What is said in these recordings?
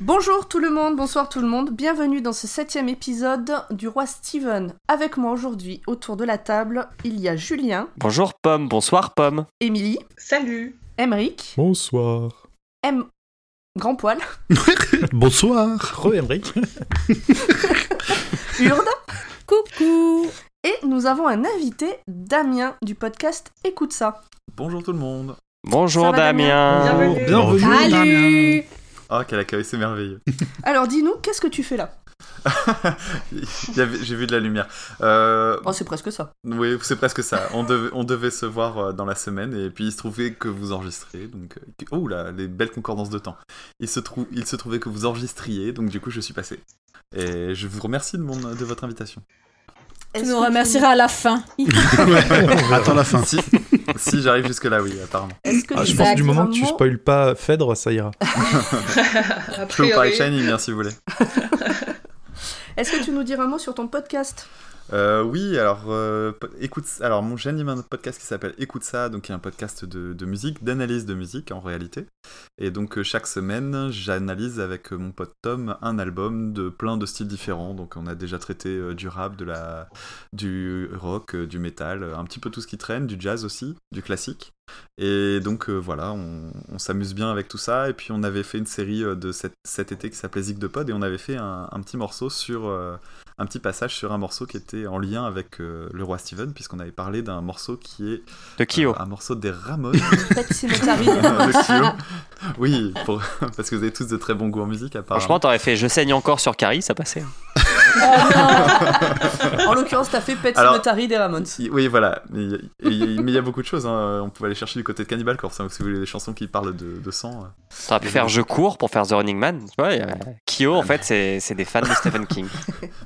Bonjour tout le monde, bonsoir tout le monde, bienvenue dans ce septième épisode du Roi Steven. Avec moi aujourd'hui, autour de la table, il y a Julien, Bonjour Pomme, bonsoir Pomme. Émilie, Salut Emric, Bonsoir. M. Grand Poil, Bonsoir. Re Emric. Urde, Coucou et nous avons un invité, Damien, du podcast Écoute ça. Bonjour tout le monde. Ça Bonjour va, Damien Damien. Bienvenue. Bienvenue. Salut Ah, quel accueil, c'est merveilleux. Alors dis-nous, qu'est-ce que tu fais là Il y avait- J'ai vu de la lumière. Euh, Oh, c'est presque ça. oui, c'est presque ça. On devait, on devait se voir euh, dans la semaine et puis il se trouvait que vous enregistrez. Donc, euh, que- oh là, les belles concordances de temps. Il se, trou- il se trouvait que vous enregistriez, donc du coup, je suis passé. Et je vous remercie de, mon, de votre invitation. Tu Est-ce que nous remercieras à la fin. Attends la fin. Si, si j'arrive jusque-là, oui, apparemment. Est-ce que Ah, tu je sais pense que du moment que tu vraiment- spoil pas Phèdre, ça ira. A Je peux vous parler de priori, Shining, hein, si vous voulez. Est-ce que tu nous diras un mot sur ton podcast Euh, oui, alors euh, po- écoute, alors mon j'anime un podcast qui s'appelle Écoute ça, donc qui est un podcast de, de musique, d'analyse de musique en réalité. Et donc euh, chaque semaine, j'analyse avec euh, mon pote Tom un album de plein de styles différents. Donc on a déjà traité euh, du rap, de la, du rock, euh, du métal, euh, un petit peu tout ce qui traîne, du jazz aussi, du classique. Et donc euh, voilà, on, on s'amuse bien avec tout ça. Et puis on avait fait une série euh, de cet, cet été qui s'appelait Zig de Pod et on avait fait un, un petit morceau sur euh, un petit passage sur un morceau qui était en lien avec euh, le roi Steven, puisqu'on avait parlé d'un morceau qui est De oh euh, Kyo. un morceau des Ramones. Pet Cemetery. de Kyo. Oui, pour- parce que vous avez tous de très bons goûts en musique, apparemment. Franchement, t'aurais fait Je saigne encore sur Carrie, ça passait. hein. En l'occurrence, t'as fait Pet Alors- Cemetery des Ramones. Il- Oui, voilà. Mais il y a- et il y a- mais il y a beaucoup de choses. hein. On pouvait aller chercher du côté de Cannibal Corpse, hein, si vous voulez des chansons qui parlent de, de sang. euh. T'aurais pu faire Je cours pour faire The Running Man. Tu vois, et, euh, Kyo, en fait, c'est c'est des fans de Stephen King.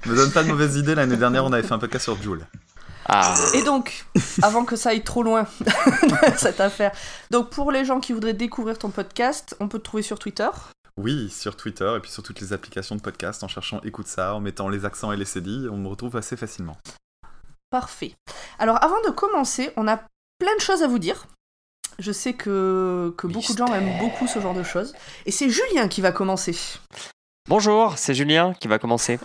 Me donne pas de mauvaises idées. L'année dernière, on avait fait un podcast sur Joule. Ah, Et donc, avant que ça aille trop loin, cette affaire. Donc, pour les gens qui voudraient découvrir ton podcast, on peut te trouver sur Twitter. Oui, sur Twitter et puis sur toutes les applications de podcast, en cherchant Écoute ça, en mettant les accents et les CD, on me retrouve assez facilement. Parfait. Alors, avant de commencer, on a plein de choses à vous dire. Je sais que, que beaucoup de gens aiment beaucoup ce genre de choses. Et c'est Julien qui va commencer. bonjour, c'est Julien qui va commencer.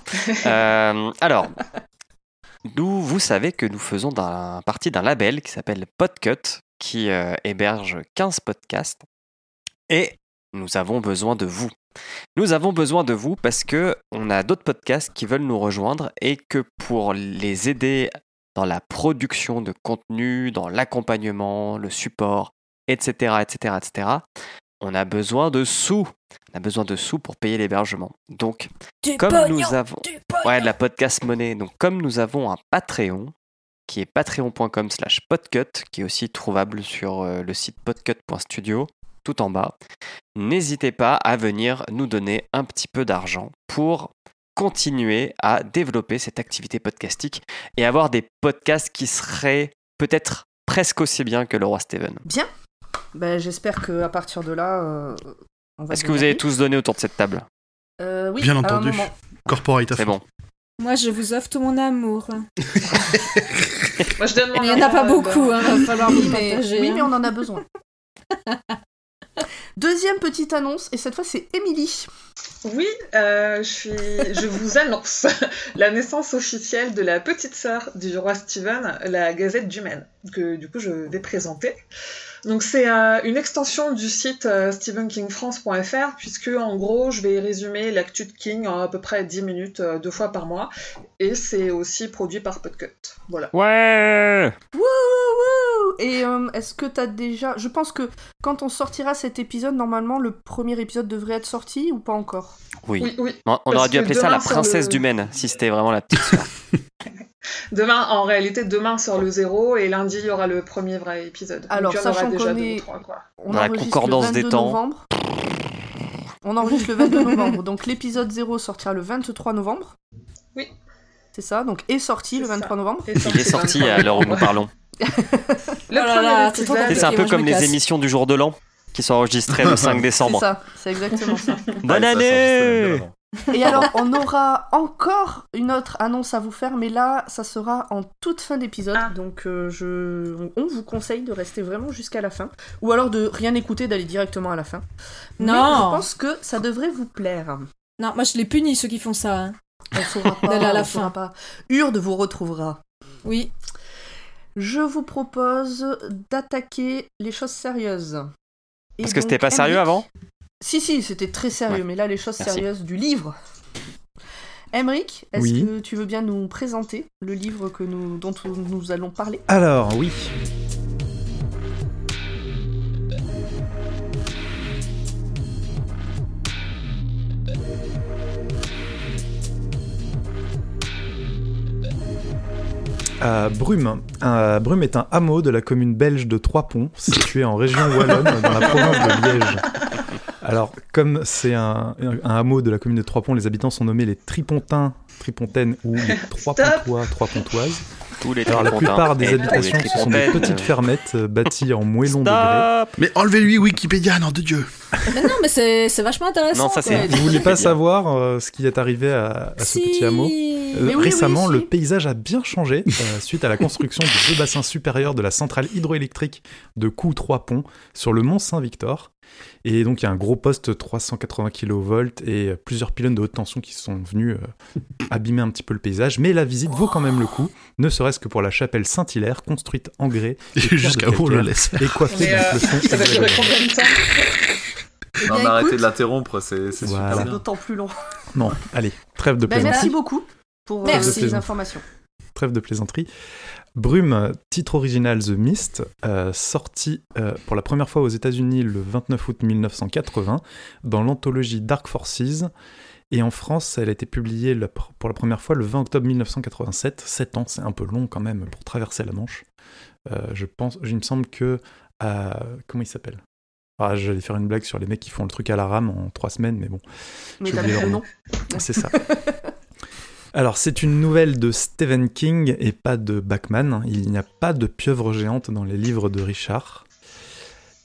Euh, alors, nous, vous savez que nous faisons d'un- partie d'un label qui s'appelle Podcut, qui euh, héberge 15 podcasts. Et nous avons besoin de vous. Nous avons besoin de vous parce que on a d'autres podcasts qui veulent nous rejoindre et que pour les aider dans la production de contenu, dans l'accompagnement, le support, etc., etc., etc., on a besoin de sous. On a besoin de sous pour payer l'hébergement. Donc, Du comme pognon, nous avons du pognon. Ouais, de la podcast monnaie. Donc, comme nous avons un Patreon, qui est patreon.com slash podcut, qui est aussi trouvable sur euh, le site podcut.studio, tout en bas, n'hésitez pas à venir nous donner un petit peu d'argent pour continuer à développer cette activité podcastique et avoir des podcasts qui seraient peut-être presque aussi bien que le roi Steven. Ben, J'espère qu'à partir de là, euh, on va. Est-ce que vous avez tous donné autour de cette table Euh, oui, Bien à un entendu. moment. Corporate C'est bon. Moi, je vous offre tout mon amour. moi je donne mon Il n'y en a amour, pas euh, beaucoup, hein, va falloir Oui, vous mais, partager. oui, hein. mais on en a besoin. Deuxième petite annonce, et cette fois c'est Émilie. Oui, euh, je, suis... je vous annonce la naissance officielle de la petite sœur du roi Steven, la Gazette du Maine, que du coup je vais présenter. Donc c'est euh, une extension du site euh, stephenkingfrance.fr puisque en gros je vais résumer l'actu de King en à peu près 10 minutes euh, deux fois par mois et c'est aussi produit par Podcut. Voilà. Ouais Wouh, wouh Et euh, est-ce que t'as déjà. Je pense que quand on sortira cet épisode, normalement le premier épisode devrait être sorti ou pas encore Oui. Oui, oui, On on Parce aurait dû que appeler ça demain, la sur le- princesse du Maine, si c'était vraiment la petite sœur. Demain, en réalité, demain sur le zéro et lundi il y aura le premier vrai épisode. Alors, il y en aura sachant déjà qu'on deux ou est- trois, quoi. On Dans la enregistre concordance le des 22 temps. novembre. On enregistre le 22 novembre, donc l'épisode 0 sortira le 23 novembre. Oui. C'est ça, donc est sorti C'est le 23 ça. novembre. Et Il est sorti à l'heure où nous parlons. Le Oh là premier là, c'est trop épisode. Et c'est un Ok, peu moi, je comme me les casse. émissions du jour de l'an qui sont enregistrées le 5 C'est décembre. ça, c'est exactement ça. Bonne Ah, et ça, ça enregistre les année vidéos Et alors, on aura encore une autre annonce à vous faire, mais là, ça sera en toute fin d'épisode. Ah. Donc, euh, je... on vous conseille de rester vraiment jusqu'à la fin. Ou alors de rien écouter, d'aller directement à la fin. Mais Non. je pense que ça devrait vous plaire. Non, moi je les punis ceux qui font ça. hein. On saura pas. D'aller à la on saura fin. pas. Urde vous retrouvera. Oui. Je vous propose d'attaquer les choses sérieuses. Et Parce que donc, c'était pas sérieux Emric- avant Si, si, c'était très sérieux, Ouais. mais là, les choses Merci. sérieuses du livre. Emric, est-ce Oui. que tu veux bien nous présenter le livre que nous, dont nous- nous allons parler Alors, oui. Euh, Brume. Euh, Brume est un hameau de la commune belge de Trois-Ponts, situé en région wallonne, dans la province de Liège. Alors, comme c'est un, un hameau de la commune de Trois-Ponts, les habitants sont nommés les Tripontins, Tripontaines ou les Trois-Pontois, Trois-Pontoises. Tous les Alors, la tripontins plupart des et tous Eh, les habitations ce sont des tripontaines. petites fermettes euh, bâties en moellons de grès. Stop Mais enlevez-lui Wikipédia, nom de Dieu Mais non, mais c'est c'est vachement intéressant. Non, ça, quoi. c'est- Vous voulez C'est bien. pas savoir euh, ce qui est arrivé à, à ce Si. petit hameau Euh, Mais oui, récemment, oui, si. le paysage a bien changé euh, suite à la construction des deux bassins supérieurs de la centrale hydroélectrique de Cou trois Ponts sur le mont Saint-Victor. Et donc, il y a un gros poste 380 kV et euh, plusieurs pylônes de haute tension qui sont venus euh, abîmer un petit peu le paysage. Mais la visite vaut quand même le coup, ne serait-ce que pour la chapelle Saint-Hilaire, construite en grès Jusqu'à où on le laisse et coiffée Mais, d'un euh, clochon Ça va durer hexagonal. combien de temps Eh Non, bien, mais arrêtez écoute, de l'interrompre, c'est c'est Voilà. super C'est bien. d'autant plus long. Non, allez, trêve de Ben, plaisanterie. merci beaucoup pour euh, Merci. ces informations. Trêve de plaisanterie. Brume, titre original The Mist, euh, sorti euh, pour la première fois aux États-Unis le 29 août 1980 dans l'anthologie Dark Forces. Et en France, elle a été publiée la pr- pour la première fois le 20 octobre 1987. 7 ans, c'est un peu long quand même pour traverser la Manche. Euh, je pense, il me semble que. euh, comment il s'appelle ah, J'allais faire une blague sur les mecs qui font le truc à la rame en 3 semaines, mais bon. Mais J'ai t'as oublié le leur nom. C'est ça. Alors, c'est une nouvelle de Stephen King et pas de Bachman. Il n'y a pas de pieuvre géante dans les livres de Richard.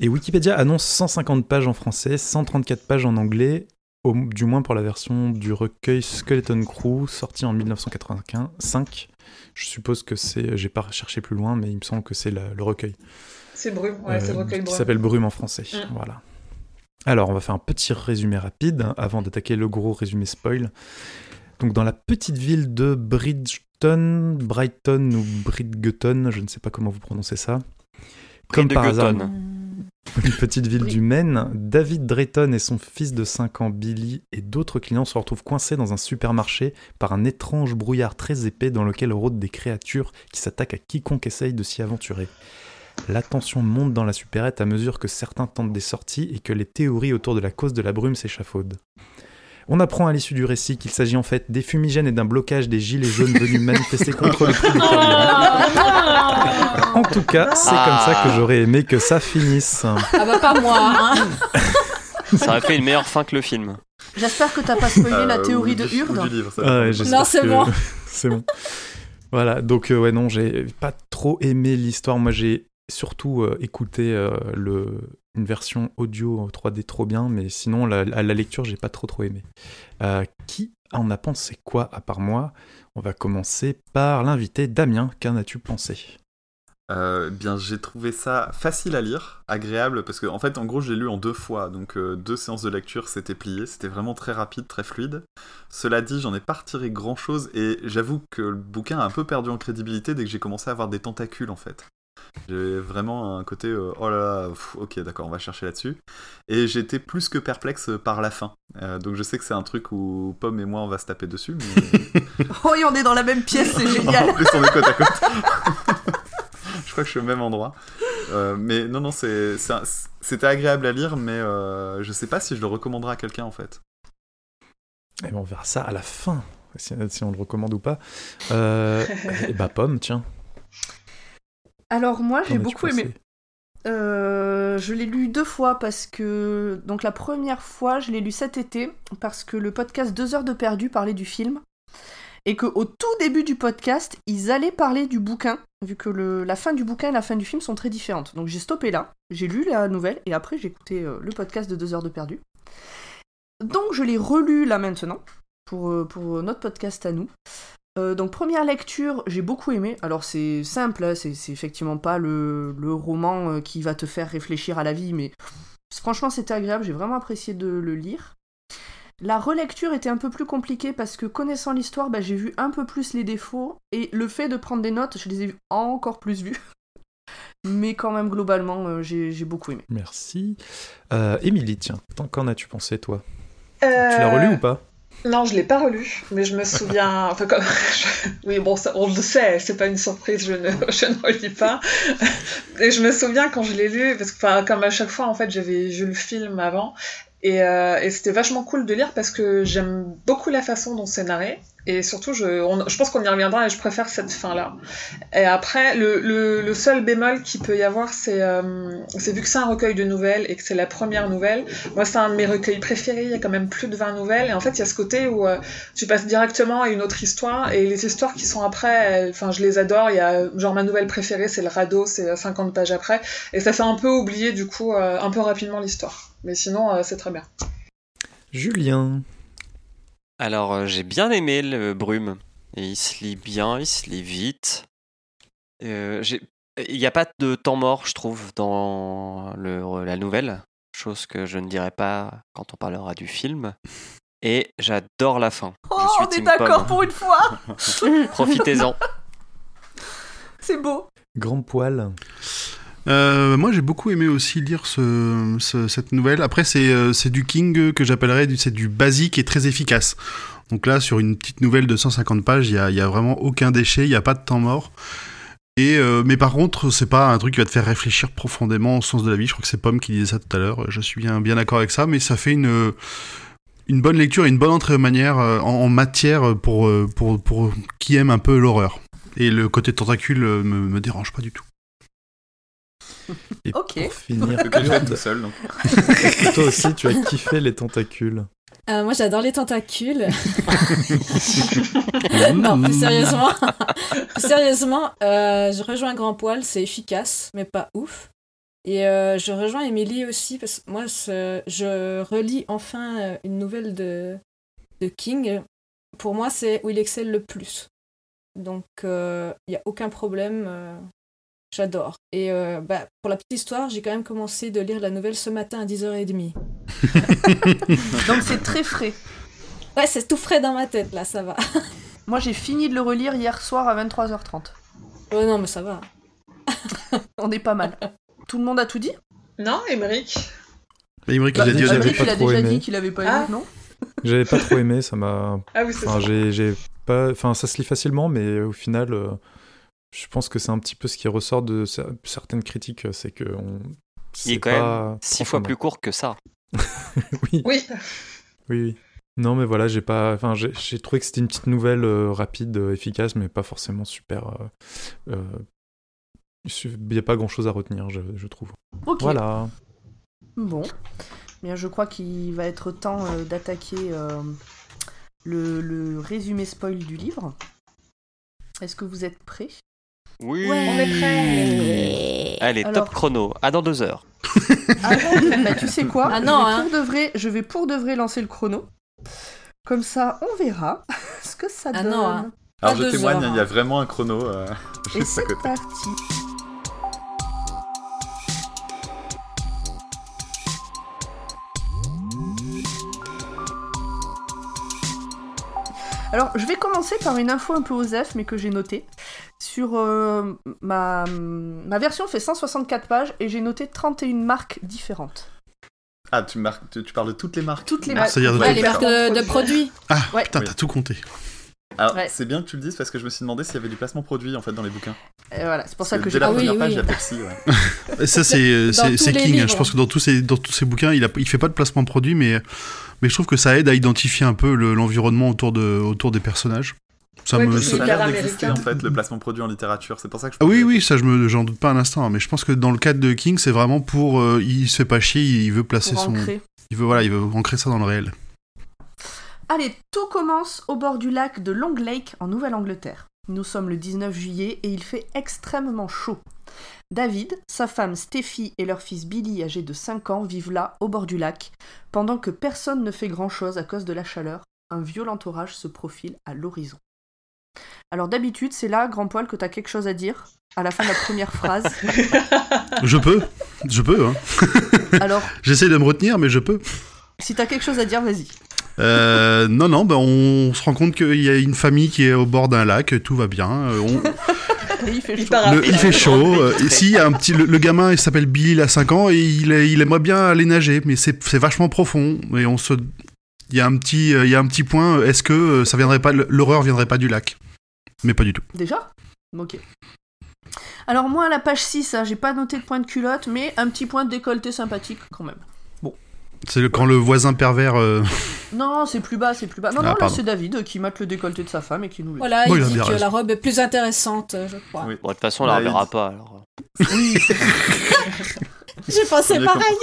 Et Wikipédia annonce 150 pages en français, 134 pages en anglais, au- du moins pour la version du recueil Skeleton Crew, sorti en 1985. Je suppose que c'est. J'ai pas cherché plus loin, mais il me semble que c'est la- le recueil C'est Brume, ouais, c'est euh, Recueil qui Brume. s'appelle Brume en français. Mm. Voilà. Alors, on va faire un petit résumé rapide hein, avant d'attaquer le gros résumé spoil. Donc, dans la petite ville de Bridgeton, Brighton ou Bridgeton, je ne sais pas comment vous prononcez ça. Comme par hasard, Bridgeton. une petite ville Oui. du Maine, David Drayton et son fils de 5 ans Billy et d'autres clients se retrouvent coincés dans un supermarché par un étrange brouillard très épais dans lequel rôdent des créatures qui s'attaquent à quiconque essaye de s'y aventurer. La tension monte dans la supérette à mesure que certains tentent des sorties et que les théories autour de la cause de la brume s'échafaudent. On apprend à l'issue du récit qu'il s'agit en fait des fumigènes et d'un blocage des gilets jaunes venus manifester contre le Euh, prix des carburants. Ah En tout cas, c'est comme ça que j'aurais aimé que ça finisse. bah pas moi. hein. Ça aurait fait une meilleure fin que le film. J'espère que t'as pas spoilé la Euh, théorie ou de du- ou du Urde. livre, ça. Ah Ouais, j'espère Non, c'est que- bon. c'est bon. Voilà, donc euh, ouais, non, j'ai pas trop aimé l'histoire. Moi, j'ai surtout euh, écouté euh, le... une version audio en 3D trop bien, mais sinon, la, à la lecture, j'ai pas trop trop aimé. Euh, qui en a pensé quoi, à part moi On va commencer par l'invité Damien. Qu'en as-tu pensé Euh, bien, j'ai trouvé ça facile à lire, agréable, parce que en fait, en gros, j'ai lu en deux fois, donc euh, deux séances de lecture, c'était plié, c'était vraiment très rapide, très fluide. Cela dit, j'en ai pas retiré grand chose, et j'avoue que le bouquin a un peu perdu en crédibilité dès que j'ai commencé à avoir des tentacules, en fait. J'ai vraiment un côté, euh, oh là là, pff, ok, d'accord, on va chercher là-dessus. Et j'étais plus que perplexe par la fin. Euh, donc je sais que c'est un truc où Pomme et moi, on va se taper dessus, mais. Oh, et on est dans la même pièce, c'est génial. En plus, on est côte à côte. je crois que je suis au même endroit. Euh, mais non, non, c'est- c'est un- c'était agréable à lire, mais euh, je sais pas si je le recommanderais à quelqu'un en fait. Eh ben, on verra ça à la fin, si, si on le recommande ou pas. Euh, et bah, Pomme, tiens. Alors, moi, j'ai qu'en as-tu beaucoup aimé. pensé Euh, je l'ai lu deux fois parce que. Donc la première fois, je l'ai lu cet été parce que le podcast 2 heures de perdu parlait du film. Et qu'au tout début du podcast, ils allaient parler du bouquin, vu que le- la fin du bouquin et la fin du film sont très différentes. Donc j'ai stoppé là, j'ai lu la nouvelle et après j'ai écouté euh, le podcast de 2 heures de perdu. Donc je l'ai relu là maintenant. pour, euh, pour notre podcast à nous. Euh, donc première lecture, j'ai beaucoup aimé. Alors c'est simple, hein, c'est c'est effectivement pas le, le roman euh, qui va te faire réfléchir à la vie, mais franchement c'était agréable, j'ai vraiment apprécié de le lire. La relecture était un peu plus compliquée parce que connaissant l'histoire, bah, j'ai vu un peu plus les défauts et le fait de prendre des notes, je les ai encore plus vus. Mais quand même globalement, euh, j'ai j'ai beaucoup aimé. Merci. Euh, Émilie, tiens, tant- qu'en as-tu pensé, toi Euh, Tu l'as relu ou pas Non, je l'ai pas relu, mais je me souviens. Enfin, comme... Oui, bon, ça, on le sait, c'est pas une surprise, je ne, je ne relis pas. Et je me souviens quand je l'ai lu, parce que enfin, comme à chaque fois, en fait, j'avais vu le film avant, et, euh, et c'était vachement cool de lire parce que j'aime beaucoup la façon dont c'est narré. Et surtout, je, on- je pense qu'on y reviendra et je préfère cette fin-là. Et après, le, le- le seul bémol qu'il peut y avoir, c'est euh, c'est vu que c'est un recueil de nouvelles et que c'est la première nouvelle, moi, c'est un de mes recueils préférés. Il y a quand même plus de 20 nouvelles. Et en fait, il y a ce côté où euh, tu passes directement à une autre histoire. Et les histoires qui sont après, elles- enfin, je les adore. Il y a, euh, genre, ma nouvelle préférée, c'est le radeau, c'est euh, 50 pages après. Et ça fait un peu oublier, du coup, euh, un peu rapidement l'histoire. Mais sinon, euh, c'est très bien. Julien. Alors, euh, j'ai bien aimé le Brume. Et il se lit bien, il se lit vite. Euh, j'ai- Il n'y a pas de temps mort, je trouve, dans le- la nouvelle. Chose que je ne dirai pas quand on parlera du film. Et j'adore la fin. Oh, suis on est team d'accord pomme. pour une fois Profitez-en. C'est beau Grand poil. Euh, moi, j'ai beaucoup aimé aussi lire ce, ce- cette nouvelle. Après, c'est euh, c'est du King euh, que j'appellerais, du- c'est du basique et très efficace. Donc là, sur une petite nouvelle de 150 pages, il n'y a, il y a vraiment aucun déchet, il n'y a pas de temps mort. Et, euh, mais par contre, c'est pas un truc qui va te faire réfléchir profondément au sens de la vie. Je crois que c'est Pomme qui disait ça tout à l'heure. Je suis bien, bien d'accord avec ça, mais ça fait une, une bonne lecture et une bonne entrée en, manière, euh, en, en matière pour, euh, pour, pour qui aime un peu l'horreur. Et le côté tentacule euh, me, me dérange pas du tout. Et Ok. pour finir, Lequel je vais Claude, tout seul, donc. toi aussi, tu as kiffé les tentacules. Euh, moi, j'adore les tentacules. non, plus sérieusement. plus sérieusement, euh, je rejoins Grand Poil, c'est efficace, mais pas ouf. Et euh, je rejoins Émilie aussi, parce que moi, ce- je relis enfin euh, une nouvelle de, de King. Pour moi, c'est où il excelle le plus. Donc, il n'y a aucun problème. euh, J'adore. Et euh, bah, pour la petite histoire, j'ai quand même commencé de lire la nouvelle ce matin à 10h30. Donc c'est très frais. Ouais, c'est tout frais dans ma tête, là, ça va. Moi j'ai fini de le relire hier soir à 23h30. Oh non, mais ça va. On est pas mal. Tout le monde a tout dit Non, Émeric Bah, Imric, Bah, il a dit au déjà, début. j'avais il pas a trop déjà aimé. dit qu'il avait pas aimé, Ah. non J'avais pas trop aimé, ça m'a. Ah oui, c'est Enfin, ça. j'ai j'ai pas. Enfin, ça se lit facilement, mais au final, euh, je pense que c'est un petit peu ce qui ressort de cer- certaines critiques, c'est que on. Il est c'est quand pas même six fois plus court que ça. Oui, Oui, oui, oui. Non, mais voilà, j'ai pas. Enfin, j'ai- j'ai trouvé que c'était une petite nouvelle euh, rapide, euh, efficace, mais pas forcément super. euh, Il n'y a pas grand chose à retenir, je, je trouve. Ok. Voilà. Bon. Bien, je crois qu'il va être temps euh, d'attaquer euh, le, le résumé spoil du livre. Est-ce que vous êtes prêts Oui. on est prêts. Allez, Alors- top chrono. À dans deux heures. Bah, tu sais quoi Ah non, je vais, hein. pour de vrai, je vais pour de vrai lancer le chrono. Comme ça, on verra ce que ça Ah donne. non, hein. Alors, Pas je deux témoigne, heures. il y a vraiment un chrono euh, Et juste à c'est côté. parti. Alors, je vais commencer par une info un peu osef, mais que j'ai notée. Sur euh, ma, ma version fait 164 pages et j'ai noté 31 marques différentes. Ah, tu, marques, tu, tu parles de toutes les marques Toutes les Ah, marques. c'est-à-dire de- ouais, Ouais, les marques d'accord. de, de produits. Ah, Ouais. putain, Oui. t'as tout compté. Alors, Ouais. c'est bien que tu le dises parce que je me suis demandé s'il y avait du placement produit en fait dans les bouquins. Et voilà, c'est pour ça Parce que dès j'ai la Ah oui, première oui. page, il y a Pepsi. Ouais. Et Ça, c'est euh, Dans c'est- tous c'est les King. livres. Je pense que dans tous ces, dans tous ces bouquins, il, a, il fait pas de placement produit, mais, mais je trouve que ça aide à identifier un peu le- l'environnement autour, de, autour des personnages. Ça Ouais, me, puis ça- Ça a hyper l'air d'exister américain. en fait le placement produit en littérature. C'est pour ça que je. Ah oui, oui, ça, je me- j'en doute pas un instant. hein, Mais je pense que dans le cadre de King, c'est vraiment pour. euh, il se fait pas chier, il veut placer pour son. ancrer. Il veut, voilà, il veut ancrer ça dans le réel. Allez, tout commence au bord du lac de Long Lake en Nouvelle-Angleterre. Nous sommes le 19 juillet et il fait extrêmement chaud. David, sa femme Steffi et leur fils Billy, âgé de 5 ans, vivent là, au bord du lac, pendant que personne ne fait grand-chose à cause de la chaleur, un violent orage se profile à l'horizon. Alors d'habitude, c'est là, grand poil, que t'as quelque chose à dire, à la fin de la première phrase. Je peux, je peux. Hein. Alors, J'essaie de me retenir, mais je peux. si t'as quelque chose à dire, vas-y. Euh, non, non, bah, on se rend compte qu'il y a une famille qui est au bord d'un lac, tout va bien. euh, on- Et il fait Il chaud. part à- le- il fait chaud. euh, et si, il y a un petit, le, le gamin, il s'appelle Billy, il a 5 ans, et il, est- il aimerait bien aller nager, mais c'est c'est vachement profond. Et on se. Il y a un petit, euh, il y a un petit point, euh, est-ce que euh, ça viendrait pas, l'horreur viendrait pas du lac Mais pas du tout. Déjà Ok. Alors moi, à la page 6, hein, j'ai pas noté de point de culotte, mais un petit point de décolleté sympathique quand même. C'est le- quand le voisin pervers. euh, Non, c'est plus bas, c'est plus bas. Non, Ah, non, là, pardon. c'est David qui mate le décolleté de sa femme et qui nous le... Voilà, Bon, il il a dit bien que raison. la robe est plus intéressante, je crois. Oui. Bon, de toute façon, on la Bah, il- reverra pas. Alors. J'ai pensé Bien pareil.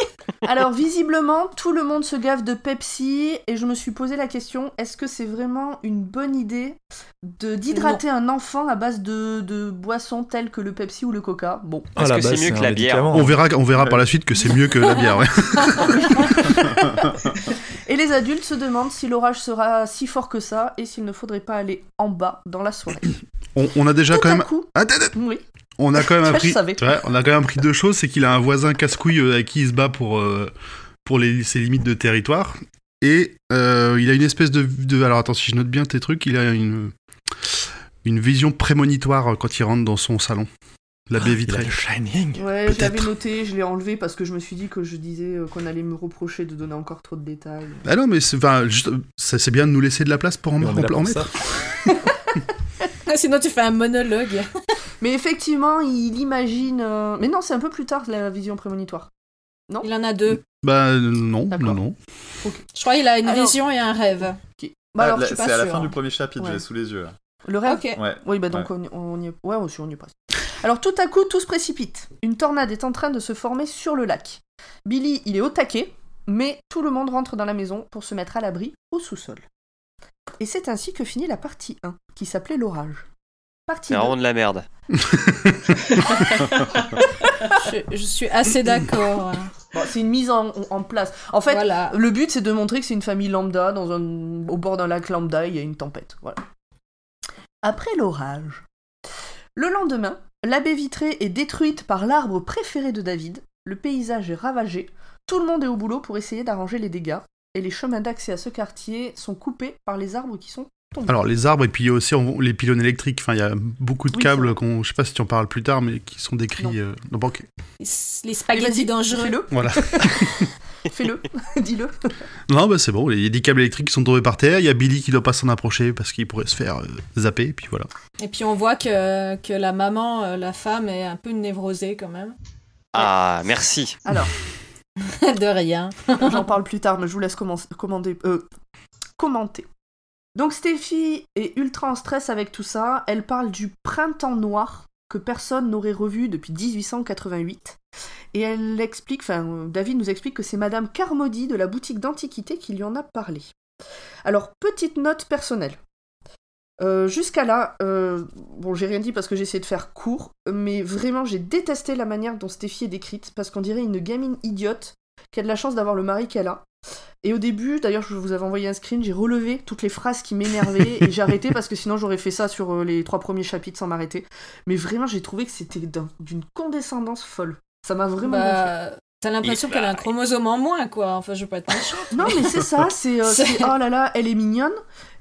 Alors visiblement, tout le monde se gave de Pepsi et je me suis posé la question, est-ce que c'est vraiment une bonne idée de d'hydrater un enfant à base de, de boissons telles que le Pepsi ou le Coca Bon, Ah, Est-ce la que c'est base, mieux que un la bière médicament. On verra, on verra par la suite que c'est mieux que la bière. ouais. et les adultes se demandent si l'orage sera si fort que ça et s'il ne faudrait pas aller en bas dans la soirée. On, on a déjà Tout quand à même. coup, Attends, oui. On a quand même Ça, je appris. savais. tu vois, on a quand même appris deux choses, c'est qu'il a un voisin casse-couille euh, avec qui il se bat pour euh, pour les, ses limites de territoire, et euh, il a une espèce de, de- alors attends si je note bien tes trucs, il a une une vision prémonitoire euh, quand il rentre dans son salon, la baie Ah, Il a vitrée. le Shining. Ouais, je l'avais Peut-être. noté, je l'ai enlevé parce que je me suis dit que je disais euh, qu'on allait me reprocher de donner encore trop de détails. Ah non mais c'est enfin, juste, ça, c'est bien de nous laisser de la place pour en, Et en- on est là pour en mettre. ça. Sinon, tu fais un monologue. Mais effectivement, il imagine... euh, Mais non, c'est un peu plus tard la vision prémonitoire. Il en a deux. Bah euh, non, non D'accord. non. Je crois qu'il a une Alors- vision et un rêve. Ok. Bah alors, Ah, là, je suis c'est pas à la sûre, fin hein. du premier chapitre, Ouais. j'ai sous les yeux. là. Le rêve Ok. Ouais. Oui, bah donc on, on y est. Ouais, aussi, on y est presque. Alors tout à coup, tout se précipite. Une tornade est en train de se former sur le lac. Billy, il est au taquet, mais tout le monde rentre dans la maison pour se mettre à l'abri au sous-sol. Et c'est ainsi que finit la partie 1, qui s'appelait l'orage. Partie C'est 2. vraiment de la merde. Je, je suis assez d'accord. Bon, c'est une mise en, en place. En fait, voilà. le but, c'est de montrer que c'est une famille lambda dans un, au bord d'un lac lambda, il y a une tempête. Voilà. Après l'orage. Le lendemain, la baie vitrée est détruite par l'arbre préféré de David, le paysage est ravagé, tout le monde est au boulot pour essayer d'arranger les dégâts, et les chemins d'accès à ce quartier sont coupés par les arbres qui sont tombés. Alors les arbres et puis aussi on- les pylônes électriques. Enfin il y a beaucoup de Oui, c'est câbles vrai. qu'on, je sais pas si tu en parles plus tard, mais qui sont Non. décrits. euh, dans banque. Les les Mais vas-y, spaghettis dangereux. Fais-le, Voilà. fais-le, dis-le. Non, bah c'est bon, il y a des câbles électriques qui sont tombés par terre, il y a Billy qui doit pas s'en approcher parce qu'il pourrait se faire euh, zapper, et puis voilà. Ah, Et puis on voit que, que la maman, euh, la femme, est un peu névrosée quand même. Ah, merci. Alors, De rien. J'en parle plus tard, mais je vous laisse commencer- commander- euh, commenter. Donc Stéphie est ultra en stress avec tout ça. Elle parle du printemps noir que personne n'aurait revu depuis 1888. Et elle explique, enfin euh, David nous explique que c'est Madame Carmody de la boutique d'antiquité qui lui en a parlé. Alors petite note personnelle. Euh, Jusqu'à là, euh, bon j'ai rien dit parce que j'ai essayé de faire court, mais vraiment j'ai détesté la manière dont Stéphie est décrite parce qu'on dirait une gamine idiote qui a de la chance d'avoir le mari qu'elle a. Et au début, d'ailleurs, je vous avais envoyé un screen, j'ai relevé toutes les phrases qui m'énervaient et j'ai arrêté parce que sinon j'aurais fait ça sur euh, les trois premiers chapitres sans m'arrêter. Mais vraiment, j'ai trouvé que c'était d'un- d'une condescendance folle. Ça m'a vraiment gonflé. Bah, t'as l'impression Et qu'elle a un bah- chromosome en moins, quoi. Enfin, je veux pas être méchante. Non, mais c'est ça, c'est euh, C'est- c'est, oh là là, elle est mignonne.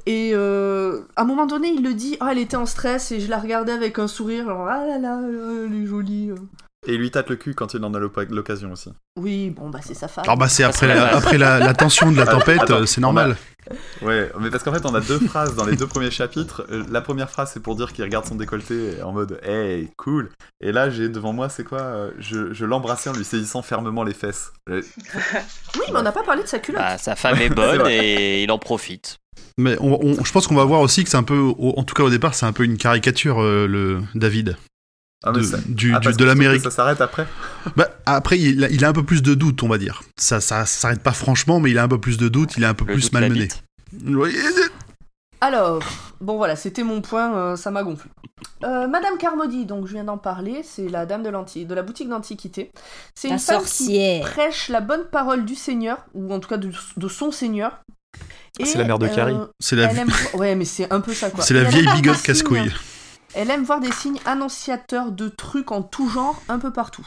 Et euh, à un moment donné, il le dit, ah elle était en stress et je la regardais avec un sourire, genre ah là là, euh, elle est jolie. euh. Et il lui tâte le cul quand il en a l'op- l'occasion aussi. Oui, bon, bah c'est sa femme. Alors bah c'est Ah, après, c'est la, normal. après la, la tension de la Attends, tempête, Ah, attends, Ah, bah. euh, c'est normal. Ouais, mais parce qu'en fait, on a deux phrases dans les deux premiers chapitres. Euh, La première phrase, c'est pour dire qu'il regarde son décolleté en mode Hey, cool. Et là, j'ai devant moi, c'est quoi euh, Je, je l'embrassais en lui saisissant fermement les fesses. Euh, Oui, mais on n'a pas parlé de sa culotte. Bah, sa femme est C'est bonne vrai. et il en profite. Mais on- on- je pense qu'on va voir aussi que c'est un peu, au- en tout cas au départ, c'est un peu une caricature, euh, le David, Ah, mais de, ça- du- Ah, du- parce que de je trouve que l'Amérique. Ça s'arrête après Bah, après, il a, il a un peu plus de doute, on va dire. Ça, ça, s'arrête pas franchement, mais il a un peu plus de doute, il est un peu Le plus doute la malmené. bite. Oui, Alors, bon voilà, c'était mon point, euh, ça m'a gonflé. Euh, Madame Carmody, donc je viens d'en parler, c'est la dame de, l'anti- de la boutique d'antiquité. C'est La une femme qui sorcière. prêche la bonne parole du Seigneur, ou en tout cas de, de son Seigneur, C'est Et, euh, la mère de Carrie. C'est la, elle aime... Ouais, mais c'est un peu ça, quoi. c'est la Et elle vieille aime bigote voir des casse-couille. signes- Elle aime voir des signes annonciateurs de trucs en tout genre, un peu partout.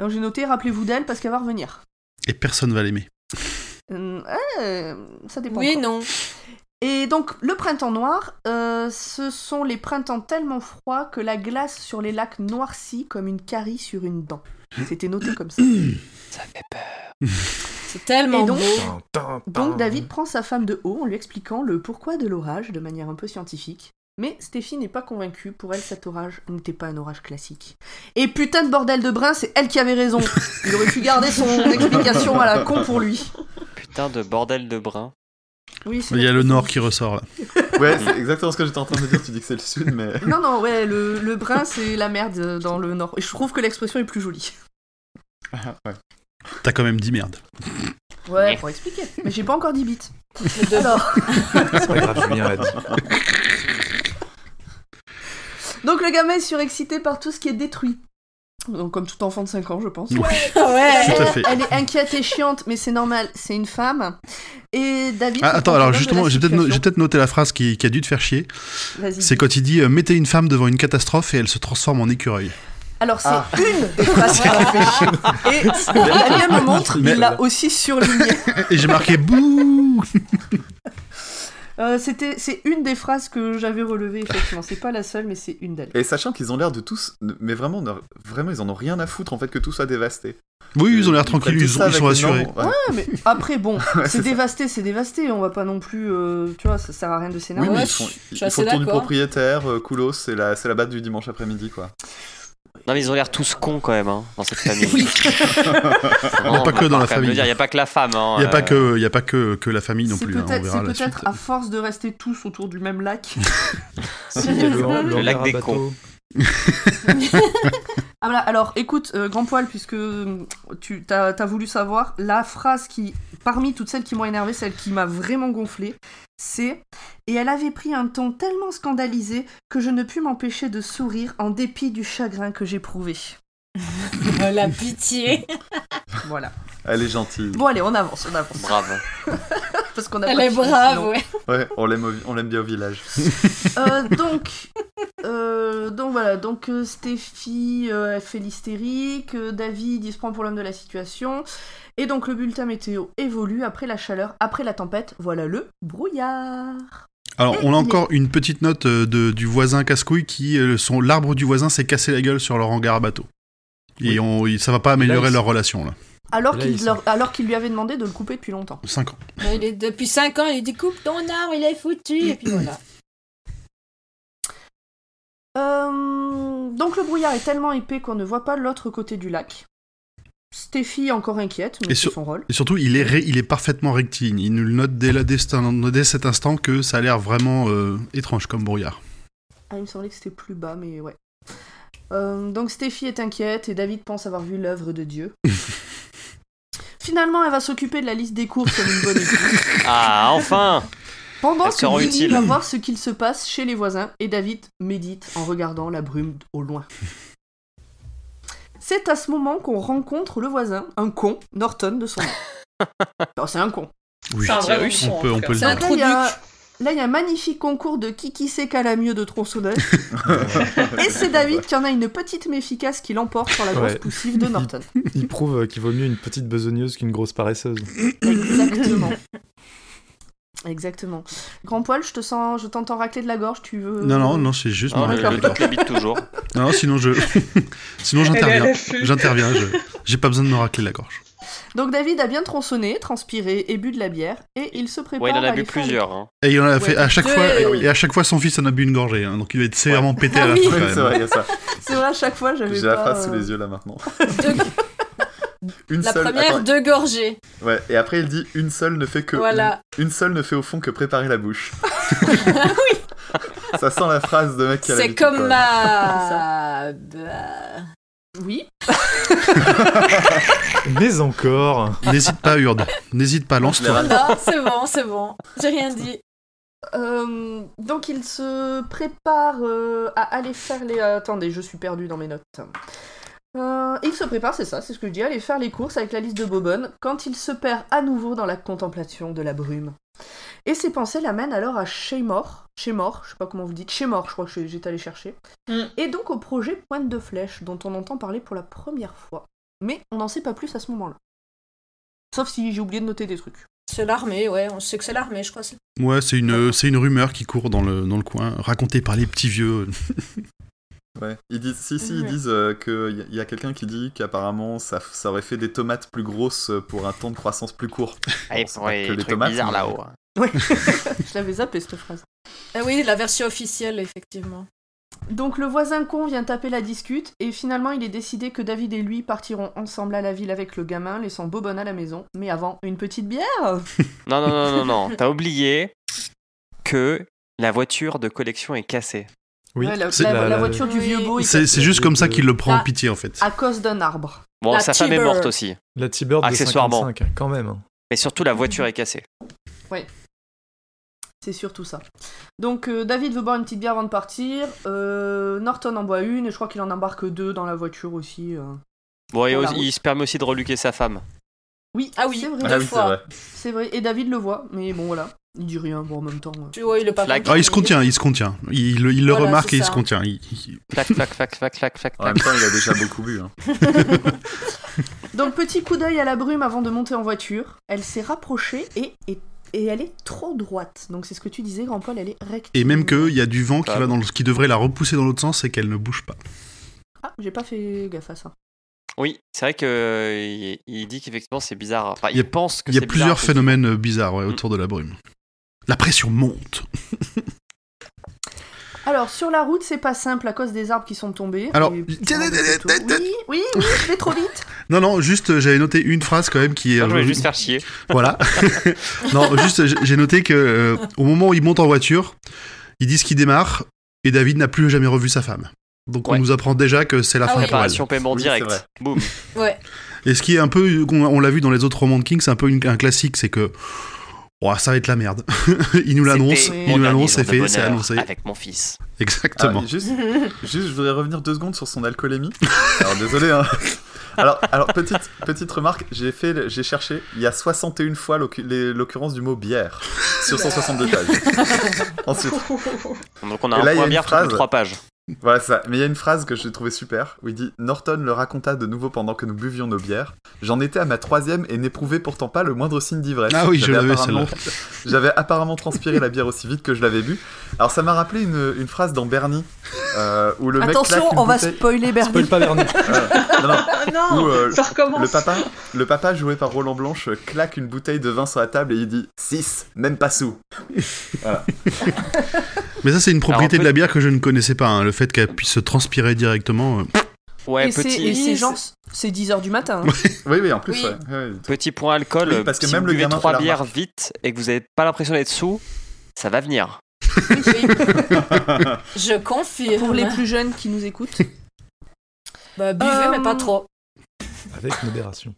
Donc j'ai noté, rappelez-vous d'elle parce qu'elle va revenir. Et personne va l'aimer. Euh, euh, ça dépend. Oui, encore. non. Et donc, le printemps noir, euh, ce sont les printemps tellement froids que la glace sur les lacs noircit comme une carie sur une dent. C'était noté comme ça. Ça fait peur. C'est tellement Et donc- beau. Donc, David prend sa femme de haut en lui expliquant le pourquoi de l'orage de manière un peu scientifique. Mais Stéphie n'est pas convaincue, pour elle cet orage n'était pas un orage classique. Et putain de bordel de brin, c'est elle qui avait raison. Il aurait pu garder son explication à la con pour lui. Putain de bordel de brun. Oui, c'est Il y a notre le faute. nord qui ressort là. Ouais, c'est exactement ce que j'étais en train de dire. Tu dis que c'est le sud, mais. Non, non, ouais, le, le brin, c'est la merde euh, dans le nord. Et je trouve que l'expression est plus jolie. ouais. T'as quand même dit merde. Ouais, pour expliquer. Mais j'ai pas encore 10 bits. Le de- Alors, C'est pas grave, Julien l'a dit. donc le gamin est surexcité par tout ce qui est détruit. Donc comme tout enfant de 5 ans, je pense. Oui, Ouais. tout à fait. Elle est inquiète et chiante, mais c'est normal, c'est une femme. Et David... Ah, se attends, prend alors compte de justement, la j'ai peut-être no- j'ai situation. peut-être noté la phrase qui, qui a dû te faire chier. Vas-y. C'est quand il dit euh, Mettez une femme devant une catastrophe et elle se transforme en écureuil. Alors c'est Ah. une des phrases qui fait chier. Et Damien me montre, Mais- il l'a aussi surligné. Et j'ai marqué Bouh Euh, c'était- c'est une des phrases que j'avais relevées, effectivement. C'est pas la seule, mais c'est une d'elles. Et sachant qu'ils ont l'air de tous, mais vraiment, ne- vraiment, ils en ont rien à foutre en fait que tout soit dévasté. Oui, ils ont l'air prennent tranquilles, tout ils, ça sont- ils sont avec une rassurés. norme, ouais. Ah, mais après, bon, c'est c'est ça. dévasté, c'est dévasté. On va pas non plus. euh, tu vois, ça sert à rien de Oui, s'énerver. mais ouais, ils font, je suis- je ils suis font assez le tour du d'accord. propriétaire, euh, Koulos, c'est la, c'est la batte du dimanche après-midi quoi. Non, mais ils ont l'air tous cons quand même, hein, dans cette famille. Il n'y a pas que dans la famille. Il n'y a pas que la femme. hein, Il n'y a pas euh, que, il y a pas que, que la famille non C'est plus. hein, on peut-être verra c'est la suite. peut-être à force de rester tous autour du même lac. Si, il y a le, Oh, Le le lac des rabateau. cons. Ah voilà, alors écoute, euh, Grand Poil, puisque hum, tu as, voulu savoir, la phrase qui, parmi toutes celles qui m'ont énervé, celle qui m'a vraiment gonflé, c'est Et elle avait pris un ton tellement scandalisé que je ne pus m'empêcher de sourire en dépit du chagrin que j'éprouvais. Oh, la pitié. Voilà. Elle est gentille. Bon, allez, on avance, on avance. Brave. Parce qu'on a Elle pas est fini, brave, sinon. ouais. Ouais, on l'aime, au vi- on l'aime bien au village. Euh, donc, euh, donc voilà, donc euh, Stéphie euh, elle fait l'hystérique, euh, David il se prend pour l'homme de la situation, et donc le bulletin météo évolue après la chaleur, après la tempête, voilà le brouillard. Alors, on a Eh, encore une petite note euh, de, du voisin casse-couille qui, euh, son l'arbre du voisin s'est cassé la gueule sur leur hangar à bateau. Et on, il- ça va pas améliorer ils- leur relation là. Alors Là, qu'il ils leur- alors qu'il lui avait demandé de le couper depuis longtemps. 5 ans. Il est- depuis 5 ans, il dit coupe ton arbre, il est foutu. Et puis voilà. Euh, donc le brouillard est tellement épais qu'on ne voit pas l'autre côté du lac. Stéphie encore inquiète, mais Et c'est sur- son rôle. Et surtout, il est, ré- il est parfaitement rectiligne. Il nous le note dès, là, dès, cet in- dès cet instant que ça a l'air vraiment euh, étrange comme brouillard. Ah, il me semblait que c'était plus bas, mais ouais. Euh, donc Stéphie est inquiète et David pense avoir vu l'œuvre de Dieu. Finalement, elle va s'occuper de la liste des courses comme une bonne épouse. Ah, enfin Pendant Elle se rend que Billy utile. va voir ce qu'il se passe chez les voisins et David médite en regardant la brume au loin. C'est à ce moment qu'on rencontre le voisin, un con, Norton de son nom. Non, c'est un con. Oui, C'est un vrai russe, bon on en peut, tout on cas. peut le C'est un dire. Donc là, il y a- Introduc. Là, il y a un magnifique concours de qui qui sait qu'à la mieux de tronçonneuse. Et c'est David qui en a une petite mais efficace qui l'emporte sur la grosse Ouais. poussive de Norton. Il prouve euh, qu'il vaut mieux une petite besogneuse qu'une grosse paresseuse. Exactement. Exactement. Grand poil, je te sens, je t'entends racler de la gorge, tu veux. Non, non, non, c'est juste. Non, moi, le, je- le doute l'habite toujours. Non, non, sinon je, sinon Elle est à j'interviens. l'affût. J'interviens. je- J'ai pas besoin de me racler la gorge. Donc David a bien tronçonné, transpiré et bu de la bière, et il se prépare. Ouais, il en à a aller bu faire les- plusieurs. hein. Et il en a Ouais. fait à chaque Deux. fois, et à chaque fois son fils en a bu une gorgée, hein, donc il va être sévèrement pété à la Ah oui. fin. Ouais, quand même. c'est vrai, il y a ça. C'est vrai, à chaque fois j'avais J'ai pas. la phrase sous euh, les yeux là maintenant. Deux- Une la seule. première, attends, deux gorgées. ouais, et après il dit une seule ne fait que. Voilà. Une seule ne fait au fond que préparer la bouche. Ça sent la phrase de mec qui a C'est l'habitude, quand comme même. ma. Bah, Oui. Mais encore N'hésite pas, Urde. N'hésite pas, lance-toi. Voilà, Bah, c'est bon, c'est bon. J'ai rien dit. Euh, donc il euh, se prépare euh, à aller faire les. Attendez, je suis perdue dans mes notes. Euh, il se prépare, c'est ça, c'est ce que je dis, aller faire les courses avec la liste de Bobonne, quand il se perd à nouveau dans la contemplation de la brume. Et ses pensées l'amènent alors à Sheymor, Sheymor, je sais pas comment vous dites, Sheymor, je crois que j'étais allé chercher, Mm. et donc au projet Pointe de Flèche, dont on entend parler pour la première fois. Mais on n'en sait pas plus à ce moment-là. Sauf si j'ai oublié de noter des trucs. C'est l'armée, ouais, on sait que c'est l'armée, je crois. c'est- Ouais, c'est une, c'est une rumeur qui court dans le, dans le coin, racontée par les petits vieux. Ouais. Ils disent, si, si, ils Ouais. disent euh, que qu'il y a quelqu'un qui dit qu'apparemment ça, f- ça aurait fait des tomates plus grosses euh, pour un temps de croissance plus court. Allez, c'est pour pas les que les trucs tomates, bizarres mais- là-haut. hein. Je l'avais zappé cette phrase. Ah oui, la version officielle, effectivement. Donc le voisin con vient taper la discute et finalement il est décidé que David et lui partiront ensemble à la ville avec le gamin, laissant Bobonne à la maison. Mais avant, une petite bière Non, non, non, non, non. T'as oublié que la voiture de collection est cassée. Oui, Ouais, la, c'est la- la- la la- voiture du Oui. vieux beau, il- C'est c'est juste comme ça qu'il le prend en Ah. pitié, en fait. à cause d'un arbre. Bon, La sa femme est T-Bird. morte aussi. La T-Bird de Accessoirement. 55, hein, quand même. hein. Mais surtout, la voiture est cassée. C'est surtout ça. Donc euh, David veut boire une petite bière avant de partir. euh, Norton en boit une et je crois qu'il en embarque deux dans la voiture aussi. euh. Bon, et Voilà. aussi, il se permet aussi de reluquer sa femme. Oui, Ah oui, c'est vrai. Ah oui, c'est fois. vrai. C'est vrai. Et David le voit, mais bon voilà, il dit rien. Bon en même temps. euh. Tu vois, il est pas Flag. Oh, Ah, il se contient, il se contient. Il, il le Voilà, remarque c'est et il ça. se contient. Il- il- Clac, clac, clac, clac, clac, clac, En clac. même temps, il a déjà beaucoup bu. hein. Donc petit coup d'œil à la brume avant de monter en voiture. Elle s'est rapprochée et, et, et elle est trop droite. Donc c'est ce que tu disais, Grand Paul, elle est recte. Et même qu'il y a du vent qui, Ah va bon. dans le, qui devrait la repousser dans l'autre sens et qu'elle ne bouge pas. Ah, j'ai pas fait gaffe à ça. Oui, c'est vrai que euh, il- il dit qu'effectivement c'est bizarre. Enfin, il, Il y a- pense que Il y a c'est plusieurs bizarre, que- phénomènes euh, bizarres ouais, Mm. autour de la brume. La pression monte. Alors sur la route, c'est pas simple à cause des arbres qui sont tombés. Alors, Et- oui, tiens, tiens, tiens, tiens, tiens. oui, oui, je vais trop vite. Non, non, juste, euh, j'avais noté une phrase quand même qui est. Non, je voulais euh, Ah, juste faire chier. Voilà. non, juste, j- j'ai noté que euh, au moment où il monte en voiture, ils disent qu'il démarre et David n'a plus jamais revu sa femme. Donc Ouais. on nous apprend déjà que c'est la Ah oui. fin pour elle. Préparation paiement Oui, c'est vrai. direct. Boum. Ouais, Et ce qui est un peu, on, on l'a vu dans les autres romans de King, c'est un peu une- un classique, c'est que ouah, ça va être la merde. il nous l'annonce, C'était il mon il nous dernier l'annonce, jour c'est de fait, c'est bonheur annoncé. Avec mon fils. Ah, Exactement. juste, juste, je voudrais revenir deux secondes sur son alcoolémie. Alors désolé. hein. Alors, alors petite, petite remarque, j'ai fait, le- j'ai cherché. Il y a 61 fois l'occu- les- l'occurrence du mot bière Bah. sur 162 pages. Ensuite, Donc on a Et un là, il y a point une bière toutes les phrase. trois pages. Voilà, c'est ça. Mais il y a une phrase que j'ai trouvée super où il dit Norton le raconta de nouveau pendant que nous buvions nos bières. J'en étais à ma troisième et n'éprouvais pourtant pas le moindre signe d'ivresse. Ah oui, je J'avais l'avais, apparemment- J'avais apparemment transpiré la bière aussi vite que je l'avais bu. Alors ça m'a rappelé une, une phrase dans Bernie euh, où le mec. Attention, claque une on va bouteille- spoiler Bernie. Spoil pas Bernie. Voilà. Non, non. Ah non, Ou, euh, ça recommence. Le papa, le papa joué par Roland Blanche claque une bouteille de vin sur la table et il dit 6, même pas sous. Mais ça, c'est une propriété Alors, de la bière que je ne connaissais pas. hein. Le fait qu'elle puisse se transpirer directement. euh. Ouais, et c'est- petit, et c'est Oui, genre, c'est 10 heures du matin. hein. Oui, oui, en plus, Oui. ouais. ouais. petit point alcool. Oui, parce que si même vous le buvez gamin fait trois la bières vite et que vous n'avez pas l'impression d'être sous, ça va venir. je confirme. Pour les plus jeunes qui nous écoutent. Bah, buvez, Euh, mais pas trop. Avec modération.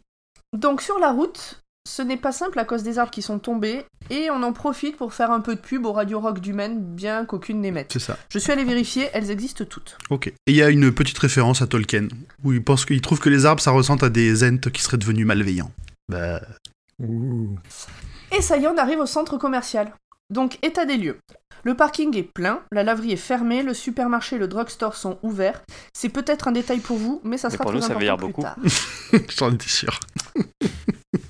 Donc sur la route, ce n'est pas simple à cause des arbres qui sont tombés, et on en profite pour faire un peu de pub aux radios rock du Maine, bien qu'aucune n'émette. C'est ça. Je suis allée vérifier, elles existent toutes. Ok. Et il y a une petite référence à Tolkien où il pense qu'il trouve que les arbres ça ressemble à des ents qui seraient devenus malveillants. Bah. Ouh. Et ça y est, on arrive au centre commercial. Donc état des lieux. Le parking est plein, la laverie est fermée, le supermarché et le drugstore sont ouverts. C'est peut-être un détail pour vous, mais ça Mais sera pour très nous, ça veut important dire plus beaucoup. tard. J'en étais sûr.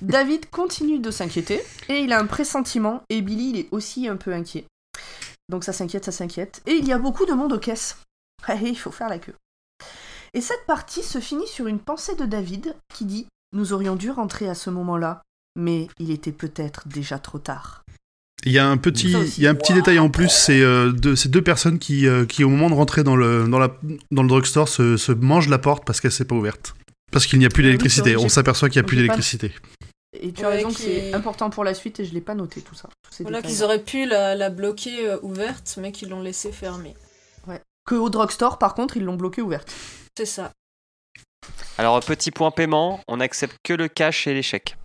David continue de s'inquiéter et il a un pressentiment et Billy il est aussi un peu inquiet. Donc ça s'inquiète, ça s'inquiète. Et il y a beaucoup de monde aux caisses. Ah, il faut faire la queue. Et cette partie se finit sur une pensée de David qui dit Nous aurions dû rentrer à ce moment-là, mais il était peut-être déjà trop tard. Il y a un petit, Ça aussi. il y a un petit détail en plus, c'est euh, deux, c'est deux personnes qui, euh, qui, au moment de rentrer dans le, dans la, dans le drugstore, se, se mangent la porte parce qu'elle s'est pas ouverte. Parce qu'il n'y a plus Ah oui, c'est d'électricité. vrai, On j'ai- s'aperçoit qu'il n'y a plus j'ai pas- d'électricité. Et tu as Ouais, raison que qui c'est est- important pour la suite et je l'ai pas noté tout ça. tous ces Voilà détails. qu'ils auraient pu la, la bloquer euh, ouverte, mais qu'ils l'ont laissée fermée. Que au drugstore, par contre, ils l'ont bloquée ouverte. C'est ça. Alors, petit point paiement, on n'accepte que le cash et les chèques.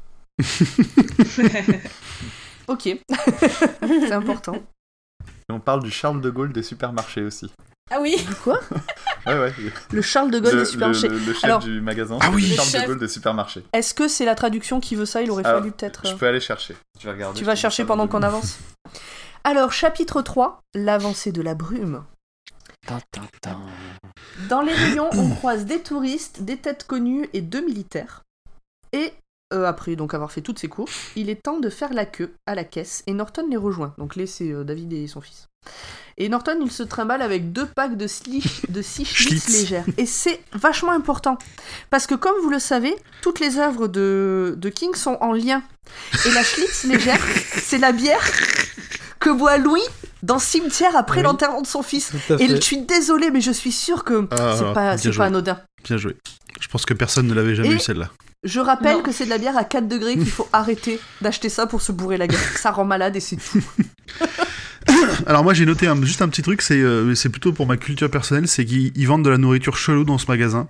Ok, c'est important. Et on parle du Charles de Gaulle des supermarchés aussi. Ah oui Quoi Ouais, ouais. Le Charles de Gaulle le, des le, supermarchés. le chef Alors- du magasin, Ah oui. le Le Charles chef. de Gaulle des supermarchés. Est-ce que c'est la traduction qui veut ça Il aurait Alors, fallu peut-être. Je euh, peux aller chercher. Je vais regarder. Tu vas Je chercher vais pendant regarder. qu'on avance. Alors, chapitre 3, l'avancée de la brume. Tin, tin, tin. Dans les rayons, on croise des touristes, des têtes connues et deux militaires. Et euh, après donc avoir fait toutes ses courses, il est temps de faire la queue à la caisse et Norton les rejoint. Donc là, c'est euh, David et son fils. Et Norton, il se trimballe avec deux packs de, slish, de six schlitz Schlitz. légères. Et c'est vachement important. Parce que comme vous le savez, toutes les œuvres de, de King sont en lien. Et la schlitz légère, c'est la bière que boit Louis dans le cimetière après Oui. l'enterrement de son fils. Tout à Et je fait. suis désolée, mais je suis sûre que Ah, c'est pas, bien c'est joué. pas anodin. Bien joué. Je pense que personne ne l'avait jamais Et- eu celle-là. Je rappelle Non. que c'est de la bière à 4 degrés qu'il faut arrêter d'acheter ça pour se bourrer la gueule. Ça rend malade et c'est tout. Alors moi j'ai noté un- juste un petit truc, c'est euh, c'est plutôt pour ma culture personnelle, c'est qu'ils ils vendent de la nourriture chelou dans ce magasin,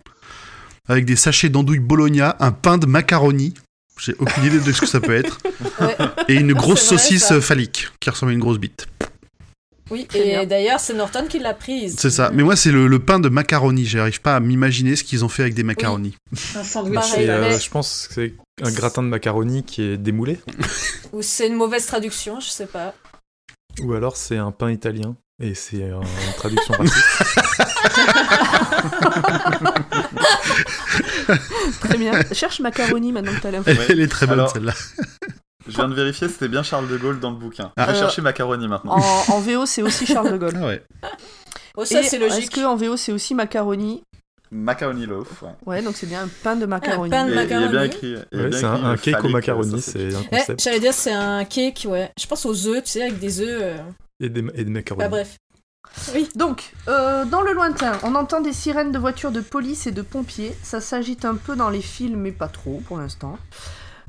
avec des sachets d'andouille bologna, un pain de macaroni, j'ai aucune idée de ce que ça peut être, Ouais. et une grosse C'est vrai, saucisse ça. euh, phallique qui ressemble à une grosse bite. Oui, Très bien. et d'ailleurs, c'est Norton qui l'a prise. C'est ça. Mais moi c'est le, le pain de macaroni, j'arrive pas à m'imaginer ce qu'ils ont fait avec des macaronis. Un sandwich. Pareil. C'est, euh, mais- je pense que c'est un gratin de macaroni qui est démoulé. Ou c'est une mauvaise traduction, je sais pas. Ou alors c'est un pain italien. Et c'est euh, une traduction raciste. Très bien. Cherche macaroni maintenant que t'as l'info. Elle, Ouais. elle est très bonne Alors- celle-là. Je viens de vérifier, c'était bien Charles de Gaulle dans le bouquin. Je vais Euh, chercher macaroni maintenant. En, en VO, c'est aussi Charles de Gaulle. Ah ouais. Oh, ça, Et c'est Est-ce logique. que en VO, c'est aussi macaroni Macaroni loaf. ouais. Ouais, donc c'est bien un pain de Ah, macaroni. pain de Et- et Il y a bien Macaroni. écrit. il y a Ouais, bien c'est un, écrit, un euh, cake au phallique, macaroni, euh, sausage. c'est un Eh, concept. J'allais dire, c'est un cake, ouais. Je pense aux œufs, tu sais, avec des œufs. euh, et, des, et des macaronis. Bah, bref. Oui. Donc, euh, dans le lointain, on entend des sirènes de voitures de police et de pompiers. Ça s'agite un peu dans les films, mais pas trop pour l'instant.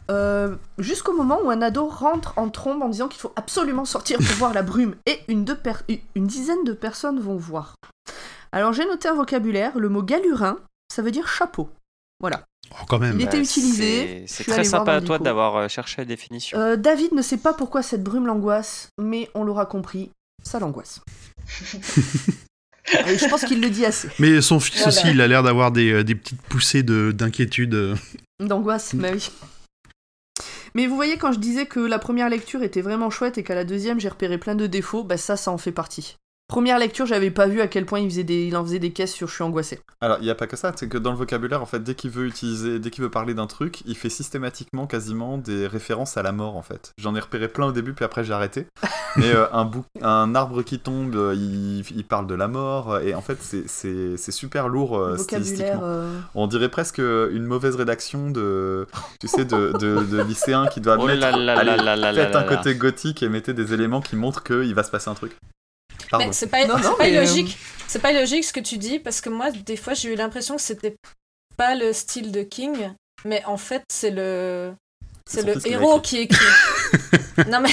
Euh, Jusqu'au moment où un ado rentre en trombe en disant qu'il faut absolument sortir pour voir la brume. Et une, deux per- une dizaine de personnes vont voir. Alors, j'ai noté un vocabulaire. Le mot galurin, ça veut dire chapeau. Oh, quand même. Il était Bah, utilisé, c'est- C'est je suis très allée voir sympa dans à toi Dico. d'avoir euh, cherché la définition. Euh, David ne sait pas pourquoi cette brume l'angoisse, mais on l'aura compris, ça l'angoisse. Et Ah je pense qu'il le dit assez. Mais son fils Voilà. aussi, il a l'air d'avoir des, euh, des petites poussées de- d'inquiétude. euh. D'angoisse, Mm. bah oui. Mais vous voyez, quand je disais que la première lecture était vraiment chouette et qu'à la deuxième j'ai repéré plein de défauts, bah ça, ça en fait partie. Première lecture, j'avais pas vu à quel point il, faisait des... il en faisait des caisses sur je suis angoissé. Alors, il n'y a pas que ça, c'est que dans le vocabulaire, en fait, dès qu'il veut utiliser, dès qu'il veut parler d'un truc, il fait systématiquement quasiment des références à la mort, en fait. J'en ai repéré plein au début, puis après j'ai arrêté. Mais euh, un, bou- un arbre qui tombe, euh, il, il parle de la mort, euh, et en fait, c'est- c'est c'est super lourd euh, Le vocabulaire. stylistiquement. euh, On dirait presque euh, une mauvaise rédaction de, tu sais, de, de, de lycéen qui doit Oh mettre, là là là Bah, allez, là là là faites là un là. côté gothique et mettez des éléments qui montrent qu'il va se passer un truc. Pardon. Mais c'est pas, Non, c'est non, pas mais, euh, illogique. C'est pas illogique ce que tu dis, parce que moi, des fois, j'ai eu l'impression que c'était pas le style de King, mais en fait, c'est le. C'est C'est son fils qui le l'a héros qui écrit. non, mais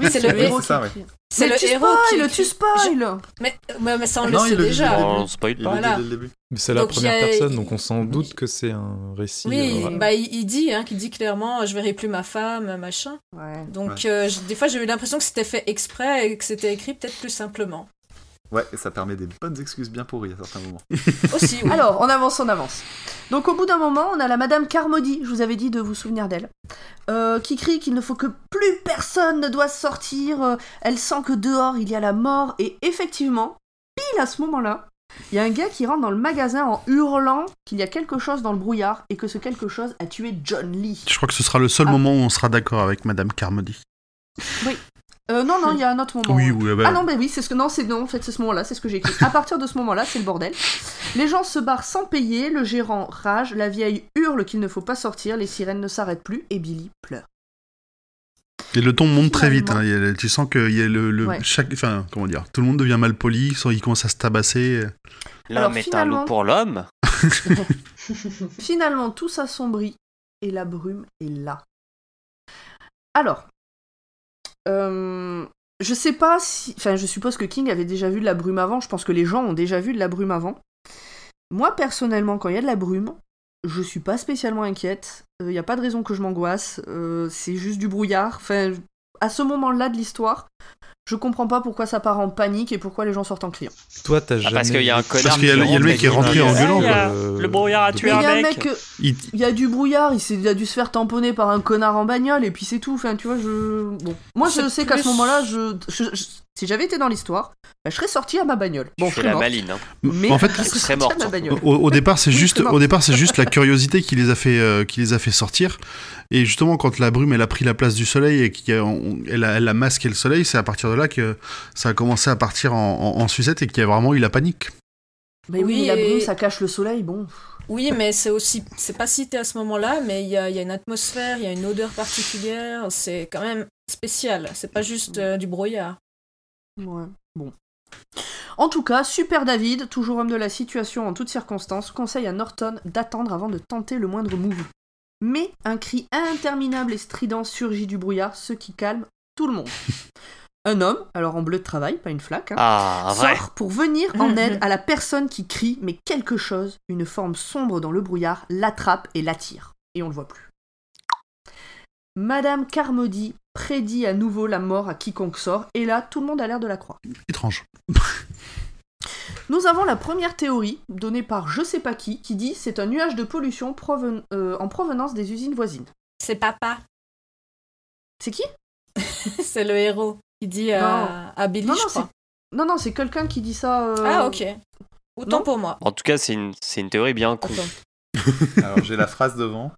Oui, c'est C'est le vrai, héros c'est ça, qui écrit. c'est Mais le tu héros qui. spoil, écrit. tu spoil Mais, mais, mais ça, on Non, il le sait le dit déjà. dès le Oh, on spoil pas. Il est Voilà. dès le début. Mais c'est la Donc, première il y a- personne, donc on s'en doute que c'est un récit. Oui, euh, voilà. bah, il, il dit hein, qu'il dit clairement je verrai plus ma femme, machin. Ouais. Donc euh, j- des fois j'ai eu l'impression que c'était fait exprès et que c'était écrit peut-être plus simplement. Ouais, et ça permet des bonnes excuses bien pourries à certains moments. Aussi. oui. Alors, on avance, on avance. Donc, au bout d'un moment, on a la Madame Carmody, je vous avais dit de vous souvenir d'elle, euh, qui crie qu'il ne faut que plus personne ne doit sortir. euh, Elle sent que dehors, il y a la mort. Et effectivement, pile à ce moment-là, il y a un gars qui rentre dans le magasin en hurlant qu'il y a quelque chose dans le brouillard et que ce quelque chose a tué John Lee. Je crois que ce sera le seul Ah. moment où on sera d'accord avec Madame Carmody. Euh, non, non, il y a un autre moment. Oui, oui, ah bah, Ah non, bah oui, c'est ce que. Non, c'est non, en fait, c'est ce moment-là, c'est ce que j'ai écrit. À partir de ce moment-là, c'est le bordel. Les gens se barrent sans payer, le gérant rage, la vieille hurle qu'il ne faut pas sortir, les sirènes ne s'arrêtent plus et Billy pleure. Et le ton monte très vite. Finalement. hein. Il y a- tu sens que il y a le, le- Ouais. chaque, enfin, comment dire, tout le monde devient mal poli, soit il commence à se tabasser. Alors, L'homme est un finalement- loup pour l'homme. Finalement, tout s'assombrit et la brume est là. Alors, euh, je sais pas si. Enfin, je suppose que King avait déjà vu de la brume avant. Je pense que les gens ont déjà vu de la brume avant. Moi, personnellement, quand il y a de la brume, je suis pas spécialement inquiète. Il n'y a pas de Euh, raison que je m'angoisse. Euh, c'est juste du brouillard. Enfin, à ce moment-là de l'histoire, Je comprends pas pourquoi ça part en panique et pourquoi les gens sortent en criant. Toi, t'as Ah, jamais. parce qu'il y a un connard. qu'il y a le- il y a le mec qui est rentré en gueulant, quoi. Euh, Le brouillard a de- tué Mais il y a un un mec. mec, euh, Il- il y a du brouillard, il, s'est- il a dû se faire tamponner par un connard en bagnole et puis c'est tout. Enfin, tu vois, je. Bon. Moi, je C'est sais qu'à ce plus- moment-là, je, je- je- si j'avais été dans l'histoire, bah, je serais sortie à ma bagnole. Bon, Bon, je fais serais la morte. maline. hein. Mais en fait, je serais serait sortie morte, à ma Au, bagnole. au départ, c'est Oui, juste, c'est marrant. au départ, c'est juste la curiosité qui les a fait, euh, qui les a fait sortir. Et justement, quand la brume, elle a pris la place du soleil et qu'elle a, elle a masqué le soleil, c'est à partir de là que ça a commencé à partir en, en- en sucette et qu'il y a vraiment eu la panique. Mais oui, Oui, mais la brume, et- ça cache le soleil, bon. Oui, mais c'est aussi, c'est pas cité à ce moment-là, mais il y a, il y a une atmosphère, il y a une odeur particulière, c'est quand même spécial, c'est pas juste euh, du brouillard. Ouais, bon. En tout cas, super David, toujours homme de la situation en toutes circonstances, conseille à Norton d'attendre avant de tenter le moindre move. Mais un cri interminable et strident surgit du brouillard, ce qui calme tout le monde. un homme, alors en bleu de travail, pas une flaque, hein, Ah, vrai. sort pour venir en Mm, aide à la personne qui crie, mais quelque chose, une forme sombre dans le brouillard, l'attrape et l'attire. Et on le voit plus. Madame Carmody prédit à nouveau la mort à quiconque sort, et là, tout le monde a l'air de la croire. Étrange. Nous avons la première théorie, donnée par je sais pas qui, qui dit c'est un nuage de pollution proven- euh, en provenance des usines voisines. C'est papa, C'est qui c'est le héros qui dit à, à Billy, Non, je non, crois. Non, non, c'est quelqu'un qui dit ça. euh, Ah, ok. Autant non. pour moi. En tout cas, c'est une, c'est une théorie bien con. Attends. Alors j'ai la phrase devant.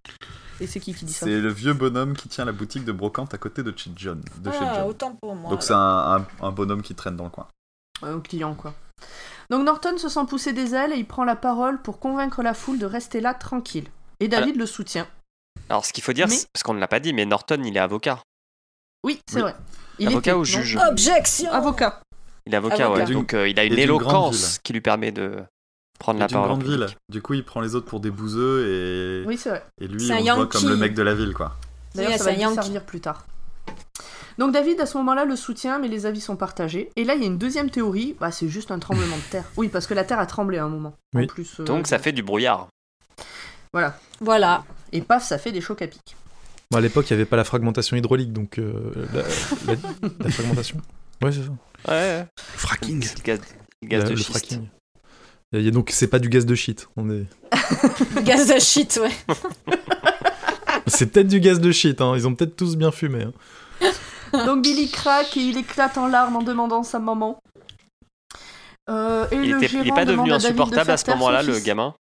Et c'est qui qui dit ça C'est le vieux bonhomme qui tient la boutique de brocante à côté de chez John. De chez Ah, John. autant pour moi. Donc c'est un, un- un bonhomme qui traîne dans le coin. euh, au client, quoi. Donc Norton se sent pousser des ailes et il prend la parole pour convaincre la foule de rester là tranquille. Et David le soutient. Alors, ce qu'il faut dire, Mais- c'est- parce qu'on ne l'a pas dit, mais Norton, il est avocat. Oui, c'est Oui. vrai. Il Avocat était- ou non, juge Objection Avocat. Il est avocat, Avocat. ouais. Donc, euh, il a et une d'une grande éloquence ville. qui lui permet de prendre Il est la d'une parole. en grande ville. public. Du coup, il prend les autres pour des bouseux et, Oui, c'est vrai. et lui, C'est un on le voit Yankee. comme le mec de la ville, quoi. D'ailleurs, Oui, ça c'est va lui Yankee. servir plus tard. Donc David, à ce moment-là, le soutient, mais les avis sont partagés. Et là, il y a une deuxième théorie. Bah, c'est juste un tremblement de terre. Oui, parce que la terre a tremblé à un moment. En Oui. plus, euh, Donc, ça fait du brouillard. Voilà. Et paf, ça fait des chocs à pic. Bon, à l'époque, il n'y avait pas la fragmentation hydraulique, donc euh, la, la- la fragmentation. Ouais, c'est ça. Ouais, ouais. Fracking. C'est le gaz, le gaz La- de le schiste. fracking. Et donc, c'est pas du gaz de shit. On est. Gaz de shit, ouais. C'est peut-être du gaz de shit. hein, Ils ont peut-être tous bien fumé. hein. Donc Billy craque et il éclate en larmes en demandant sa maman. Euh, et Il le était- il gérant est pas demande devenu à David de insupportable faire à ce taire son moment-là, le fils. gamin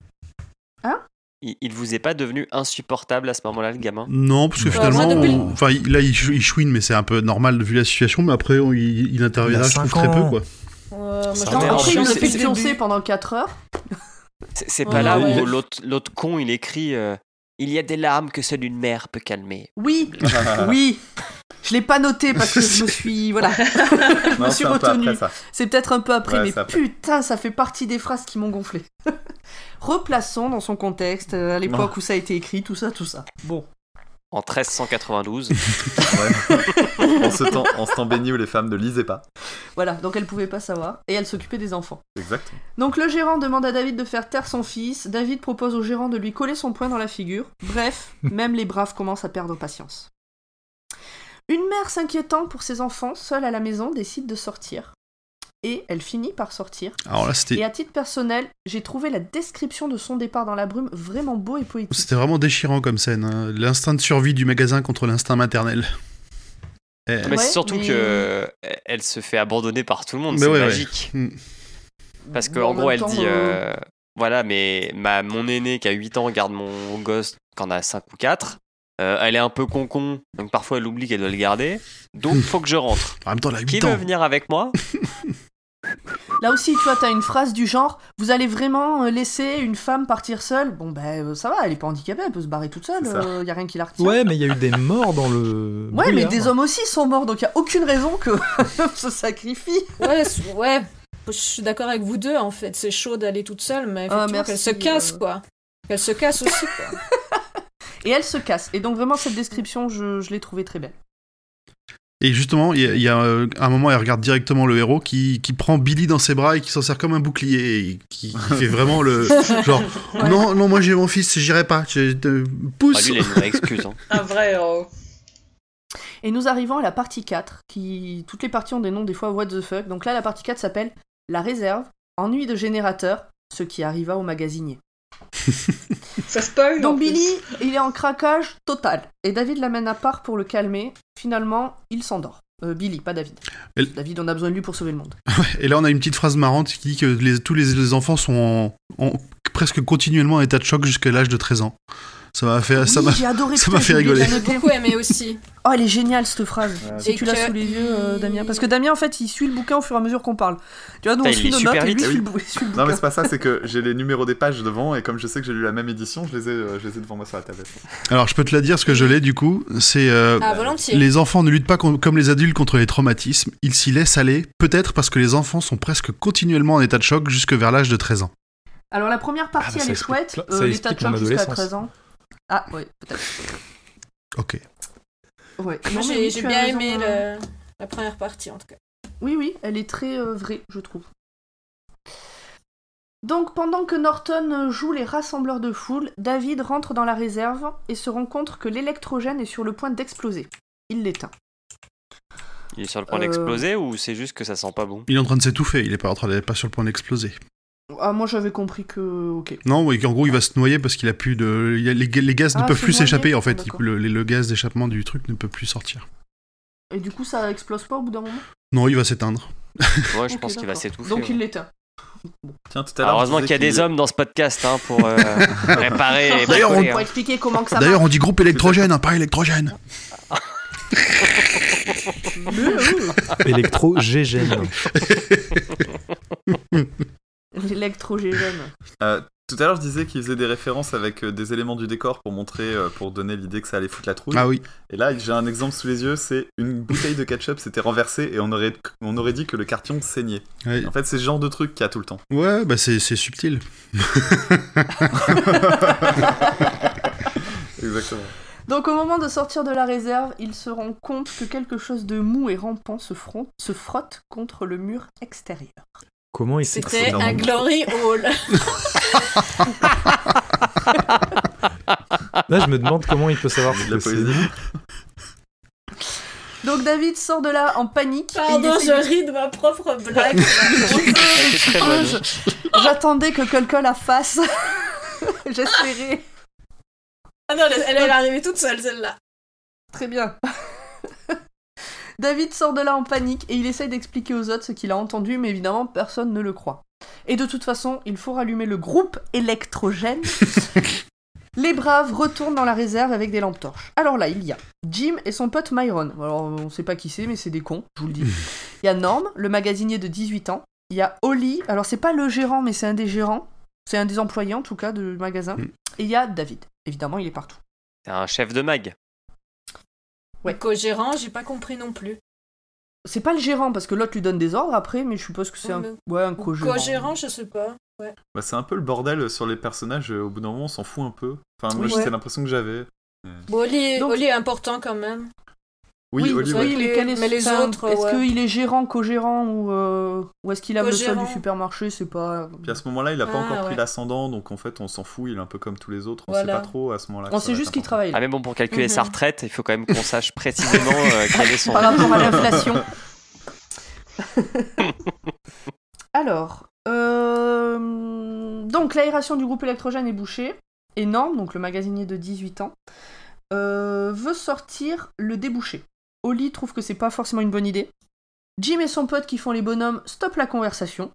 Hein il, il vous est pas devenu insupportable à ce moment-là, le gamin Non, parce que Ouais, Bah, finalement, moi, depuis- on- enfin, il- là, il, chou- il chouine, mais c'est un peu normal vu la situation. Mais après, on- il, il interviendra, Il a je trouve, cinq très peu, ans. hein. quoi. Euh, moi, Ça je Ah, Non, mais trouve en après, que il plus, se depuis fait le début. fiancer pendant 4 heures. C'est c'est pas Ouais, là ouais. où l'autre l'autre con, il écrit euh, Il y a des larmes que seule une mère peut calmer. Oui, oui. Je l'ai pas noté parce que je me suis. Voilà. je me Non, suis c'est un peu retenue. après ça. C'est peut-être un peu après, Ouais, mais c'est après. putain, ça fait partie des phrases qui m'ont gonflé. Replaçons dans son contexte, euh, à l'époque où ça a été écrit, tout ça, tout ça. Bon. En 1392. Ouais. en, ce temps, en ce temps béni où les femmes ne lisaient pas. Voilà, donc elle pouvait pas savoir, et elle s'occupait des enfants. Exact. Donc le gérant demande à David de faire taire son fils, David propose au gérant de lui coller son poing dans la figure. Bref, même les braves commencent à perdre patience. Une mère s'inquiétant pour ses enfants, seule à la maison, décide de sortir. Et elle finit par sortir. Alors là, c'était Et à titre personnel, j'ai trouvé la description de son départ dans la brume vraiment beau et poétique. C'était vraiment déchirant comme scène. hein. L'instinct de survie du magasin contre l'instinct maternel. Eh, Ah, mais Ouais, c'est surtout mais- que euh, elle se fait abandonner par tout le monde. Mais C'est ouais, ouais. magique. Mm. Parce Bon, qu'en en gros, même elle temps, dit euh, euh, Voilà, mais ma, mon aîné qui a 8 ans garde mon gosse quand a 5 ou 4. Euh, elle est un peu con-con, donc parfois elle oublie qu'elle doit le garder. Donc faut que je rentre. En même temps, elle a 8 Qui ans. veut venir avec moi Là aussi, tu vois, t'as une phrase du genre Vous allez vraiment euh, laisser une femme partir seule Bon, ben euh, ça va, elle est pas handicapée, elle peut se barrer toute seule, C'est ça. euh, y a rien qui la retient. Ouais, mais il y a eu des morts dans le. Ouais, mais brouillard. des hommes aussi sont morts, donc y a aucune raison que se sacrifie. Ouais, c'est- ouais. Je suis d'accord avec vous deux, en fait. C'est chaud d'aller toute seule, mais Ah, effectivement, qu'elle se merci, casse, euh. quoi. Qu'elle se casse aussi, quoi. Et elle se casse. Et donc vraiment, cette description, je, je l'ai trouvée très belle. Et justement, il y a, il y a, euh, un moment, elle regarde directement le héros qui, qui prend Billy dans ses bras et qui s'en sert comme un bouclier. Et qui, qui fait vraiment le. Genre, non, non, moi j'ai mon fils, j'irai pas. Je, de- Bah, pousse euh, Lui, il a une vraie excuse. hein. Un vrai héros. Et nous arrivons à la partie 4, qui. Toutes les parties ont des noms des fois what the fuck. Donc là, la partie 4 s'appelle La réserve, ennui de générateur, ce qui arriva au magasinier. Ça spoil en Donc plus. Billy, il est en craquage total. Et David l'amène à part pour le calmer. Finalement, il s'endort. Euh, Billy, pas David. Elle- David, on a besoin de lui pour sauver le monde. Et là, on a une petite phrase marrante qui dit que les- tous les, les enfants sont en- en- presque continuellement en état de choc jusqu'à l'âge de 13 ans. Ça m'a fait, Euh, ça Oui, m'a- j'ai adoré ça cette m'a phrase, fait j'ai oublié de la J'ai noter. beaucoup aimé aussi. Oh, elle est géniale cette phrase. Si Et tu l'as que sous les yeux, euh, il- Damien. Parce que Damien, en fait, il suit le bouquin au fur et à mesure qu'on parle. Tu vois, nous, Putain, on il suit lit nos super notes et lui vite. suit le, bou- il suit le Non, mais bouquin. c'est pas ça, c'est que j'ai les numéros des pages devant, et comme je sais que j'ai lu la même édition, je les ai, euh, je les ai devant moi sur la tablette. Alors, je peux te la dire, ce que je l'ai du coup, c'est euh, Ah, volontiers. les enfants ne luttent pas con- comme les adultes contre les traumatismes, ils s'y laissent aller, peut-être parce que les enfants sont presque continuellement en état de choc jusque vers l'âge de 13 ans. Alors, la première Ah, partie, bah, ça elle est explique chouette. plein- euh, ça L'état de explique mon choc jusqu'à adolescence. 13 ans. Ah, ouais, peut-être. Ok. Ouais. Moi, Non, mais j'ai oui, j'ai tu as bien raison, aimé euh, le- la première partie en tout cas. Oui, oui, elle est très euh, vraie, je trouve. Donc, pendant que Norton joue les rassembleurs de foule, David rentre dans la réserve et se rend compte que l'électrogène est sur le point d'exploser. Il l'éteint. Il est sur le point Euh. d'exploser ou c'est juste que ça sent pas bon Il est en train de s'étouffer, il est pas, en train de- pas sur le point d'exploser. Ah, moi j'avais compris que. Ok. Non, oui, en gros, il va se noyer parce qu'il a plus de. il y a- Les, les gaz ne Ah, peuvent se plus s'échapper noyer. en fait. Ah, Il- d'accord. le, le- le gaz d'échappement du truc ne peut plus sortir. Et du coup, ça explose pas au bout d'un moment Non, il va s'éteindre. Ouais, je Ok, pense qu'il va d'accord. s'étouffer. Donc ouais. il l'éteint. Tiens, tout à Alors, l'heure. heureusement qu'il y a des hommes dans ce podcast hein, pour euh, préparer. et D'ailleurs, bricoler, Pour hein. expliquer comment que ça D'ailleurs, marche. on dit groupe électrogène, hein, pas électrogène. Électro-GGN. L'électrogène. Tout à l'heure, je disais qu'il faisait des références avec euh, des éléments du décor pour montrer, euh, pour donner l'idée que ça allait foutre la trouille. Ah oui. Et là, j'ai un exemple sous les yeux, c'est une bouteille de ketchup s'était renversée et on aurait, on aurait dit que le carton saignait. Ouais, En fait, c'est ce genre de truc qu'il y a tout le temps. Ouais, bah c'est c'est subtil. Exactement. Donc au moment de sortir de la réserve, il se rend compte que quelque chose de mou et rampant se, fron- se frotte contre le mur extérieur. Comment il s'est C'était Excellent. un glory hall. Là, je me demande comment il peut savoir De ce la que c'est. poésie. Donc David sort de là en panique. et il Pardon, essaie je de- ris de ma propre blague. C'est très Ah, bon. je- J'attendais que quelqu'un la fasse. J'espérais. Ah non, elle, elle est arrivée toute seule, celle-là. Très bien. David sort de là en panique et il essaye d'expliquer aux autres ce qu'il a entendu, mais évidemment personne ne le croit. Et de toute façon, il faut rallumer le groupe électrogène. Les braves retournent dans la réserve avec des lampes torches. Alors là, il y a Jim et son pote Myron. Alors, on sait pas qui c'est, mais c'est des cons, je vous le dis. Il y a Norm, le magasinier de 18 ans. Il y a Oli. Alors, c'est pas le gérant, mais c'est un des gérants. C'est un des employés, en tout cas, du magasin. Mm. Et il y a David. Évidemment, il est partout. C'est un chef de mag. Ouais. Le co-gérant, j'ai pas compris non plus. C'est pas le gérant, parce que l'autre lui donne des ordres après, mais je suppose que c'est Oui, un, le ouais, un Ou co-gérant. Co-gérant, je sais pas. Bah, c'est un peu le bordel sur les personnages, euh, au bout d'un moment, on s'en fout un peu. Enfin, moi, Oui. c'était Ouais. l'impression que j'avais. Bon, Oli est, Donc- Oli est important quand même. Oui, Oli, vrai ouais. que les- quel mais les enfin, autres, Est-ce ouais. qu'il est gérant, co-gérant, ou, euh, ou est-ce qu'il a le sol Co-gérant. du supermarché C'est pas. Puis à ce moment-là, il a pas Ah, encore pris ouais. l'ascendant, donc en fait, on s'en fout, il est un peu comme tous les autres, on Voilà. sait pas trop à ce moment-là. On que ça sait va juste être qu'il important. travaille. Ah, mais bon, pour calculer sa Mhm. retraite, il faut quand même qu'on sache précisément euh, quel est son. par rapport à l'inflation. Alors, euh, donc l'aération du groupe électrogène est bouchée. Énorme, donc le magasinier de 18 ans euh, veut sortir le débouché. Oli trouve que c'est pas forcément une bonne idée. Jim et son pote qui font les bonhommes stoppent la conversation.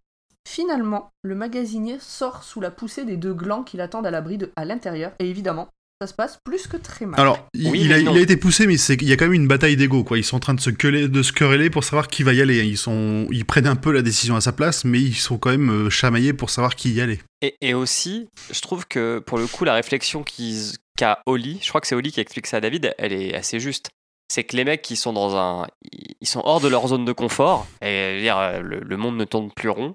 Finalement, le magasinier sort sous la poussée des deux glands qui l'attendent à l'abri de- à l'intérieur. Et évidemment, ça se passe plus que très mal. Alors, il, Oui, il mais a, non. il a été poussé, mais c'est- il y a quand même une bataille d'ego, quoi. Ils sont en train de se, queuler- de se quereller pour savoir qui va y aller. hein. Ils, sont, ils prennent un peu la décision à sa place, mais ils sont quand même euh, chamaillés pour savoir qui y aller. Et, et aussi, je trouve que pour le coup, la réflexion qu'ils- qu'a Oli, je crois que c'est Oli qui explique ça à David, elle est assez juste. C'est que les mecs qui sont dans un. Ils sont hors de leur zone de confort, et je veux dire, euh, le, le monde ne tourne plus rond,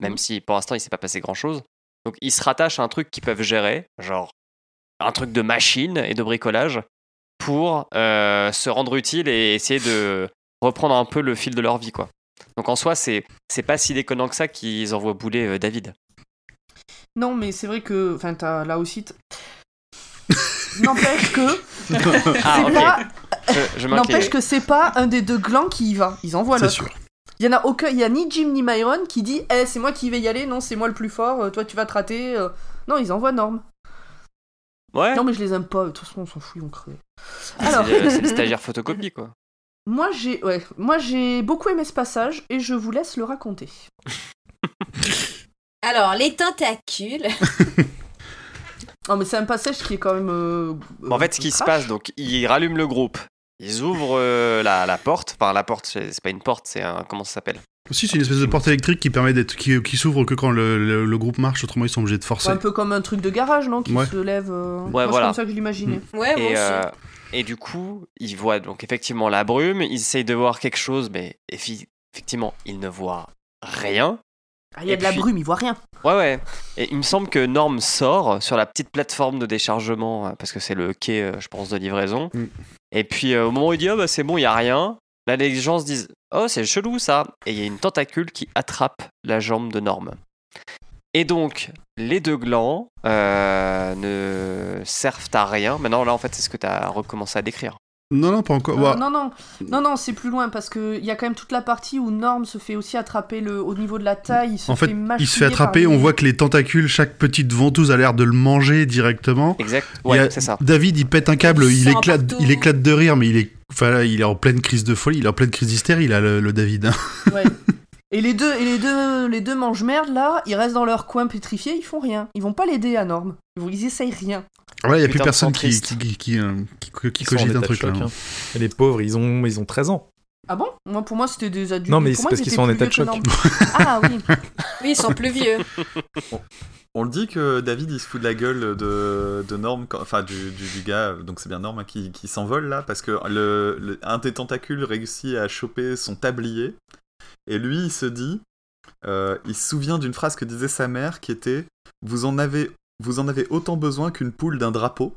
même si pour l'instant il s'est pas passé grand chose. Donc ils se rattachent à un truc qu'ils peuvent gérer, genre un truc de machine et de bricolage, pour euh, se rendre utile et essayer de reprendre un peu le fil de leur vie, quoi. Donc en soi, c'est c'est pas si déconnant que ça qu'ils envoient bouler euh, David. Non, mais c'est vrai que. Enfin, t'as là aussi. t- N'empêche que. Ah, c'est ok. pas Je, je m'incline. N'empêche que c'est pas un des deux glands qui y va. Ils envoient C'est l'autre. sûr. Il y en a aucun, il y a ni Jim ni Myron qui dit "Eh, c'est moi qui vais y aller, non, c'est moi le plus fort, euh, toi tu vas te rater." euh. Non, ils envoient Norm. Ouais, Non, mais je les aime pas, de toute façon, on s'en fout, on crée. c'est Alors, euh, c'est des stagiaires photocopie, quoi. moi j'ai ouais, moi j'ai beaucoup aimé ce passage et je vous laisse le raconter. Alors, les tentacules. Non, mais c'est un passage qui est quand même euh, Bon, en fait, ce qui se trash. passe, donc, ils rallument le groupe. Ils ouvrent euh, la, la porte. Enfin, la porte, c'est c'est pas une porte, c'est un. Comment ça s'appelle Aussi, c'est une espèce de porte électrique qui permet d'être, qui, qui s'ouvre que quand le, le- le groupe marche, autrement ils sont obligés de forcer. un peu comme un truc de garage, non Qui Ouais. se lève. euh, moi, C'est voilà. comme ça que je l'imaginais. Ouais, moi et, aussi. euh, et du coup, ils voient donc effectivement la brume. Ils essayent de voir quelque chose, mais effi- effectivement, ils ne voient rien. Ah, il y a Et de la puis- brume, il voit rien. Ouais, ouais. Et il me semble que Norm sort sur la petite plateforme de déchargement, euh, parce que c'est le quai, euh, je pense, de livraison. Mm. Et puis, euh, au moment où il dit, oh, bah, c'est bon, il y a rien, là, les gens se disent, oh, c'est chelou ça. Et il y a une tentacule qui attrape la jambe de Norm. Et donc, les deux glands euh, ne servent à rien. Maintenant, là, en fait, c'est ce que tu as recommencé à décrire. Non, non, pas encore. Euh, Bah, non, non, non, non, c'est plus loin parce qu'il y a quand même toute la partie où Norm se fait aussi attraper le, au niveau de la taille. Il se en fait, fait, il se fait attraper. On voit que les tentacules, chaque petite ventouse a l'air de le manger directement. Exact. Il y Ouais, a- c'est ça. David, il pète un câble, Il il, sort éclate, partout. il éclate de rire, mais il est, enfin, là, il est en pleine crise de folie, il est en pleine crise d'hystérie, là, le, le David. hein. que. Et les deux, et les deux, les deux manges merde là, ils restent dans leur coin pétrifiés, ils font rien. Ils vont pas l'aider à Norm. Ils, vont- ils essayent rien. Voilà, il n'y a Putain plus de personne sang qui, triste. qui, qui, qui, euh, qui- qui Ils sont en cogite un état de truc choc, là. hein. Et les pauvres, ils ont, ils ont 13 ans. Ah bon Moi, pour moi, c'était des adultes. Non, mais Pour c'est moi, parce ils qu'ils étaient sont en plus état de vieux que Norm. choc. Ah oui. Oui, ils sont plus vieux. On le dit que David il se fout de la gueule de, de Norm, quand- enfin du, du, du gars, donc c'est bien Norm hein, qui, qui s'envole là, parce que le, le- un des tentacules réussit à choper son tablier, et lui il se dit, euh, il se souvient d'une phrase que disait sa mère qui était Vous en avez, vous en avez autant besoin qu'une poule d'un drapeau.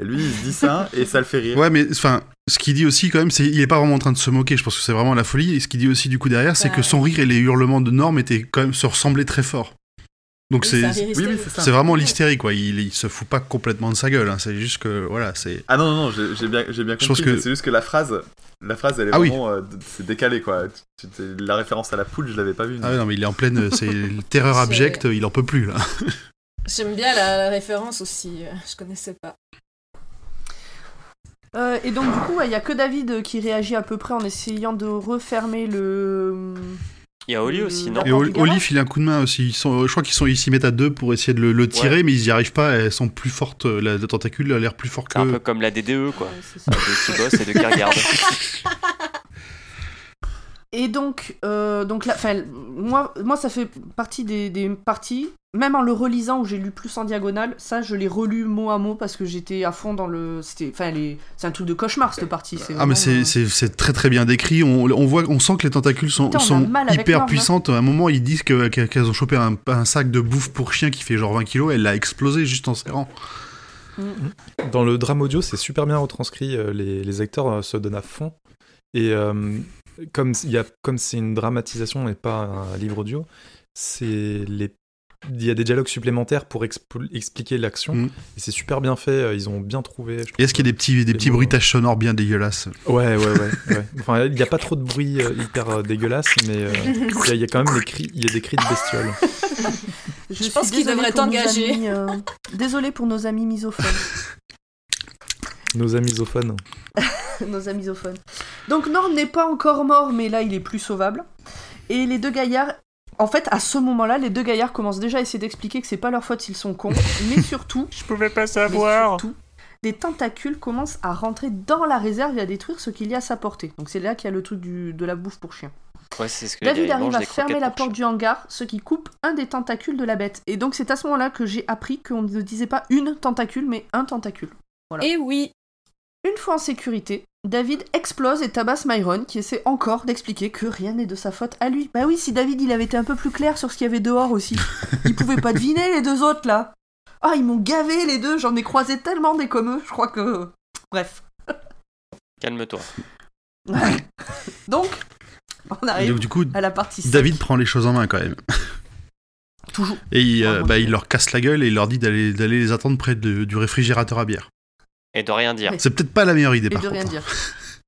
Et lui il se dit ça, et ça le fait rire. Ouais, mais enfin, ce qu'il dit aussi quand même, c'est il est pas vraiment en train de se moquer. Je pense que c'est vraiment la folie. Et ce qu'il dit aussi du coup derrière, c'est Bah, que son rire et les hurlements de Norm étaient quand même se ressemblaient très fort. Donc Oui, c'est, ça rire Oui, oui, hystérique. c'est ça. c'est vraiment l'hystérie quoi. Il, il se fout pas complètement de sa gueule. hein. C'est juste que voilà, c'est. Ah non, non, non, j'ai j'ai bien, j'ai bien Je compris, pense que- mais c'est juste que la phrase, la phrase elle est Ah oui. vraiment, euh, d- c'est décalé quoi. Tu- tu- La référence à la poule, je l'avais pas vue. Ah ouais, non, mais il est en pleine, c'est terreur C'est- abjecte. Il en peut plus là. J'aime bien la, la référence aussi. euh, Je connaissais pas. Euh, et donc du coup, ouais, il y a que David euh, qui réagit à peu près en essayant de refermer le. Il y a Oli aussi, non Porte Et du Oli- garage. Olif, il a un coup de main aussi. Ils sont, euh, je crois qu'ils sont, ils s'y mettent à deux pour essayer de le, le tirer, mais ils n'y arrivent pas. Elles sont plus fortes. euh, La, la tentacule a l'air plus fort Ah, C'est un peu que. comme la DDE, quoi. Ouais, c'est ça. Deux qui bossent et deux qui regardent. Et donc, euh, donc là, 'fin, moi, moi, ça fait partie des, des parties, même en le relisant où j'ai lu plus en diagonale, ça, je l'ai relu mot à mot parce que j'étais à fond dans le. C'était, enfin, les- c'est un truc de cauchemar cette partie. c'est Ah mais vraiment, c'est euh, c'est- c'est très très bien décrit. On, on voit, on sent que les tentacules sont, Putain, on a sont mal avec hyper Norm, hein. puissantes. À un moment, ils disent que- que- qu'elles ont chopé un, un sac de bouffe pour chien qui fait genre 20 kilos. Elle l'a explosé juste en serrant. Dans le drame audio, c'est super bien retranscrit. euh, Les, les acteurs euh, se donnent à fond. Et euh, comme il y a- comme c'est une dramatisation et pas un livre audio, c'est les il y a des dialogues supplémentaires pour expo- expliquer l'action Mm. et c'est super bien fait euh, ils ont bien trouvé je Et est-ce qu'il y a des petits, des Et petits bon, bruitages sonores bien dégueulasses Ouais, ouais, ouais. ouais. Enfin, il n'y a pas trop de bruit euh, hyper euh, dégueulasse, mais euh, il y, a- il y a quand même des cris, il y a des cris de bestioles. Je, pense suis désolée qu'il devrait pour nos t'engager. amis, euh, Désolée pour nos amis misophones. Nosamisophones. nos amis misophones. Donc Norm n'est pas encore mort, mais là, il est plus sauvable. Et les deux gaillards. En fait, à ce moment-là, les deux gaillards commencent déjà à essayer d'expliquer que c'est pas leur faute s'ils sont cons, mais surtout, Je pouvais pas Mais surtout, des tentacules commencent à rentrer dans la réserve et à détruire ce qu'il y a à sa portée. Donc c'est là qu'il y a le truc du- de la bouffe pour chien. Ouais, c'est ce que David arrive à fermer la porte du hangar, ce qui coupe un des tentacules de la bête. Et donc c'est à ce moment-là que j'ai appris qu'on ne disait pas une tentacule, mais un tentacule. Voilà. Et oui, Une fois en sécurité, David explose et tabasse Myron, qui essaie encore d'expliquer que rien n'est de sa faute à lui. Bah oui, si David il avait été un peu plus clair sur ce qu'il y avait dehors aussi. Ils pouvaient pas deviner les deux autres là. Ah, ils m'ont gavé les deux, j'en ai croisé tellement des comme eux, je crois que. Bref. Calme-toi. Donc, on Et arrive Donc du coup, à la partie cinq. David prend les choses en main quand même. toujours. Et il, euh, Ah, mon bah, Dieu. il leur casse la gueule et il leur dit d'aller d'aller les attendre près de- du réfrigérateur à bière. Et de rien dire. Ouais. C'est peut-être pas la meilleure idée Et par de rien contre. dire.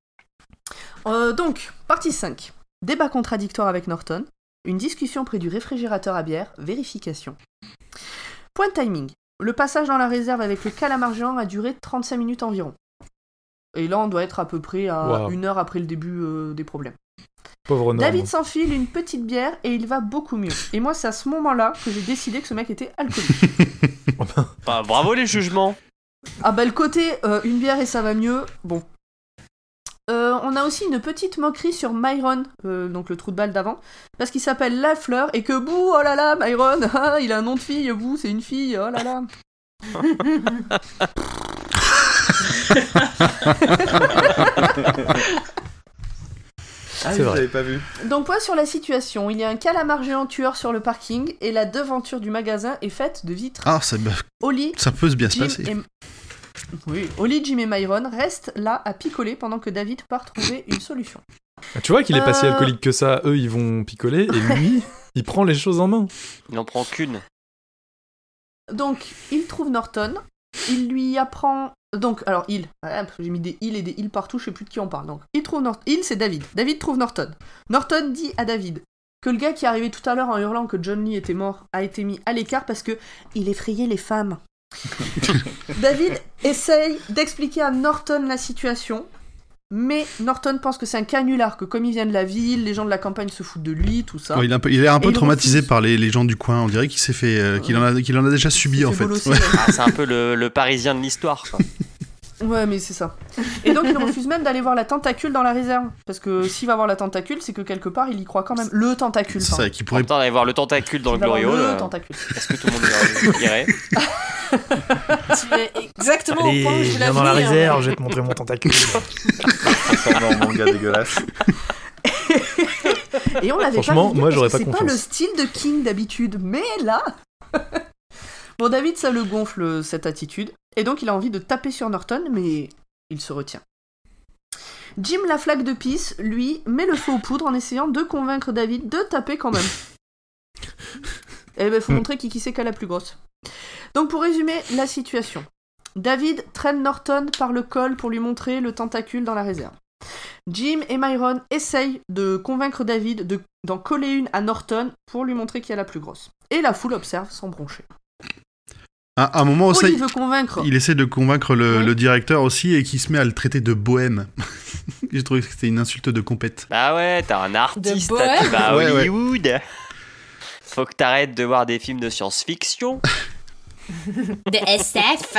Euh, donc, partie 5. Débat contradictoire avec Norton. Une discussion près du réfrigérateur à bière. Vérification. Point de timing. Le passage dans la réserve avec le calamar géant a duré 35 minutes environ. Et là, on doit être à peu près à Wow. Oh une heure après le début euh, des problèmes. Pauvre Norm. David s'enfile une petite bière et il va beaucoup mieux. Et moi, c'est à ce moment-là que j'ai décidé que ce mec était alcoolique. Bah, bravo les jugements. ah bah le côté euh, une bière et ça va mieux, bon. Euh, on a aussi une petite moquerie sur Myron, euh, donc le trou de balle d'avant, parce qu'il s'appelle La Fleur et que bouh, oh là là, Myron, ah, il a un nom de fille, bouh, c'est une fille, oh là là. Ah, C'est oui, je vrai. l'avais pas vu. Donc point sur la situation, il y a un calamar géant tueur sur le parking et la devanture du magasin est faite de vitres. Ah, ça, Oli, ça peut se bien se Jim passer. et... Oui. Oli, Jim et Myron restent là à picoler pendant que David part trouver une solution. Ah, Tu vois qu'il est pas si Euh. alcoolique que ça. Eux, ils vont picoler et lui, il prend les choses en main. Il n'en prend qu'une. Donc, il trouve Norton, il lui apprend... Donc, alors, il, Ah, j'ai mis des il et des il partout, je sais plus de qui on parle. Donc, il trouve Norton, il c'est David. David trouve Norton. Norton dit à David que le gars qui est arrivé tout à l'heure en hurlant que John Lee était mort a été mis à l'écart parce que il effrayait les femmes. David essaye d'expliquer à Norton la situation, mais Norton pense que c'est un canular, que comme il vient de la ville, les gens de la campagne se foutent de lui, tout ça. Ouais, il, est un peu, il est un Et peu il traumatisé refuse. par les, les gens du coin. On dirait qu'il s'est fait, euh, qu'il en a, qu'il en a déjà Il subi en fait fait. bolosser, Ouais. ouais. Ah, c'est un peu le, le parisien de l'histoire. quoi. Ouais, mais c'est ça. Et donc, il refuse même d'aller voir la tentacule dans la réserve. Parce que s'il va voir la tentacule, c'est que quelque part, il y croit quand même. Le tentacule, C'est pardon. ça, qui En pourrait. même temps, d'aller voir le tentacule dans le Il va voir Gloriole, le euh, tentacule. est-ce que tout le monde dirait Tu es exactement au point où je voulais viens dans la venir. réserve, je vais te montrer mon tentacule. Transformé en manga dégueulasse. Et on l'avait pas Franchement, vu, moi, parce j'aurais que pas C'est pas confiance. le style de King d'habitude, mais là. bon, David, ça le gonfle, euh, cette attitude. Et donc, il a envie de taper sur Norton, mais il se retient. Jim, la flaque de pisse, lui, met le feu aux poudres en essayant de convaincre David de taper quand même. Eh ben, faut Hmm. montrer qui qui c'est qu'à la plus grosse. Donc, pour résumer la situation. David traîne Norton par le col pour lui montrer le tentacule dans la réserve. Jim et Myron essayent de convaincre David de- d'en coller une à Norton pour lui montrer qui est la plus grosse. Et la foule observe sans broncher. À à un moment, ça, Oli il, Oh, veut convaincre. il essaie de convaincre le, Ouais. le directeur aussi et qui se met à le traiter de bohème. J'ai trouvé que c'était une insulte de compète. Bah ouais, t'es un artiste, bohème. t'as- tu vas à Ouais, ouais. Hollywood. Faut que t'arrêtes de voir des films de science-fiction. De SF.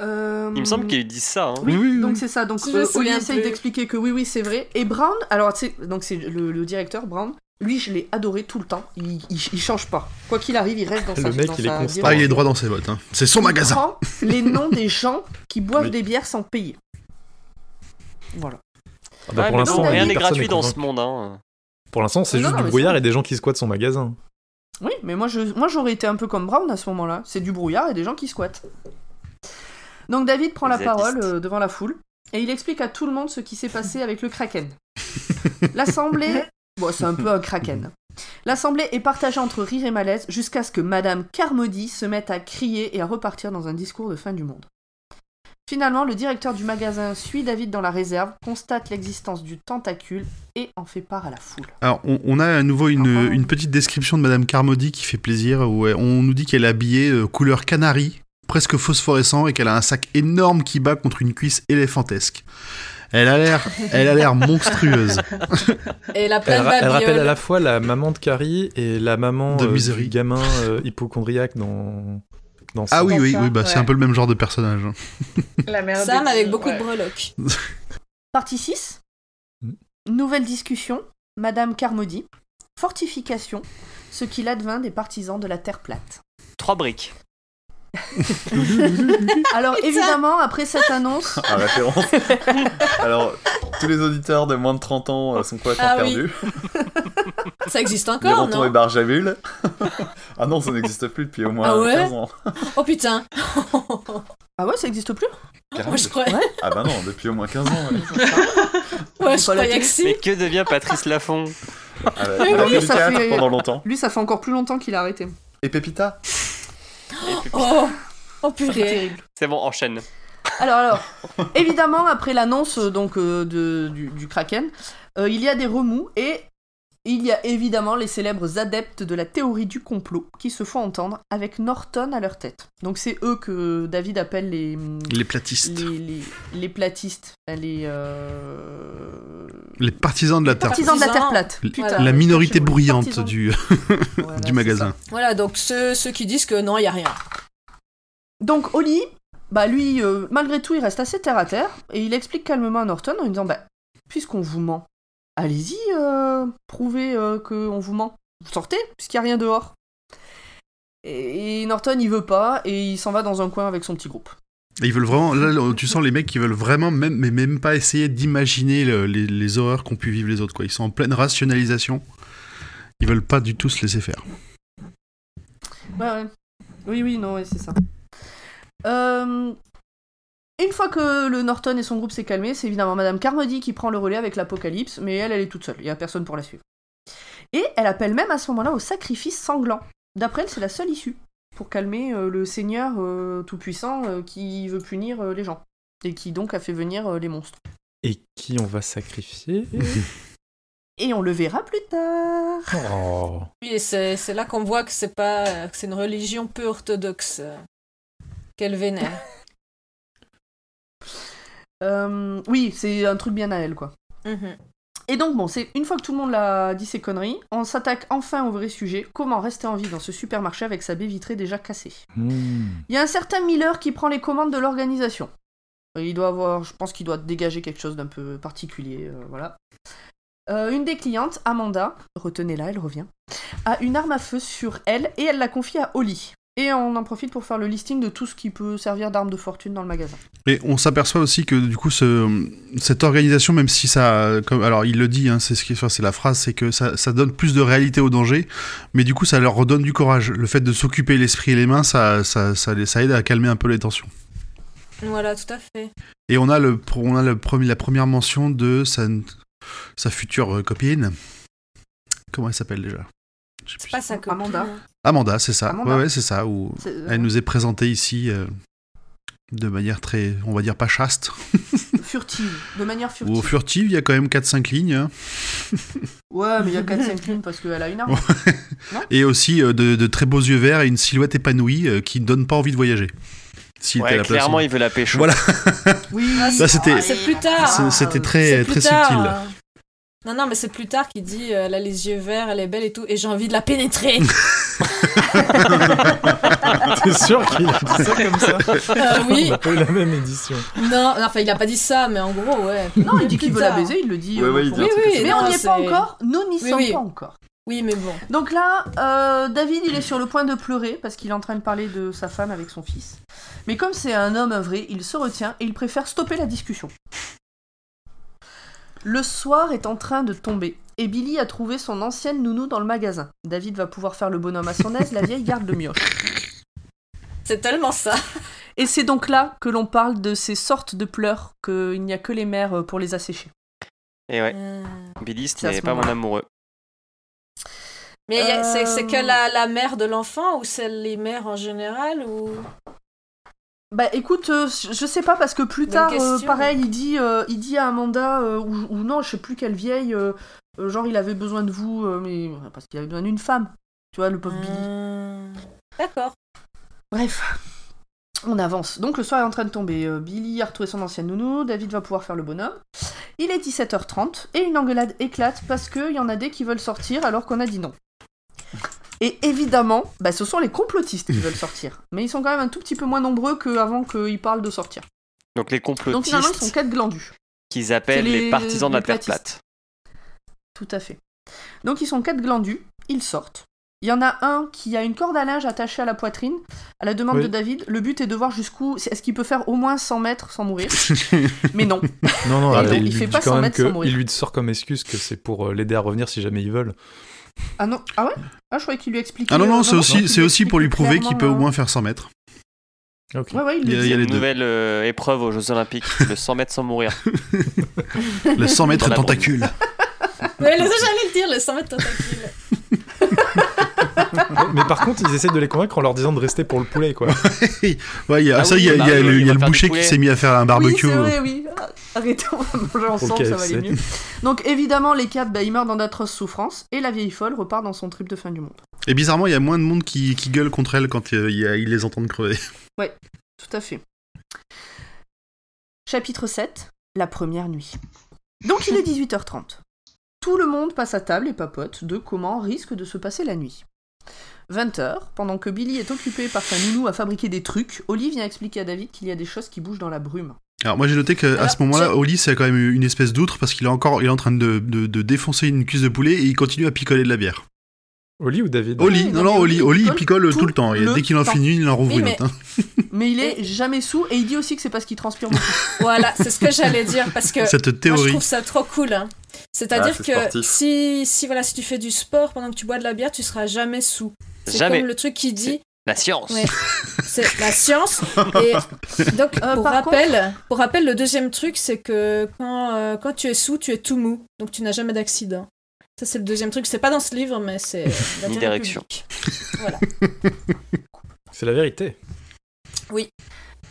Euh, Il me semble qu'ils disent ça. hein. Oui, Oui, oui, donc Ah, oui. c'est ça. Donc Si je euh, sais Oli bien essaye plus. d'expliquer que oui, oui, c'est vrai. Et Brown, alors c'est donc c'est le, le directeur Brown. Lui, je l'ai adoré tout le temps. Il, il- il change pas. Quoi qu'il arrive, il reste dans Le sa mec, dans il est sa constant. direction. Ah, il est droit dans ses bottes. hein. C'est son Il magasin. prend les noms des gens qui boivent Oui. des bières sans payer. Voilà. Ah bah, Ouais, pour mais non, l'instant, rien il- n'est personne gratuit est dans convaincu. ce monde. hein. Pour l'instant, c'est Non, juste non, du mais brouillard ça- et des gens qui squattent son magasin. Oui, mais moi, je, moi j'aurais été un peu comme Brown à ce moment-là. C'est du brouillard et des gens qui squattent. Donc David prend la Les parole zadistes. euh, devant la foule et il explique à tout le monde ce qui s'est passé avec le Kraken. L'assemblée... Bon, c'est un peu un Kraken. L'assemblée est partagée entre rire et malaise jusqu'à ce que Madame Carmody se mette à crier et à repartir dans un discours de fin du monde. Finalement, le directeur du magasin suit David dans la réserve, constate l'existence du tentacule et en fait part à la foule. Alors, on, on a à nouveau une, Ah, ah. une petite description de Madame Carmody qui fait plaisir. Où elle- on nous dit qu'elle est habillée euh, couleur canari, presque phosphorescent, et qu'elle a un sac énorme qui bat contre une cuisse éléphantesque. Elle a l'air, elle a l'air monstrueuse. Et la Elle, pleine ra- elle rappelle à babioles. la fois la maman de Carrie et la maman De euh, Misery. du gamin euh, hypochondriaque dans. dans Ah son- oui, Comme oui, ça, oui, bah c'est un ouais. peu le même genre de personnage. hein. La mère Sam d'Eddie, avec beaucoup ouais. de breloques. Partie 6. Mm. Nouvelle discussion. Madame Carmody. Fortification. Ce qu'il advint des partisans de la Terre plate. Trois briques. Alors évidemment, après cette annonce, Ah, référence. Alors, tous les auditeurs de moins de 30 ans euh, sont complètement Ah oui. perdus. Ça existe Les encore, rontons et non barjabules. ah non, ça n'existe plus depuis au moins Ah ouais 15 ans. Oh putain ah ouais, ça existe plus. Moi je croyais, Ah bah non, depuis au moins 15 ans. ouais. ouais, je Pas la croyais que Mais si. que devient Patrice Laffont Ah, Elle a- elle a oui, fait du ça théâtre fait- pendant longtemps. Lui, ça fait encore plus longtemps qu'il a arrêté. Et Pépita Oh, oh purée. Terrible. C'est bon, enchaîne. Alors, alors, évidemment, après l'annonce euh, donc euh, de- du, du Kraken, euh, il y a des remous et il y a évidemment les célèbres adeptes de la théorie du complot qui se font entendre avec Norton à leur tête. Donc c'est eux que David appelle les mm, Les platistes. les, les, les platistes, enfin, les, euh, Les partisans de la Terre. partisans de la terre plate. Partisans. Putain, La je minorité sais plus. bruyante Partisans. du, Voilà, du c'est ça. magasin. Voilà, donc ceux, ceux qui disent que non, il n'y a rien. Donc Oli, bah lui, euh, malgré tout, il reste assez terre à terre et il explique calmement à Norton en lui disant, bah, puisqu'on vous ment, allez-y, euh, prouvez euh, qu'on vous ment. Vous sortez, puisqu'il n'y a rien dehors. Et, et Norton, il veut pas et il s'en va dans un coin avec son petit groupe. Et ils veulent vraiment. Là, là, tu sens les mecs qui veulent vraiment, même, mais même pas essayer d'imaginer le- les, les horreurs qu'ont pu vivre les autres. Quoi. Ils sont en pleine rationalisation. Ils veulent pas du tout se laisser faire. Ouais, Bah ouais. Oui, oui, non, ouais, c'est ça. Euh, Une fois que le Norton et son groupe s'est calmé, c'est évidemment Madame Carmody qui prend le relais avec l'Apocalypse, mais elle, elle est toute seule, il n'y a personne pour la suivre. Et elle appelle même à ce moment-là au sacrifice sanglant. D'après elle, c'est la seule issue pour calmer euh, le Seigneur euh, Tout-Puissant euh, qui veut punir euh, les gens, et qui donc a fait venir euh, les monstres. Et qui on va sacrifier Et on le verra plus tard. Oh. Oui, et c'est c'est là qu'on voit que c'est pas euh, que c'est une religion peu orthodoxe euh, qu'elle vénère. Euh, oui, c'est un truc bien à elle, quoi. Mhm. Et donc bon, c'est une fois que tout le monde l'a dit ces conneries, on s'attaque enfin au vrai sujet, comment rester en vie dans ce supermarché avec sa baie vitrée déjà cassée. Hmm. Il y a un certain Miller qui prend les commandes de l'organisation. Et Il doit avoir, je pense qu'il doit dégager quelque chose d'un peu particulier, euh, voilà. Euh, une des clientes, Amanda, retenez-la, elle revient, a une arme à feu sur elle et elle la confie à Holly. Et on en profite pour faire le listing de tout ce qui peut servir d'arme de fortune dans le magasin. Et on s'aperçoit aussi que du coup, ce- cette organisation, même si ça, comme, alors il le dit, hein, c'est ce qui, enfin, c'est la phrase, c'est que ça, ça donne plus de réalité au danger, mais du coup, ça leur redonne du courage. Le fait de s'occuper l'esprit et les mains, ça, ça, ça, les- ça aide à calmer un peu les tensions. Voilà, tout à fait. Et on a le, pr- on a le premier, la première mention de sa, sa future euh, copine. Comment elle s'appelle déjà Je sais C'est plus. pas ça que Amanda. Amanda, c'est ça. Amanda. Ouais, ouais, c'est ça. Où C'est- euh, elle nous est présentée ici euh, de manière très, on va dire pas chaste. Furtive, de manière furtive. Ou au furtive, il y a quand même 4-5 lignes. hein. Ouais, mais il y a 4-5 lignes parce qu'elle a une arme. Et aussi euh, de, de très beaux yeux verts et une silhouette épanouie euh, qui ne donne pas envie de voyager. S'il était à Ouais, la place- clairement, il veut la pécho. Voilà. Oui, Là, c'était, C'est plus tard. c'est- Ah, c'était C'est très, plus très tard, subtil. euh. Non, non, mais c'est plus tard qu'il dit euh, elle a les yeux verts, elle est belle et tout, et j'ai envie de la pénétrer. T'es sûr qu'il a dit ça comme ça Euh, oui, On a pas eu la même édition. non, enfin, il a pas dit ça, mais en gros, ouais. Non, il dit qu'il Plus veut la tard. baiser, il le dit. Ouais, euh, ouais, il pour- dit un Oui, truc oui, comme ça. Mais on n'y est c'est- pas encore, nous n'y Oui, sommes oui. pas encore. Oui, mais bon. Donc là, euh, David, il est sur le point de pleurer parce qu'il est en train de parler de sa femme avec son fils. Mais comme c'est un homme vrai, il se retient et il préfère stopper la discussion. Le soir est en train de tomber et Billy a trouvé son ancienne nounou dans le magasin. David va pouvoir faire le bonhomme à son aise, la vieille garde le mioche. C'est tellement ça. Et c'est donc là que l'on parle de ces sortes de pleurs qu'il n'y a que les mères euh, pour les assécher. Et ouais, Euh, Billy, ce C'est à n'est ce pas mon moment-là. amoureux. Mais y a- c'est- c'est que Euh. la, la mère de l'enfant ou c'est les mères en général ou Bah écoute, euh, je je sais pas parce que plus Bonne tard, euh, question. pareil, il dit, euh, il dit à Amanda euh, ou, ou non, je sais plus quelle vieille, euh, euh, genre il avait besoin de vous, euh, mais parce qu'il avait besoin d'une femme, tu vois, le pauvre Billy. Euh, D'accord. Bref, on avance. Donc le soir est en train de tomber. Euh, Billy a retrouvé son ancienne nounou, David va pouvoir faire le bonhomme. Il est 17h30 et une engueulade éclate parce qu'il y en a des qui veulent sortir alors qu'on a dit non. Et évidemment, bah, ce sont les complotistes qui veulent sortir, mais ils sont quand même un tout petit peu moins nombreux qu'avant qu'ils parlent de sortir. Donc les Donc finalement, ils sont complotistes quatre glandus. qu'ils appellent c'est les, les- partisans de la les terre platistes. plate. Tout à fait. Donc ils sont quatre glandus, ils sortent. Il y en a un qui a une corde à linge attachée à la poitrine. À la demande Oui. de David, le but est de voir jusqu'où. Est-ce qu'il peut faire au moins 100 mètres sans mourir Mais non. Non, non, Et attends, donc, il, il lui fait dit pas quand 100 même mètres que sans mourir. il lui sort comme excuse que c'est pour euh, l'aider à revenir si jamais ils veulent. Ah non. Ah ouais Ah, je croyais qu'il lui expliquait. Ah non, euh, non, c'est il aussi, c'est aussi pour lui explique prouver qu'il peut au clairement, moins faire 100 mètres. Ok. euh, Ouais, ouais, il Il y le a- dit. C'est une les deux. nouvelle euh, épreuve aux Jeux Olympiques, le 100 mètres sans mourir. Le 100 mètres Dans la tentacule. Ouais, le- j'allais le dire, le 100 mètres tentacule. Mais par contre, ils essaient de les convaincre en leur disant de rester pour le poulet, quoi. Ouais, il y a- Ah ah, ça, oui, il y a, bah il y a oui, le, on il y va a faire le du boucher poulet. qui s'est mis à faire un barbecue. euh. Oui, c'est vrai, oui. Ah, Arrêtez, on va manger ensemble, ça va KFC. aller mieux. Donc évidemment, les quatre, bah, ils meurent dans d'atroces souffrances, et la vieille folle repart dans son trip de fin du monde. Et bizarrement, il y a moins de monde qui, qui gueule contre elle quand euh, il y a- ils les entendent crever. Tout à fait. Chapitre 7, la première nuit. Donc il est 18h30. Tout le monde passe à table et papote de comment risque de se passer la nuit. 20h, pendant que Billy est occupé par sa nounou à fabriquer des trucs, Ollie vient expliquer à David qu'il y a des choses qui bougent dans la brume. Alors moi j'ai noté qu'à à Alors, ce moment-là, Oli c'est quand même une espèce d'outre parce qu'il est encore, il est en train de, de- de défoncer une cuisse de poulet et il continue à picoler de la bière. Oli ou David Oui, Oli, non mais non, Oli, Oli, il Oli, il picole picole tout, tout le temps. Et le dès qu'il en temps. finit, il en rouvre Oui, une mais- autre. hein. Mais il est jamais sous et il dit aussi que c'est parce qu'il transpire beaucoup. Voilà, c'est ce que j'allais dire parce que Cette Moi, je théorie. trouve ça trop cool. hein. C'est-à-dire Ah, c'est que sportif. si, si, voilà, si tu fais du sport pendant que tu bois de la bière, tu seras jamais sous. C'est Jamais. comme le truc qui dit, La science. Ouais. c'est la science. Et donc, Euh, pour, par rappel, pour rappel, le deuxième truc, c'est que quand, euh, quand tu es sous, tu es tout mou. Donc, tu n'as jamais d'accident. Ça, c'est le deuxième truc. C'est pas dans ce livre, mais c'est. euh, d'intérêt d'érection. public. C'est la vérité.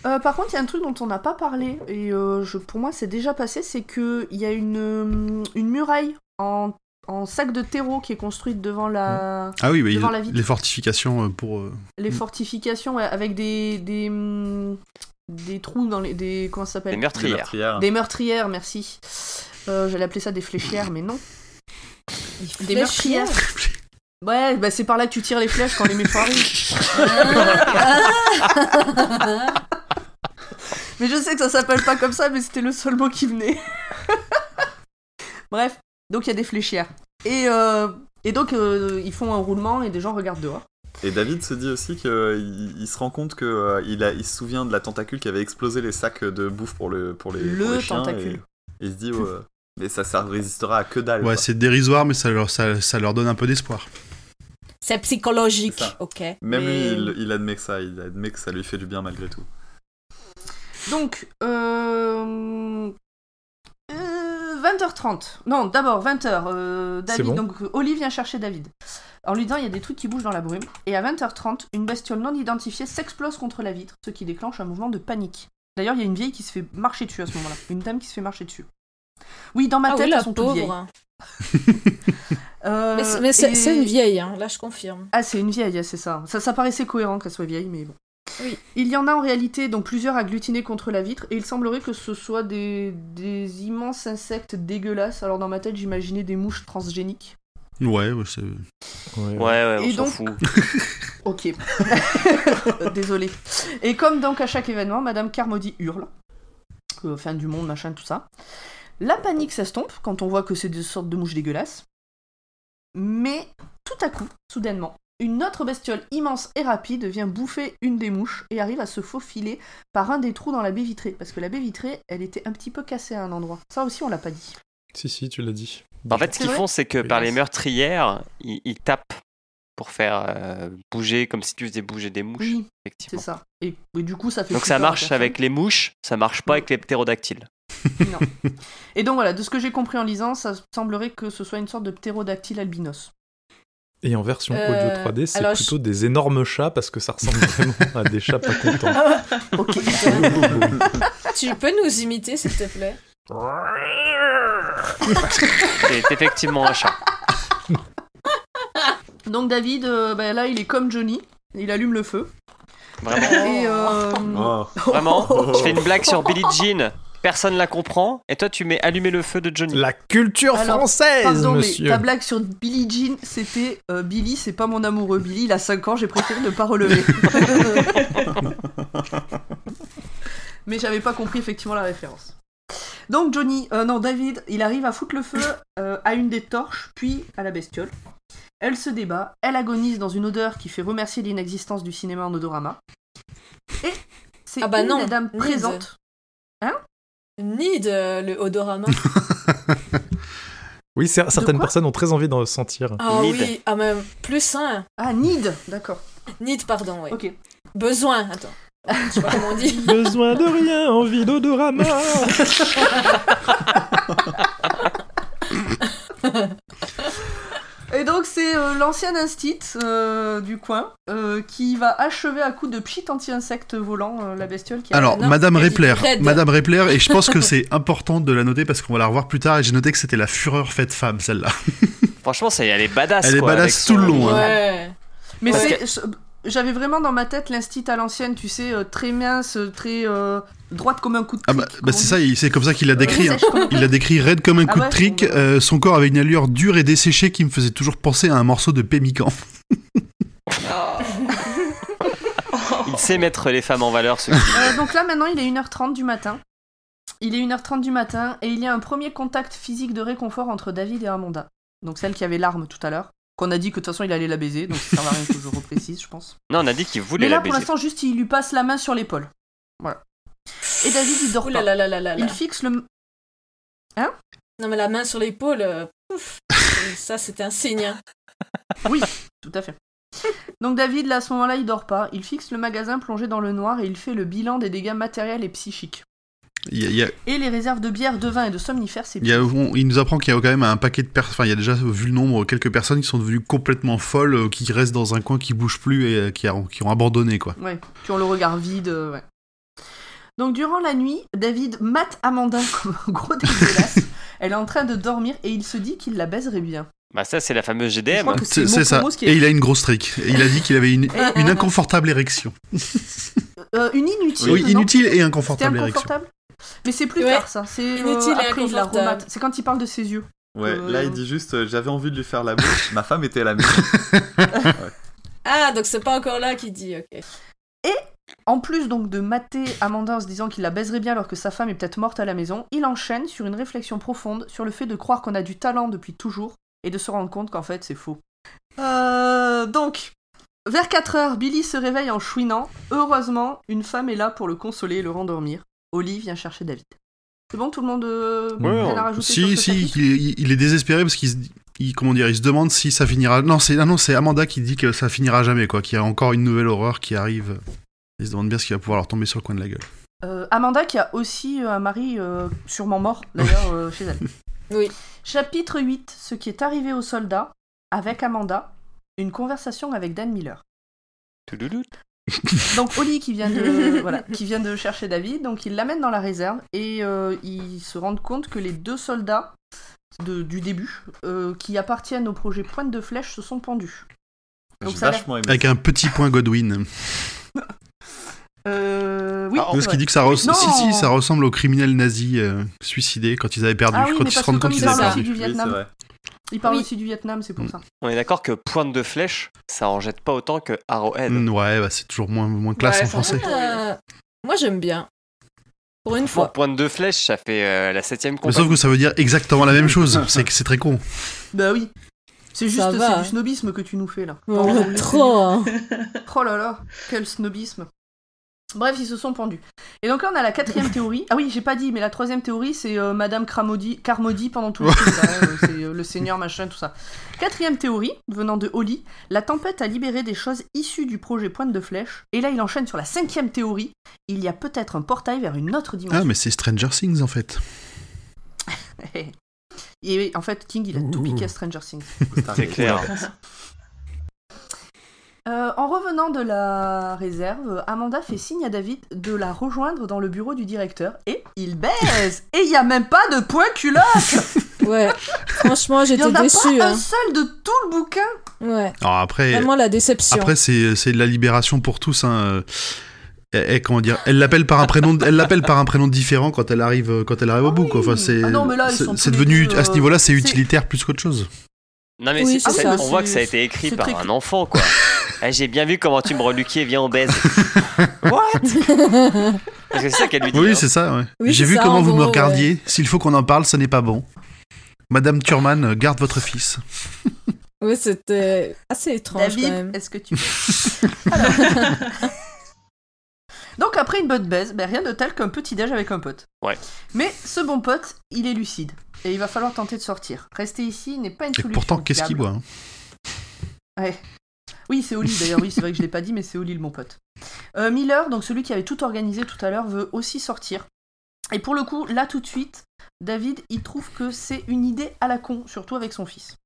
Euh, par contre, il y a un truc dont on n'a pas parlé, et euh, je, pour moi c'est déjà passé, c'est qu'il y a une, euh, une muraille en, en sac de terreau qui est construite devant la, Ah oui, mais devant il- la vitre. les fortifications euh, pour. euh, les fortifications ouais, avec des, des, hum, des trous dans les... Des, comment ça Des s'appelle Des meurtrières. meurtrières. Des meurtrières, merci. Euh, J'allais appeler ça des fléchières, mais non. Des meurtrières. Ouais, bah c'est par là que tu tires les flèches quand les méchants arrivent. Mais je sais que ça s'appelle pas comme ça, mais c'était le seul mot qui venait. Bref, donc il y a des fléchières. Et, euh, et donc euh, ils font un roulement et des gens regardent dehors. Et David se dit aussi qu'il il se rend compte que euh, il, a, il se souvient de la tentacule qui avait explosé les sacs de bouffe pour, le, pour les, Le pour les chiens. tentacule. Et, et il se dit, ouais, mais ça, ça résistera à que dalle. Ouais, quoi. c'est dérisoire, mais ça leur, ça, ça leur donne un peu d'espoir. C'est psychologique, C'est ça. ok. Même mais- lui, il, il admet que ça, il admet que ça lui fait du bien malgré tout. Donc, euh, euh, 20h30. Non, d'abord 20h. euh, C'est David, bon. donc euh, Oli vient chercher David. En lui disant il y a des trucs qui bougent dans la brume. Et à 20h30, une bestiole non identifiée s'explose contre la vitre, ce qui déclenche un mouvement de panique. D'ailleurs, il y a une vieille qui se fait marcher dessus à ce moment-là. Une dame qui se fait marcher dessus. Oui, dans ma Ah tête, oui, la elles sont toutes vieilles. pauvre. Euh, Mais c'est- mais c'est et- c'est une vieille, hein, là, je confirme. Ah, c'est une vieille, c'est ça. ça. Ça paraissait cohérent qu'elle soit vieille, mais bon. Oui. Il y en a en réalité, donc plusieurs agglutinés contre la vitre, et il semblerait que ce soit des, des immenses insectes dégueulasses. Alors dans ma tête, j'imaginais des mouches transgéniques. Ouais, ouais, c'est. Ouais. Ouais, ouais, on Et s'en donc- fout. Ok. Désolée. Et comme donc à chaque événement, Madame Carmody hurle. Euh, fin du monde, machin, tout ça. La panique s'estompe quand on voit que c'est des sortes de mouches dégueulasses. Mais tout à coup, soudainement, une autre bestiole immense et rapide vient bouffer une des mouches et arrive à se faufiler par un des trous dans la baie vitrée. Parce que la baie vitrée, elle était un petit peu cassée à un endroit. Ça aussi, on l'a pas dit. Si, si, tu l'as dit. En fait, ce qu'ils vrai font, c'est que par les Yes. meurtrières, ils, ils tapent pour faire euh, bouger, comme si tu faisais bouger des mouches, Oui, c'est effectivement. ça. Et, et du coup, ça fait. Donc plus ça peur à marche personne. avec les mouches, ça marche pas avec les ptérodactyles. Non. Et donc voilà, de ce que j'ai compris en lisant, ça semblerait que ce soit une sorte de ptérodactyle albinos. Et en version Euh, audio 3D, c'est alors, plutôt des énormes chats parce que ça ressemble vraiment à des chats pas contents. Ah Ok. tu peux nous imiter, s'il te plaît C'est effectivement un chat. donc David, euh, bah, là, il est comme Johnny. Il allume le feu. Vraiment. Et, euh, Oh. Vraiment. Oh. Je fais une blague sur Billie Jean, personne la comprend, et toi tu mets allumer le feu de Johnny. La culture Alors, française, Pardon, mais monsieur. ta blague sur Billie Jean, c'était euh, Billy, c'est pas mon amoureux. Billy, il a 5 ans, j'ai préféré ne pas relever. mais j'avais pas compris effectivement la référence. Donc Johnny, euh, non David, il arrive à foutre le feu euh, à une des torches, puis à la bestiole. Elle se débat, elle agonise dans une odeur qui fait remercier l'inexistence du cinéma en odorama. Et c'est Ah bah une non, des dames nude. présentes. Ni de euh, le odorama. Oui, cer- certaines quoi personnes ont très envie d'en sentir. Ah Need. oui, ah même plus un. Ah, Nid, d'accord. Need, pardon, oui. Ok. Besoin, attends. Je sais pas comment on dit. Besoin de rien, envie d'odorama. Et Et donc c'est euh, l'ancien instit euh, du coin euh, qui va achever à coup de pchit anti-insecte volant euh, la bestiole qui a... Alors, non, Madame elle est Repler, raide. Madame Repler, et je pense que c'est important de la noter parce qu'on va la revoir plus tard, et j'ai noté que c'était la fureur faite femme, celle-là. Franchement, c'est- elle est badass. Elle est quoi, badass avec tout le long, hein. Ouais. Mais Parce c'est... je- J'avais vraiment dans ma tête l'instit à l'ancienne, tu sais, euh, très mince, très euh, droite comme un coup de Ah bah, pique, bah, comme c'est on ça, il- c'est comme ça qu'il l'a dit. décrit. hein. Sèche comme- Il l'a décrit raide comme un Euh, Ah coup ouais, de trick, bon, bah. euh, son corps avait une allure dure et desséchée qui me faisait toujours penser à un morceau de pémican. Oh. Il sait mettre les femmes en valeur. Ce qui... Euh, donc là maintenant il est 1h30 du matin. Il est 1h30 du matin et il y a un premier contact physique de réconfort entre David et Amanda. Donc celle qui avait l'arme tout à l'heure. Qu'on a dit que de toute façon il allait la baiser, donc ça sert à rien que je reprécise, je pense. Non, on a dit qu'il voulait Mais là la pour baiser. l'instant juste il lui passe la main sur l'épaule. Voilà. Et David il dort Ouh là pas. là là là là là. Il fixe le. Non, mais la main sur l'épaule, euh, pouf, ça c'était un signe. hein. Oui, tout à fait. Donc David là à ce moment-là il dort pas. Il fixe le magasin plongé dans le noir et il fait le bilan des dégâts matériels et psychiques. Il, y a- il y a- Et les réserves de bière, de vin et de somnifères c'est il y a- on- il nous apprend qu'il y a quand même un paquet de personnes, enfin il y a déjà, vu le nombre, quelques personnes qui sont devenues complètement folles, euh, qui restent dans un coin, qui bougent plus et euh, qui, a- qui ont abandonné quoi. Ouais, puis on le regard vide, euh, ouais. Donc durant la nuit, David mate Amanda comme un gros dégueulasse. Elle est en train de dormir et il se dit qu'il la baiserait bien. Bah, ça, c'est la fameuse Eh, Je GDM. ben, crois que C'est mot c'est pour ça. mot ce qui est- Et il a une grosse trick. Et il a dit qu'il avait une, une inconfortable érection. Euh, une inutile. Oui, non inutile et C'était inconfortable érection. inconfortable. Mais c'est plus Ouais. tard ça. C'est euh, Inutile et après, il la inconfortable. remate. C'est quand il parle de ses yeux. Ouais, Euh, là il dit juste euh, j'avais envie de lui faire la bouche, ma femme était à la maison. Ah, donc c'est pas encore là qu'il dit, ok. En plus donc de mater Amanda en se disant qu'il la baiserait bien alors que sa femme est peut-être morte à la maison, il enchaîne sur une réflexion profonde sur le fait de croire qu'on a du talent depuis toujours et de se rendre compte qu'en fait c'est faux. Euh, donc, vers 4 heures, Billy se réveille en chouinant. Heureusement, une femme est là pour le consoler et le rendormir. Oli vient chercher David. C'est bon, tout le monde euh, Ouais, rien à on- rajouter sur Si, ce si, chapitre il est, il est désespéré parce qu'il se dit- il- comment dire, il se demande si ça finira. Non, c'est ah non, c'est Amanda qui dit que ça finira jamais, quoi. Qu'il y a encore une nouvelle horreur qui arrive. Il se demande bien ce qui va pouvoir leur tomber sur le coin de la gueule. Euh, Amanda qui a aussi euh, un mari euh, sûrement mort d'ailleurs euh, chez elle. Oui. Chapitre 8, ce qui est arrivé aux soldats avec Amanda, une conversation avec Dan Miller. Toudoudou. Donc Oli qui vient de voilà, qui vient de chercher David, donc il l'amène dans la réserve et euh, ils se rendent compte que les deux soldats de- du début euh, qui appartiennent au projet Pointe de Flèche se sont pendus. Donc Ah, J'ai ça a l'air- vachement aimé. Avec un petit point Godwin. Euh, oui. Ah, c'est Ce qui vrai. dit que ça, res- Non. si, si, ça ressemble aux criminels nazis euh, suicidés quand ils avaient perdu, Ah oui, quand mais ils se parce rendent que comme compte qu'ils ils avaient parlent perdu. aussi du Oui, c'est Vietnam. vrai. Il parle Oui. aussi du Vietnam, c'est pour ça. On est d'accord que Pointe de Flèche, ça en jette pas autant que Arrowhead. Mm, ouais, bah, c'est toujours moins, moins classe Ouais, en ça- français. Euh, moi j'aime bien. Pour une Franchement, fois. Pointe de Flèche, ça fait euh, la septième Mais sauf compagnie. que ça veut dire exactement la même chose. C'est que c'est très con. Bah oui. C'est juste Ça va, c'est hein. du snobisme que tu nous fais là. Oh, Pardon, mais trop hein. c'est- Oh là là, quel snobisme. Bref, ils se sont pendus. Et donc là, on a la quatrième théorie. Ah oui, j'ai pas dit, mais la troisième théorie, c'est euh, Madame Cramodi, Carmody pendant tout le film. hein, euh, c'est euh, le Seigneur, machin, tout ça. Quatrième théorie, venant de Holly, la tempête a libéré des choses issues du projet Pointe de Flèche. Et là, il enchaîne sur la cinquième théorie. Il y a peut-être un portail vers une autre Ah, dimension. mais c'est Stranger Things en fait. Ah, Et en fait, King, il a tout piqué à Stranger Things. C'est clair. Euh, en revenant de la réserve, Amanda fait signe à David de la rejoindre dans le bureau du directeur et il baise Et il n'y a même pas de point culotte Ouais. Franchement, Il n'y en j'étais a déçue. pas un hein. seul de tout le bouquin Ouais. Alors Bah, après, Vraiment la déception. Après, c'est c'est de la libération pour tous. hein, euh, Elle, elle- comment dire Elle l'appelle par un prénom. Elle l'appelle par un prénom différent quand elle arrive. euh, Quand elle arrive au bout. quoi. Enfin, c'est. Ah non, mais là, ils c'est- sont c'est tous les devenu deux, à ce euh, niveau-là, c'est c'est- utilitaire plus qu'autre chose. Non, mais Oui, c'est- c'est c'est- ça. on voit que ça a C'est- été écrit c'est par très- un enfant, quoi. Eh, J'ai bien vu comment tu me reluquais, viens, on baise. What Parce que c'est ça qu'elle lui dit. hein. Oui, c'est ça. ouais. Oui, J'ai c'est vu ça, comment en vous me gros, regardiez. S'il faut qu'on en parle, ce n'est pas bon. Madame Turman, euh, garde votre fils. Oui, c'était assez étrange quand même. David, est-ce que tu Alors. Donc après une bonne baise, ben, rien de tel qu'un petit déj avec un pote. Ouais. Mais ce bon pote, il est lucide et il va falloir tenter de sortir. Rester ici n'est pas une Et solution. pourtant, qu'est-ce qu'il viable. boit hein Ouais. Oui, c'est Oli d'ailleurs, oui, c'est vrai que je l'ai pas dit, mais c'est Oli le bon pote. Euh, Miller, donc celui qui avait tout organisé tout à l'heure, veut aussi sortir. Et pour le coup, là tout de suite, David, il trouve que c'est une idée à la con, surtout avec son fils.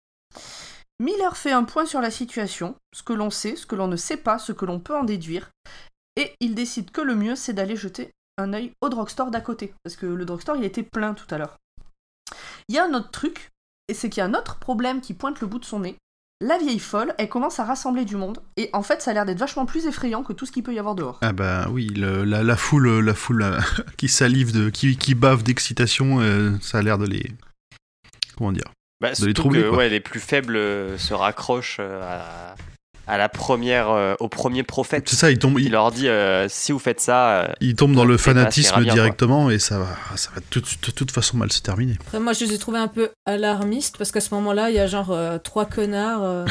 Miller fait un point sur la situation, ce que l'on sait, ce que l'on ne sait pas, ce que l'on peut en déduire, et il décide que le mieux c'est d'aller jeter un œil au drugstore d'à côté, parce que le drugstore il était plein tout à l'heure. Il y a un autre truc, et c'est qu'il y a un autre problème qui pointe le bout de son nez. La vieille folle, elle commence à rassembler du monde, et en fait ça a l'air d'être vachement plus effrayant que tout ce qu'il peut y avoir dehors. Ah bah oui, le- la, la foule, la foule euh, qui salive, de, qui, qui bave d'excitation, euh, ça a l'air de les... Comment dire Bah, surtout les troubler, que, quoi. ouais, les plus faibles euh, se raccrochent euh, à, à la première, euh, au premier prophète. C'est ça, ils tombent, Il ils, leur dit euh, si vous faites ça, euh, ils tombent dans le C'est pas- ça ira fanatisme bien, quoi. directement et ça va, ça va tout- tout- de toute, façon mal se terminer. Après, moi, je les ai trouvés un peu alarmistes parce qu'à ce moment-là, il y a genre euh, trois connards euh,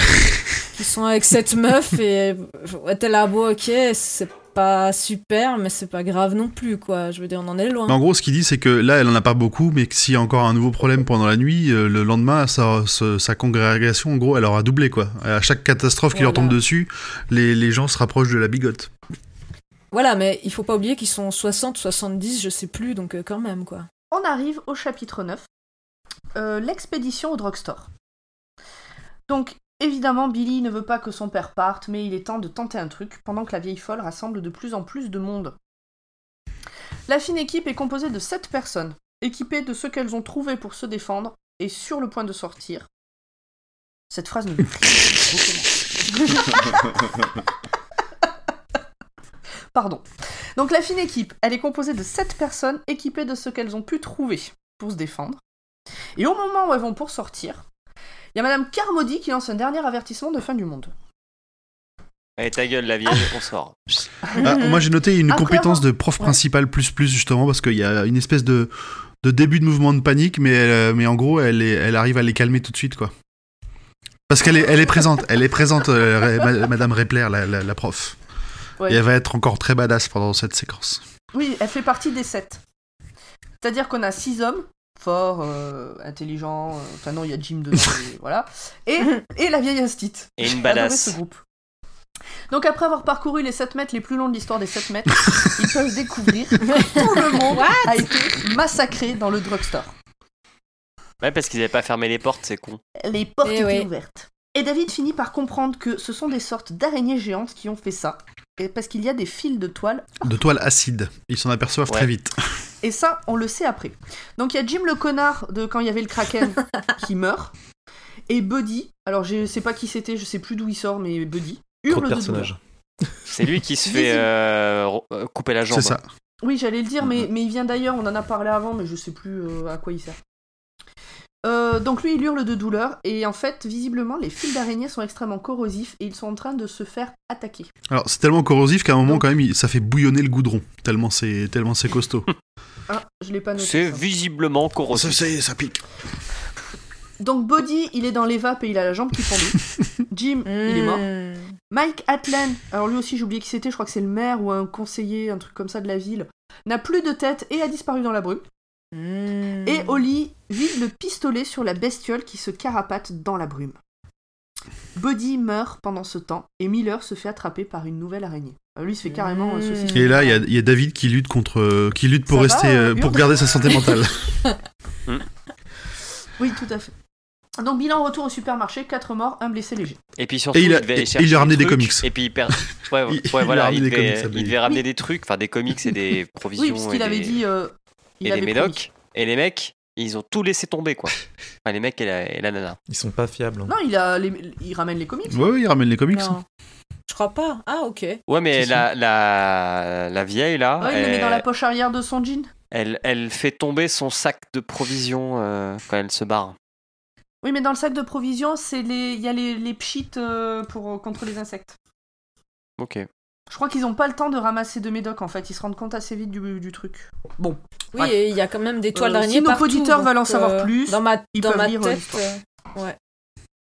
qui sont avec cette meuf et euh, ouais, t'es là, bon, ok, c'est pas super, mais c'est pas grave non plus, quoi. Je veux dire, on en est Mais loin. en gros, ce qu'il dit, c'est que là, elle en a pas beaucoup, mais que s'il y a encore un nouveau problème pendant la nuit, euh, le lendemain, sa, sa- sa congrégation, en gros, elle aura doublé, quoi. À chaque catastrophe qui leur Voilà. tombe dessus, les, les gens se rapprochent de la bigote. Voilà, mais il faut pas oublier qu'ils sont 60, 70, je sais plus, donc euh, quand même, quoi. On arrive au chapitre 9, euh, l'expédition au drugstore. Donc, évidemment, Billy ne veut pas que son père parte, mais il est temps de tenter un truc pendant que la vieille folle rassemble de plus en plus de monde. La fine équipe est composée de 7 personnes, équipées de ce qu'elles ont trouvé pour se défendre et sur le point de sortir. Cette phrase ne veut rien dire. Pardon. Donc la fine équipe, elle est composée de 7 personnes équipées de ce qu'elles ont pu trouver pour se défendre. Et au moment où elles vont pour sortir, il y a Madame Carmody qui lance un dernier avertissement de fin du monde. allez, ta gueule, la vieille, on sort. Ah, moi, j'ai noté une Mm-hmm. Après compétence de prof Ouais. principal plus plus, justement, parce qu'il y a une espèce de, de début de mouvement de panique, mais, euh, mais en gros, elle, est- elle arrive à les calmer tout de suite, quoi. Parce qu'elle est, elle est présente, elle est présente, euh, Ré- ma- Madame Repler, la, la- la prof. Ouais. Et elle va être encore très badass pendant cette séquence. Oui, elle fait partie des 7. C'est-à-dire qu'on a 6 hommes, forts, euh, intelligents, euh, enfin non, il y a Jim dedans, mais voilà, et, et la vieille instite. Et une J'ai adoré ce badass. groupe. Donc après avoir parcouru les 7 mètres les plus longs de l'histoire des 7 mètres, ils peuvent découvrir que tout le monde a été massacré dans le drugstore. Ouais, parce qu'ils n'avaient pas fermé les portes, c'est con. les portes Eh étaient ouais. ouvertes. Et David finit par comprendre que ce sont des sortes d'araignées géantes qui ont fait ça, et parce qu'il y a des fils de toile, De toile acide. Ils s'en aperçoivent Ouais. très vite. et ça, on le sait après. Donc il y a Jim le connard de quand il y avait le Kraken qui meurt, et Buddy, alors je sais pas qui c'était, je sais plus d'où il sort, mais Buddy, Trop de hurle de, douleur. personnages. C'est lui qui se fait euh, ro- euh, couper la jambe. C'est ça. Oui, j'allais le dire, Mm, mais, mais il vient d'ailleurs, on en a parlé avant, mais je sais plus euh, à quoi il sert. Euh, donc lui, il hurle de douleur, et en fait, visiblement, les fils d'araignée sont extrêmement corrosifs, et ils sont en train de se faire attaquer. Alors, c'est tellement corrosif qu'à un moment, Donc- quand même, il- ça fait bouillonner le goudron. Tellement c'est, tellement c'est costaud. Ah, je l'ai pas noté. C'est ça. visiblement corrosif. Oh, ça, c'est- ça pique. Donc Buddy, il est dans les vapes et il a la jambe qui fendue. Jim, il est mort. Hmm. Mmh. Mike Atlan, alors lui aussi j'ai oublié qui c'était, je crois que c'est le maire ou un conseiller, un truc comme ça de la ville, n'a plus de tête et a disparu dans la brume. Mmh. Hmm. Et Oli vide le pistolet sur la bestiole qui se carapate dans la brume. Buddy meurt pendant ce temps et Miller se fait attraper par une nouvelle araignée. Alors lui il se fait carrément euh, Mm. saucisser. Et là, il y a, il y a David qui lutte contre, euh, qui lutte pour Ça rester, va, hein, euh, Hurd pour garder sa santé mentale. Oui, tout à fait. Donc bilan retour au supermarché, 4 morts, un blessé léger. Et puis surtout, Et il a- devait et- aller chercher il a ramené des trucs, comics. Et puis il perd. Ouais, ouais, Il- il ouais, a voilà, ramené il des devait, comics, ça il me devait dit. ramener des trucs, enfin des comics et des provisions. Oui, parce et qu'il avait des- dit... euh, il et avait les promis. médocs. Et les mecs, ils ont tout laissé tomber, quoi. Enfin, les mecs et la, et la nana. Ils sont pas fiables. hein. Non, il, a les- il ramène les comics. Ouais, ouais, il ramène les comics. Non. Je crois pas. Ah, ok. Ouais, mais Si, si. la, la, la vieille, là, Ouais, il le elle, met dans la poche arrière de son jean. elle, elle fait tomber son sac de provisions euh, quand elle se barre. Oui, mais dans le sac de provisions, c'est les, il y a les, les pchites, euh, pour contre les insectes. Ok. Je crois qu'ils ont pas le temps de ramasser de médocs en fait. Ils se rendent compte assez vite du, du truc. Bon, Oui, Ouais. et il y a quand même des toiles Euh, d'araignée si nos partout, auditeurs donc, veulent en savoir euh, plus, dans ma, ils dans peuvent ma lire, euh, tête. l'histoire. euh, ouais.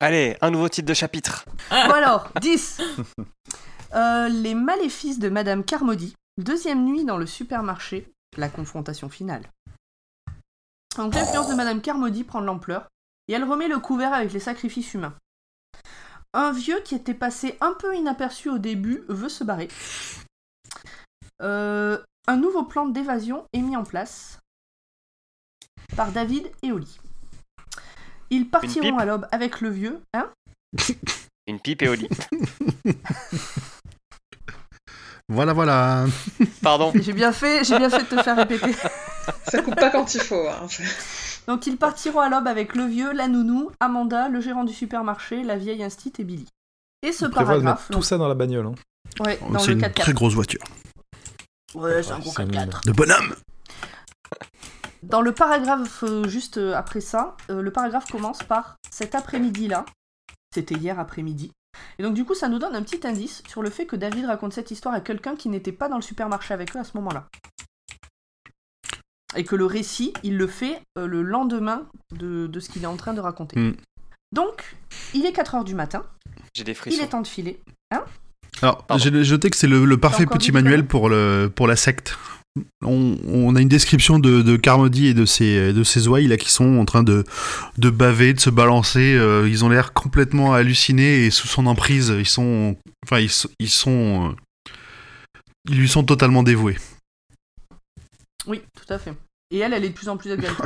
Allez, un nouveau titre de chapitre. Bon alors, 10 Euh, Les maléfices de Madame Carmody, deuxième nuit dans le supermarché, la confrontation finale. Donc l'influence de Madame Carmody prend de l'ampleur, et elle remet le couvert avec les sacrifices humains. Un vieux qui était passé un peu inaperçu au début veut se barrer. Euh, un nouveau plan d'évasion est mis en place par David et Oli. Ils partiront pipe à l'aube avec le vieux, hein Une pipe et au lit. Voilà, voilà. Pardon. J'ai bien fait, j'ai bien fait de te faire répéter. Ça coupe pas quand il faut. hein. Donc ils partiront à l'aube avec le vieux, la nounou, Amanda, le gérant du supermarché, la vieille instit et Billy. Et ce On prévoit de mettre paragraphe, tout ça dans la bagnole. hein. donc- ouais, dans C'est le une 4 très grosse voiture. Ouais, c'est un Ouais, gros c'est 4 De bonhomme Dans le paragraphe euh, juste euh, après ça, euh, le paragraphe commence par cet après-midi-là. C'était hier après-midi. Et donc du coup, ça nous donne un petit indice sur le fait que David raconte cette histoire à quelqu'un qui n'était pas dans le supermarché avec eux à ce moment-là. Et que le récit, il le fait euh, le lendemain de, de ce qu'il est en train de raconter. Mm. Donc, il est 4h du matin, J'ai des il frissons. est temps de filer. Alors, Pardon. j'ai noté que c'est le, le parfait encore hein petit dit, manuel Nicolas pour, le, pour la secte. On, on a une description de, de Carmody et de ses, de ses ouailles là, qui sont en train de, de baver, de se balancer. euh, ils ont l'air complètement hallucinés et sous son emprise, ils sont. Enfin, ils, sont- ils sont. euh, ils lui sont totalement dévoués. Oui, tout à fait. Et elle, elle est de plus en plus agressive.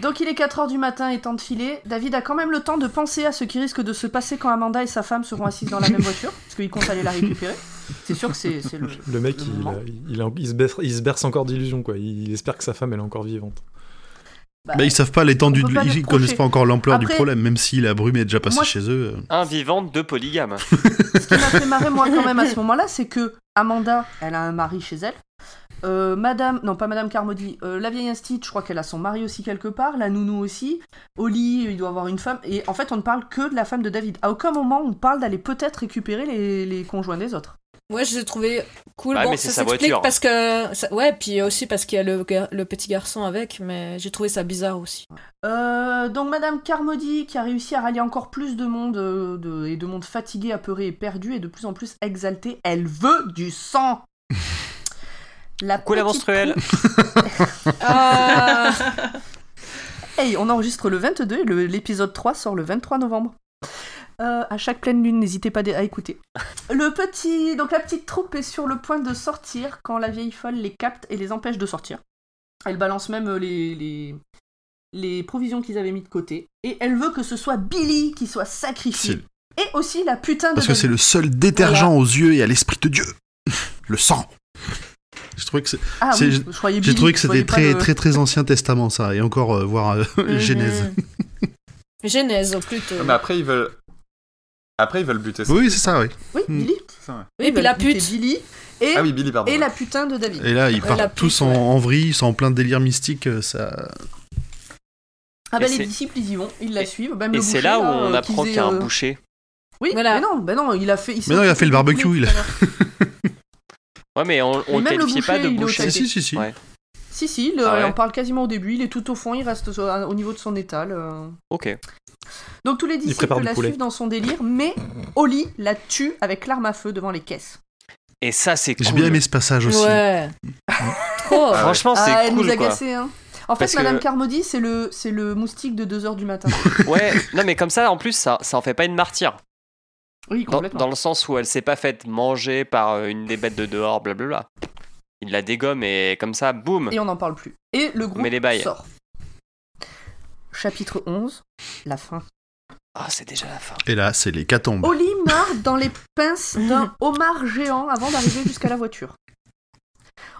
Donc il est 4h du matin et temps de filer. David a quand même le temps de penser à ce qui risque de se passer quand Amanda et sa femme seront assises dans la même voiture, parce qu'il compte aller la récupérer. C'est sûr que c'est c'est le... Le mec, le il, moment. il- il- il se berce, il se berce encore d'illusions, quoi. Il, il espère que sa femme, elle est encore vivante. Bah, Bah, ils savent pas l'étendue, on peut de- pas lui ils connaissent reprocher. pas encore l'ampleur du Après- problème, même si la brume est déjà passée Moi, chez eux. euh. Un vivant, deux polygames. Ce qui m'a fait marrer moi quand même à ce moment-là, c'est que Amanda, elle a un mari chez elle. Euh, Madame, non pas Madame Carmody, euh, la vieille instite, je crois qu'elle a son mari aussi quelque part, la nounou aussi. Oli, il doit avoir une femme. Et en fait, on ne parle que de la femme de David. À aucun moment, on parle d'aller peut-être récupérer les, les conjoints des autres. Moi, je l'ai trouvé cool. Ouais, bon, Bah, mais c'est ça sa s'explique voiture. parce que. ça- Ouais, puis aussi parce qu'il y a le, gar- le petit garçon avec, mais j'ai trouvé ça bizarre aussi. Euh, donc Madame Carmody qui a réussi à rallier encore plus de monde euh, de- et de monde fatigué, apeuré et perdu et de plus en plus exalté, elle veut du sang. La Quoi la petite menstruelle Ah Hey, on enregistre le 22 et le- l'épisode 3 sort le 23 novembre. Euh, à chaque pleine lune, n'hésitez pas à écouter. Le petit, donc la petite troupe est sur le point de sortir quand la vieille folle les capte et les empêche de sortir. Elle balance même euh, les, les, les provisions qu'ils avaient mis de côté et elle veut que ce soit Billy qui soit sacrifié C'est- et aussi la putain de. Parce que c'est David. le seul détergent aux yeux et à l'esprit de Dieu. le sang. Je trouvais que c'est- Ah c'est- oui, je croyais J'ai Billy, trouvé que je voyais c'était pas très, le- très très ancien testament ça, et encore euh, voir euh, Genèse. Mhm. Genèse, plutôt. Ouais, Ah, mais après, ils veulent. Après, ils veulent buter ça. Oui, c'est ça, oui. Oui, Hmm. Billy. C'est ça, ouais. Oui, puis la Billy, pute. Billy et, Ah oui, Billy, pardon. et la putain de David. Et là, ils Ouais, partent la tous pute, en, ouais. en vrille, ils sont en plein délire mystique. euh, Ça... Ah bah les Et c'est- disciples ils y vont, ils la et- suivent. Même Et le c'est boucher, là où euh, on qui apprend faisait, qu'il y a un euh, boucher. Oui, Voilà. mais non, bah non, il a fait. s'est Mais non, il a occupé fait le du barbecue, boucher il a- tout à l'heure. Ouais, mais on, on même le le qualifiait pas boucher, de il est au boucher. taquet. Si, si, si. si. Ouais. Si, si, le- Ah ouais. on parle quasiment au début, il est tout au fond, il reste au, au niveau de son étal. euh. Ok. Donc tous les prépare disciples du la poulet. suivent dans son délire, mais Oli la tue avec l'arme à feu devant les caisses. Et ça, c'est cool. J'ai bien aimé ce passage aussi. Ouais. Trop. Ah, Franchement, Oh, c'est ah, elle cool, nous a quoi. gassé, hein. En fait, Parce que- Madame Carmody, c'est le, c'est le moustique de 2h du matin. Ouais, non, mais comme ça, en plus, ça, ça en fait pas une martyre. Oui, Dans, complètement. dans le sens où elle s'est pas faite manger par euh, une des bêtes de dehors, blablabla. Il la dégomme et comme ça, boum. Et on n'en parle plus. Et le groupe met les bails. sort. Chapitre 11, la fin. Ah, c'est déjà la fin. Et là, c'est l'hécatombe. Oli meurt dans les pinces d'un homard géant avant d'arriver jusqu'à la voiture.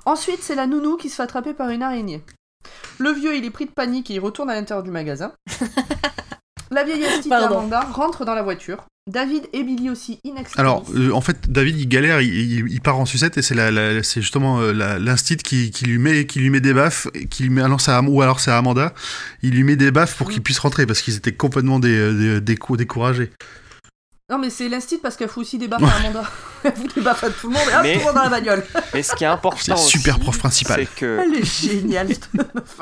Ensuite, c'est la nounou qui se fait attraper par une araignée. Le vieux, il est pris de panique et il retourne à l'intérieur du magasin. Ah La vieille astite Pardon. Amanda rentre dans la voiture. David et Billy aussi, in extremis. Alors, euh, en fait, David, il galère, il, il- il part en sucette, et c'est la, la- c'est justement euh, la- l'instit qui, qui lui met, qui lui met des baffes, et qui lui met, alors c'est à- ou alors c'est à Amanda, il lui met des baffes pour qu'il puisse rentrer, parce qu'ils étaient complètement des, euh, des- des- découragés. Non, mais c'est l'instite parce qu'elle fout aussi des baffes à Amanda. Elle fout des baffes à tout le monde et hop, Mais- tout le monde dans la bagnole. Mais ce qui est important. C'est la super aussi, prof principale. C'est que Elle est géniale. cette meuf.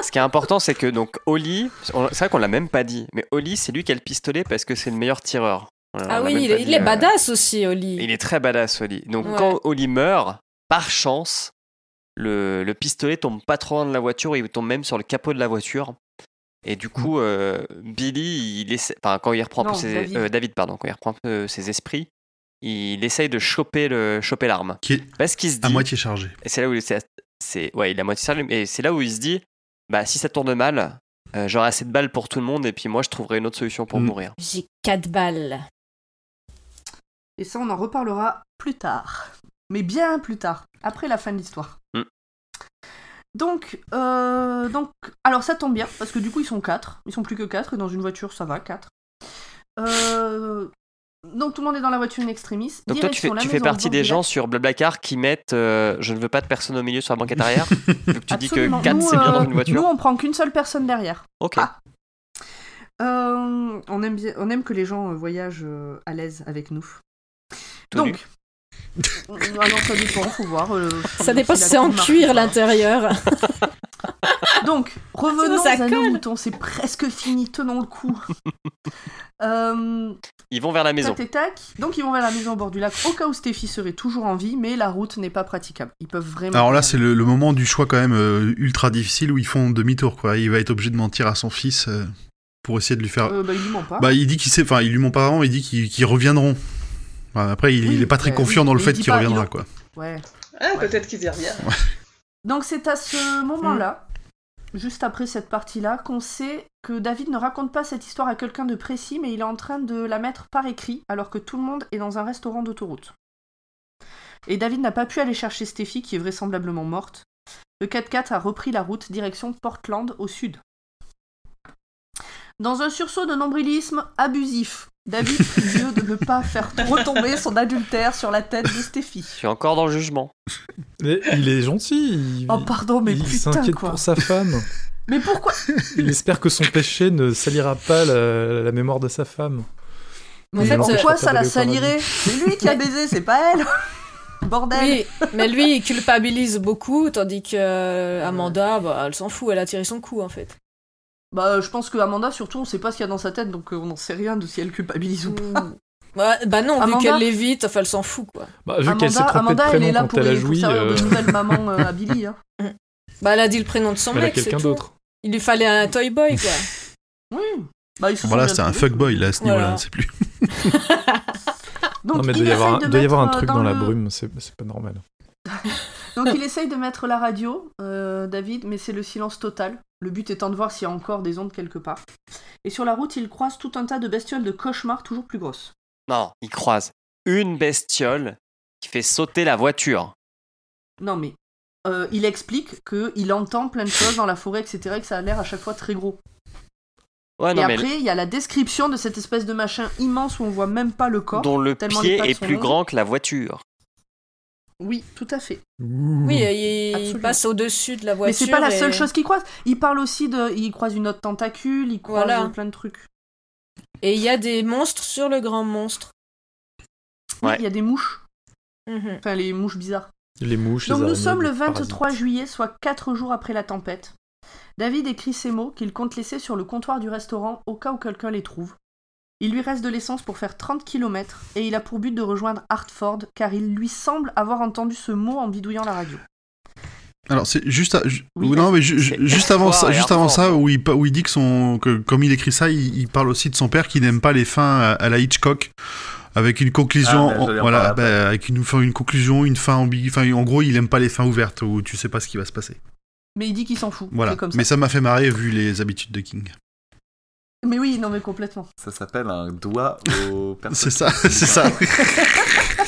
ce qui est important, c'est que donc Oli, on- c'est vrai qu'on l'a même pas dit, mais Oli, c'est lui qui a le pistolet parce que c'est le meilleur tireur. On l'a- Ah on l'a oui, même il pas est, il dit, est euh, badass aussi, Oli. Il est très badass, Oli. Donc Ouais. quand Oli meurt, par chance, le, le pistolet tombe pas trop loin de la voiture, il tombe même sur le capot de la voiture. Et du coup, euh, Billy, il essaie- enfin, quand il reprend un peu Non, ses, David. euh, David, pardon, quand il reprend un peu ses esprits, il essaye de choper le choper l'arme. Qui est Parce qu'il se à dit, moitié chargé. et c'est là où il- c'est, c'est- ouais, il a moitié ça, mais c'est là où il se dit, bah si ça tourne mal, euh, j'aurai assez de balles pour tout le monde et puis moi je trouverai une autre solution pour Mm. mourir. J'ai 4 balles. Et ça, on en reparlera plus tard. Mais bien plus tard, après la fin de l'histoire. Mm. Donc, euh, donc, alors ça tombe bien, parce que du coup, ils sont quatre. Ils sont plus que quatre, et dans une voiture, ça va, quatre. Euh, donc, tout le monde est dans la voiture in extremis. Donc toi tu fais, Direction la tu fais maison partie des Borghella. gens sur Blablacar qui mettent euh, je ne veux pas de personne au milieu sur la banquette arrière. Donc tu dis Absolument. que 4 Nous, c'est bien dans euh, une voiture. Nous, on prend qu'une seule personne derrière. ok. ah. Euh, on, aime bien, on aime que les gens euh, voyagent euh, à l'aise avec nous. Tout nu. Donc. Ah non, ça dépend, faut voir. euh, Ça dépend si la c'est en petite marque, cuir quoi. l'intérieur. Donc, revenons Ça à nos colle. moutons, c'est presque fini, tenons le coup. Euh, Ils vont vers la maison. tac et tac. Donc, ils vont vers la maison au bord du lac, au cas où Stéphie serait toujours en vie, mais la route n'est pas praticable. Ils peuvent vraiment. Alors là, c'est le, le moment du choix quand même euh, ultra difficile où ils font demi-tour. Quoi. Il va être obligé de mentir à son fils euh, pour essayer de lui faire. Euh, bah, ils lui mentent pas. Bah, il dit qu'il sait. Enfin, ils lui ment pas avant. Il dit qu'ils qu'ils reviendront. Enfin, après, il, Oui, il est pas très euh, confiant oui, dans le mais fait il dit qu'il pas, reviendra. il- Quoi. Ouais. Ah, peut-être qu'ils y reviennent. Donc, c'est à ce moment-là, Mm. juste après cette partie-là, qu'on sait que David ne raconte pas cette histoire à quelqu'un de précis, mais il est en train de la mettre par écrit, alors que tout le monde est dans un restaurant d'autoroute. Et David n'a pas pu aller chercher Stéphie, qui est vraisemblablement morte. Le 4x4 a repris la route direction Portland au sud. Dans un sursaut de nombrilisme abusif, David prie Dieu de ne pas faire retomber son adultère sur la tête de Stéphie. Je suis encore dans le jugement. Mais il est gentil. Il, Oh pardon, mais il putain s'inquiète quoi. pour sa femme. Mais pourquoi Il espère que son péché ne salira pas la, la mémoire de sa femme. En Mais fait, alors, euh, Pourquoi pourquoi je préfère ça la aller au salirait paradis. C'est lui qui a baisé, c'est pas elle Bordel oui, mais lui, il culpabilise beaucoup, tandis que euh, Amanda, bah, elle s'en fout, elle a tiré son coup en fait. Bah je pense que Amanda surtout on sait pas ce qu'il y a dans sa tête donc euh, on n'en sait rien de si elle culpabilise ou pas. Mm. Bah, bah non, Mmh. Amanda vu qu'elle l'évite, enfin, elle s'en fout quoi. Bah, vu qu'elle s'est Amanda, trompée Amanda elle de est prénom là quand pour, elle a les- pour joui, servir de euh, nouvelle maman euh, à Billy. hein. Bah, elle a dit le prénom de son elle a mec, c'est quelqu'un tout. d'autre. Il lui fallait un Toy Boy quoi. Oui bah, ils se sont Voilà, bien c'est un trouvés. fuckboy là à ce niveau-là. Voilà. C'est plus. Donc, non, mais il doit y avoir, essaye un- de doit y avoir un mettre, euh, truc dans, la le- brume, c'est c'est pas normal. Donc il essaye de mettre la radio, euh, David, mais c'est le silence total. Le but étant de voir s'il y a encore des ondes quelque part. Et sur la route, il croise tout un tas de bestioles de cauchemar toujours plus grosses. Non, ils croisent une bestiole qui fait sauter la voiture. Non mais euh, il explique que il entend plein de choses dans la forêt, etc. Et que ça a l'air à chaque fois très gros. Ouais, et Ah, non, mais après, il y a la description de cette espèce de machin immense où on voit même pas le corps. dont le tellement les pied pattes est sont plus longues. grand que la voiture. Oui, tout à fait. Oui, il, Absolument. passe au-dessus de la Mais voiture. c'est pas la et- seule chose qu'il croise. Il parle aussi de, il croise une autre tentacule, il croise Voilà. euh, plein de trucs. Et il y a des monstres sur le grand monstre. Oui, Ouais. Il y a des mouches, Mhm. enfin les mouches bizarres. Les mouches. Donc les nous araignées, sommes les le 23 parasites. juillet, soit 4 jours après la tempête. David écrit ces mots qu'il compte laisser sur le comptoir du restaurant au cas où quelqu'un les trouve. Il lui reste de l'essence pour faire 30 km et il a pour but de rejoindre Hartford car il lui semble avoir entendu ce mot en bidouillant la radio. Alors c'est juste à- ju- Oui, non mais ju- ju- c'est juste avant ça, hardcore et juste avant ça hardcore. où il, pa- où il dit que son que comme il écrit ça, il, il parle aussi de son père qui n'aime pas les fins à, à la Hitchcock avec une conclusion Ah, ben, j'allais en voilà parler ben, avec une enfin, une conclusion, une fin ambi- enfin en gros, il aime pas les fins ouvertes où tu sais pas ce qui va se passer. Mais il dit qu'il s'en fout. Voilà. c'est Comme ça. Mais ça m'a fait marrer vu les habitudes de King. Mais oui, non mais complètement. Ça s'appelle un doigt au personne. C'est ça, c'est ça. hein.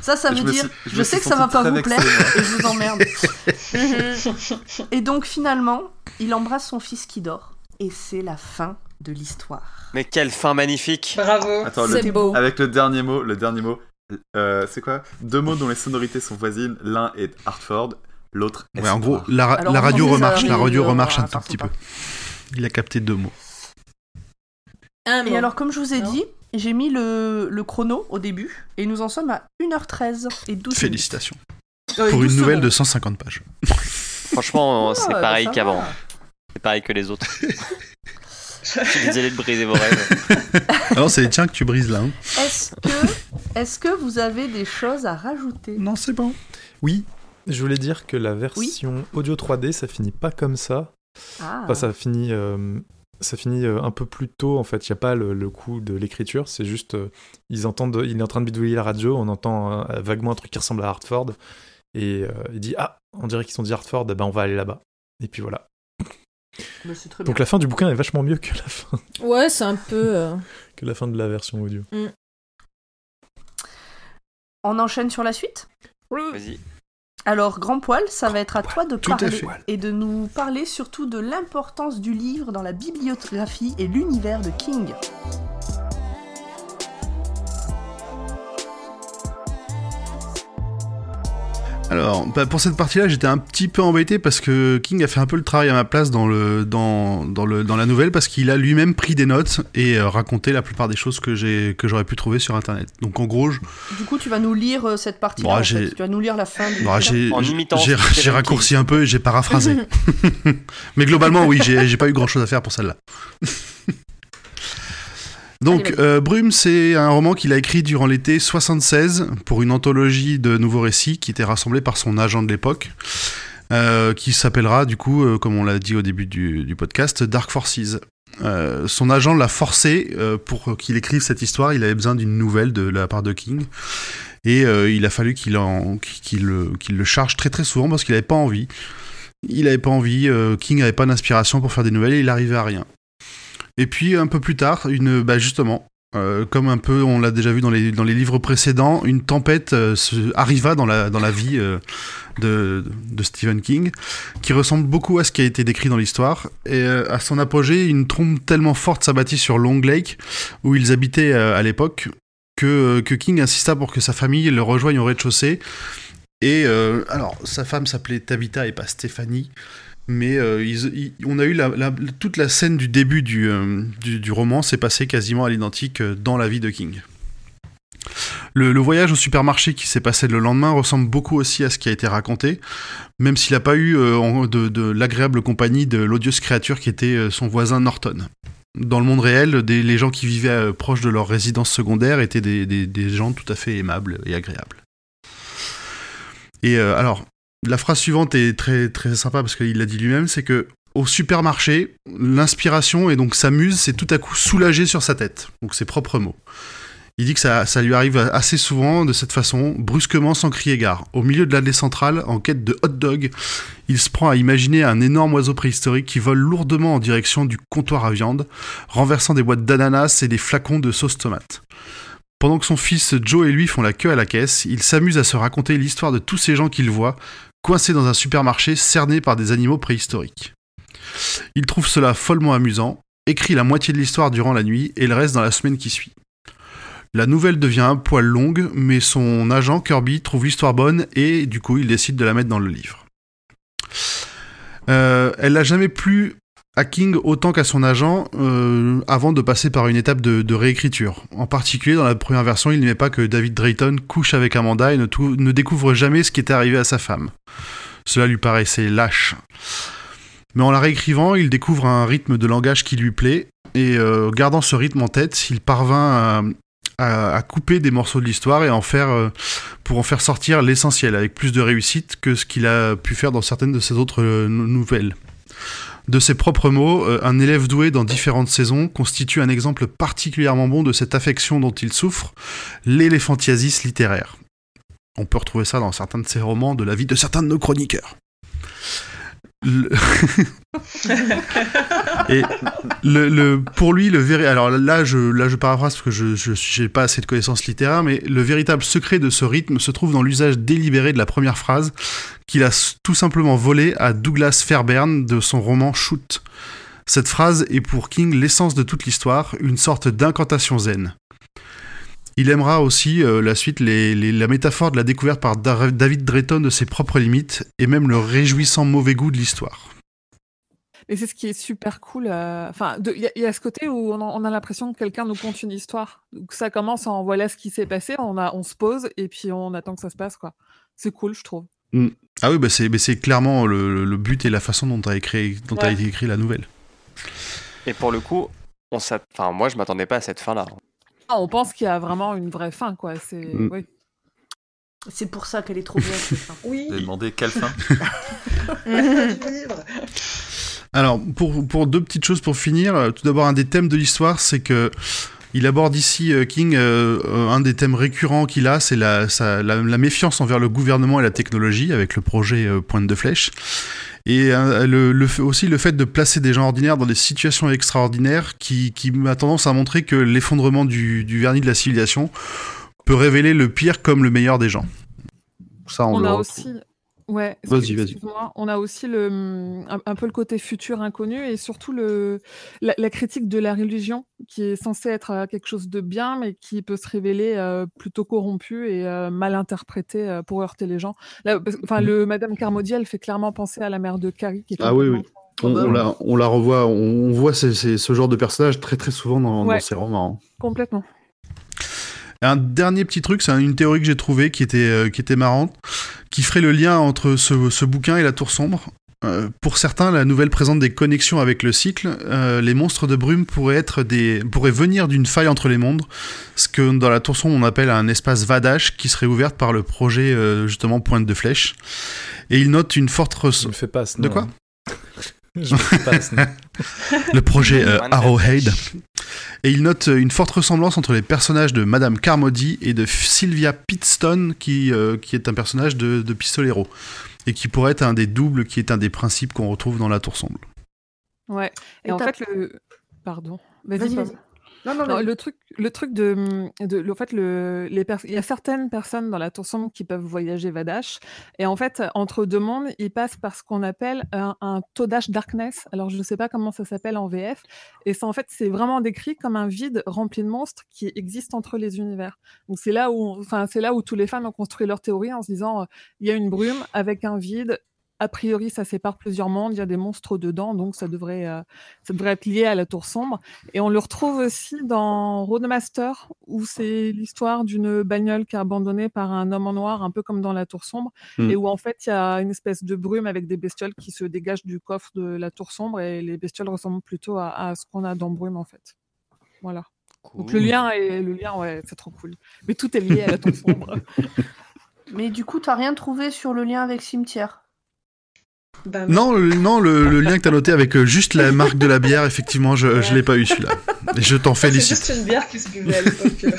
Ça, ça Je veut me dire, suis- je, me sais suis que ça va senti pas très vous vexé, plaire moi. et je vous emmerde. Mhm. et donc finalement, il embrasse son fils qui dort et c'est la fin de l'histoire. Mais quelle fin magnifique Bah, Bravo. Attends, le- C'est beau. avec le dernier mot, le dernier mot, euh, c'est quoi Deux mots dont les sonorités sont voisines. L'un est Hartford, l'autre est. Ouais, en gros, Star. la, ra- Alors, la on radio disait ça, remarche, la mais, radio euh, remarche un voilà, tout petit peu. partons Il a capté deux mots. Un Et mot. alors comme je vous ai Non. dit, j'ai mis le, le chrono au début et nous en sommes à 1h13 et 12 minutes. Félicitations Euh, pour 12 une nouvelle secondes. de 150 pages. Franchement, Oh, c'est Ah, bah, pareil ça qu'avant. va. C'est pareil que les autres. Je suis désolé de briser vos rêves. Alors c'est les tiens que tu brises là. hein. Est-ce que, est-ce que vous avez des choses à rajouter Non, c'est bon. Oui, je voulais dire que la version audio 3D, ça finit pas comme ça. Ah, Enfin, ça finit, euh, ça finit euh, un peu plus tôt, en fait. Il n'y a pas le, le coup de l'écriture, c'est juste. euh, ils entendent, il est en train de bidouiller la radio, on entend euh, vaguement un truc qui ressemble à Hartford. Et euh, il dit Ah, on dirait qu'ils ont dit Hartford, eh ben on va aller là-bas. Et puis voilà. Bah, c'est très Donc la fin du bouquin est vachement mieux que la fin, Ouais, c'est un peu. euh, que la fin de la version audio. On enchaîne sur la suite Vas-y. Alors, Grand Poil, ça va être à toi de tout à parler fait. et de nous parler surtout de l'importance du livre dans la bibliographie et l'univers de King. Alors, bah, pour cette partie-là, j'étais un petit peu embêté parce que King a fait un peu le travail à ma place dans, le, dans, dans, le, dans la nouvelle parce qu'il a lui-même pris des notes et euh, raconté la plupart des choses que, j'ai, que j'aurais pu trouver sur Internet. Donc en gros, je- Du coup, tu vas nous lire euh, cette partie-là. Bon, en j'ai- fait. Tu vas nous lire la fin du. bah, j'ai, En j'ai- imitant j'ai- Stephen j'ai King. raccourci un peu et j'ai paraphrasé. Mais globalement, oui, j'ai j'ai pas eu grand-chose à faire pour celle-là. Donc, Allez, euh, Brume, c'est un roman qu'il a écrit durant l'été 76 pour une anthologie de nouveaux récits qui était rassemblée par son agent de l'époque, euh, qui s'appellera, du coup, euh, comme on l'a dit au début du, du podcast, Dark Forces. Euh, son agent l'a forcé euh, pour qu'il écrive cette histoire. Il avait besoin d'une nouvelle de la part de King. Et euh, il a fallu qu'il en- qu'il le- qu'il le charge très très souvent parce qu'il n'avait pas envie. Il n'avait pas envie, euh, King n'avait pas d'inspiration pour faire des nouvelles et il arrivait à rien. Et puis un peu plus tard, une, bah justement, euh, comme un peu on l'a déjà vu dans les, dans les livres précédents, une tempête euh, se, arriva dans la, dans la vie euh, de, de Stephen King, qui ressemble beaucoup à ce qui a été décrit dans l'histoire. Et euh, à son apogée, une trombe tellement forte s'abattit sur Long Lake, où ils habitaient euh, à l'époque, que, euh, que King insista pour que sa famille le rejoigne au rez-de-chaussée. Et euh, alors, sa femme s'appelait Tabitha et pas Stéphanie. Mais euh, ils- ils- on a eu la- la- toute la scène du début du, euh, du- du roman s'est passée quasiment à l'identique euh, dans la vie de King. Le, le voyage au supermarché qui s'est passé le lendemain ressemble beaucoup aussi à ce qui a été raconté, même s'il n'a pas eu euh, en- de, de l'agréable compagnie de l'odieuse créature qui était euh, son voisin Norton. Dans le monde réel, des- les gens qui vivaient euh, proche de leur résidence secondaire étaient des- des- des gens tout à fait aimables et agréables. Et euh, alors, la phrase suivante est très très sympa parce qu'il l'a dit lui-même, c'est que au supermarché, l'inspiration et donc sa muse s'est tout à coup soulagée sur sa tête. Donc ses propres mots. Il dit que ça, ça lui arrive assez souvent de cette façon, brusquement sans crier gare. Au milieu de l'allée centrale, en quête de hot dog, il se prend à imaginer un énorme oiseau préhistorique qui vole lourdement en direction du comptoir à viande, renversant des boîtes d'ananas et des flacons de sauce tomate. Pendant que son fils Joe et lui font la queue à la caisse, il s'amuse à se raconter l'histoire de tous ces gens qu'il voit, coincés dans un supermarché cerné par des animaux préhistoriques. Il trouve cela follement amusant, écrit la moitié de l'histoire durant la nuit et le reste dans la semaine qui suit. La nouvelle devient un poil longue, mais son agent Kirby trouve l'histoire bonne et du coup il décide de la mettre dans le livre. Euh, elle n'a jamais plu à King autant qu'à son agent euh, avant de passer par une étape de, de réécriture. En particulier, dans la première version, il n'aimait pas que David Drayton couche avec Amanda et ne, tou- ne découvre jamais ce qui était arrivé à sa femme. Cela lui paraissait lâche. Mais en la réécrivant, il découvre un rythme de langage qui lui plaît, et euh, gardant ce rythme en tête, il parvint à, à- à couper des morceaux de l'histoire et en faire, euh, pour en faire sortir l'essentiel, avec plus de réussite que ce qu'il a pu faire dans certaines de ses autres euh, nou- nouvelles. De ses propres mots, euh, un élève doué dans différentes saisons constitue un exemple particulièrement bon de cette affection dont il souffre, l'éléphantiasis littéraire. On peut retrouver ça dans certains de ses romans, de la vie de certains de nos chroniqueurs. Le- Et le, le- pour lui, le véri- alors là je, là, je paraphrase parce que je n'ai pas assez de connaissances littéraires, mais le véritable secret de ce rythme se trouve dans l'usage délibéré de la première phrase qu'il a s- tout simplement volé à Douglas Fairbairn de son roman Shoot. Cette phrase est pour King l'essence de toute l'histoire, une sorte d'incantation zen. Il aimera aussi euh, la suite, les- les- la métaphore de la découverte par Dar- David Drayton de ses propres limites, et même le réjouissant mauvais goût de l'histoire. Et c'est ce qui est super cool. euh, Enfin, de- il y, a- il y a ce côté où on, en- on a l'impression que quelqu'un nous conte une histoire. Donc ça commence en voilà ce qui s'est passé, on, a, on se pose et puis on attend que ça se passe, quoi. C'est cool, je trouve. Ah oui, bah c'est bah c'est clairement le, le but et la façon dont a écrit, dont a Ouais. été écrit la nouvelle. Et pour le coup, on s'att- enfin, moi, je m'attendais pas à cette fin-là. Ah, on pense qu'il y a vraiment une vraie fin, quoi. C'est Mm. oui. C'est pour ça qu'elle est trop bien. cette fin. Oui, J'ai demandé quelle fin Ah du livre. Alors, pour, pour deux petites choses pour finir, euh, tout d'abord, un des thèmes de l'histoire, c'est que il aborde ici, euh, King, euh, euh, un des thèmes récurrents qu'il a, c'est la, sa- la, la méfiance envers le gouvernement et la technologie, avec le projet euh, Pointe de Flèche. Et euh, le, le f- aussi le fait de placer des gens ordinaires dans des situations extraordinaires qui, qui m'a tendance à montrer que l'effondrement du, du vernis de la civilisation peut révéler le pire comme le meilleur des gens. Ça, on, on le a retrouve. aussi ouais Vas-y, vas-y. excuse-moi, on a aussi le hum, un, un peu le côté futur inconnu et surtout le la, la critique de la religion qui est censée être euh, quelque chose de bien mais qui peut se révéler euh, plutôt corrompu et euh, mal interprété euh, pour heurter les gens Là, parce- enfin le madame Carmody elle fait clairement penser à la mère de Carrie qui est Mm. Ah oui, oui. complètement- On, on la, on la revoit, on, on voit ces- ces- ce genre de personnage très très souvent dans, Ouais. dans ces romans. hein. complètement Un dernier petit truc, c'est une théorie que j'ai trouvée qui était, euh, qui était marrante, qui ferait le lien entre ce, ce bouquin et la tour sombre. Euh, pour certains, la nouvelle présente des connexions avec le cycle. Euh, les monstres de brume pourraient, être des, pourraient venir d'une faille entre les mondes, ce que dans la tour sombre on appelle un espace vadache qui serait ouverte par le projet euh, justement Pointe de Flèche. Et il note une forte... res- Je me fais pas ce De nom, quoi hein. Je me fais pas ce nom. le projet euh, Pointe de Arrowhead. Flèche. Et il note euh, une forte ressemblance entre les personnages de Madame Carmody et de F- Sylvia Pittston, qui, euh, qui est un personnage de, de Pistolero, et qui pourrait être un des doubles, qui est un des principes qu'on retrouve dans la Tour Sombre. ouais et, Et en t'as- fait le pardon Vas-y, Pam. vas-y. Non, non, Non, vas-y. le truc, le truc de, mm, de- le- en fait, le, les pers- il y a certaines personnes dans la tour sombre qui peuvent voyager vadash, et en fait, entre deux mondes, ils passent par ce qu'on appelle un, un todash darkness. Alors, je ne sais pas comment ça s'appelle en VF, et ça, en fait, c'est vraiment décrit comme un vide rempli de monstres qui existe entre les univers. Donc, c'est là où, on- enfin, c'est là où tous les fans ont construit leur théorie en se disant, euh, il y a une brume avec un vide. A priori, ça sépare plusieurs mondes. Il y a des monstres dedans, donc ça devrait, euh, ça devrait être lié à la tour sombre. Et on le retrouve aussi dans Roadmaster, où c'est l'histoire d'une bagnole qui est abandonnée par un homme en noir, un peu comme dans La Tour Sombre, Mm. et où en fait il y a une espèce de brume avec des bestioles qui se dégagent du coffre de La Tour Sombre, et les bestioles ressemblent plutôt à, à ce qu'on a dans Brume en fait. Voilà. Donc le lien, est, le lien ouais, c'est trop cool. Mais tout est lié à La Tour Sombre. Mais du coup, t'as rien trouvé sur le lien avec cimetière. Bah, Non, le, non, le, le lien que t'as noté avec euh, juste la marque de la bière, effectivement, je, je l'ai pas eu celui-là. Et Je t'en C'est félicite. juste une bière qui se buvait à l'époque. euh.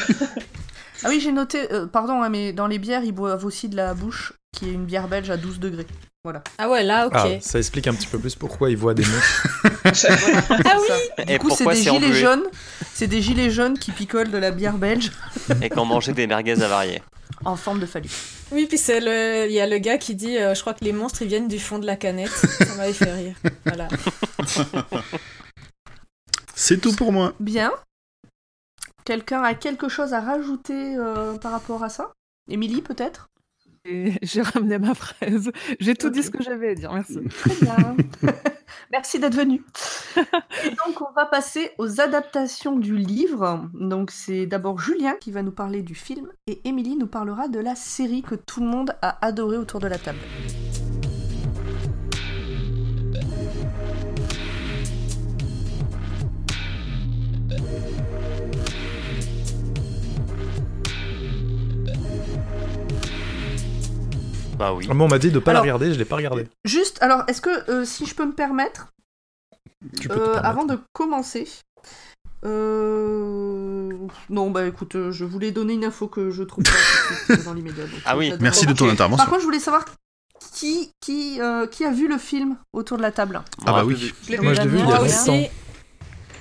Ah oui, j'ai noté, euh, pardon, hein, mais dans les bières, ils boivent aussi de la bouche, qui est une bière belge à 12 degrés. Ah ouais, là, ok. Ah, ça explique un petit peu plus pourquoi il voit des monstres. Ah oui Du coup, c'est des gilets jaunes. C'est des gilets jaunes qui picolent de la bière belge Et quand manger des merguez avariées. en forme de phallus. Oui, puis c'est le, il y a le gars qui dit, euh, je crois que les monstres ils viennent du fond de la canette. Ça m'avait fait rire. Voilà. C'est tout pour moi. Bien. Quelqu'un a quelque chose à rajouter euh, par rapport à ça Émilie, peut-être Et J'ai ramené ma fraise. J'ai tout dit ce que j'avais à dire. Merci. Très bien. Merci d'être venu. Et donc, on va passer aux adaptations du livre. Donc, c'est d'abord Julien qui va nous parler du film et Émilie nous parlera de la série que tout le monde a adorée autour de la table. Bah oui. Ah, Moi, on m'a dit de pas Alors- la regarder, je l'ai pas regardée. Juste, alors, est-ce que, euh, si je peux me permettre, Tu peux te Euh, permettre. avant de commencer, euh, non, bah écoute, euh, je voulais donner une info que je trouve pas tout de suite dans l'immédiat. donc, Ah oui, ça Merci de demande- ton Par intervention. contre, je voulais savoir qui, qui, euh, qui a vu le film autour de la table. Ah bah oui. Je l'ai Moi, vu. je l'ai vu il y a Moi Damien, longtemps. aussi,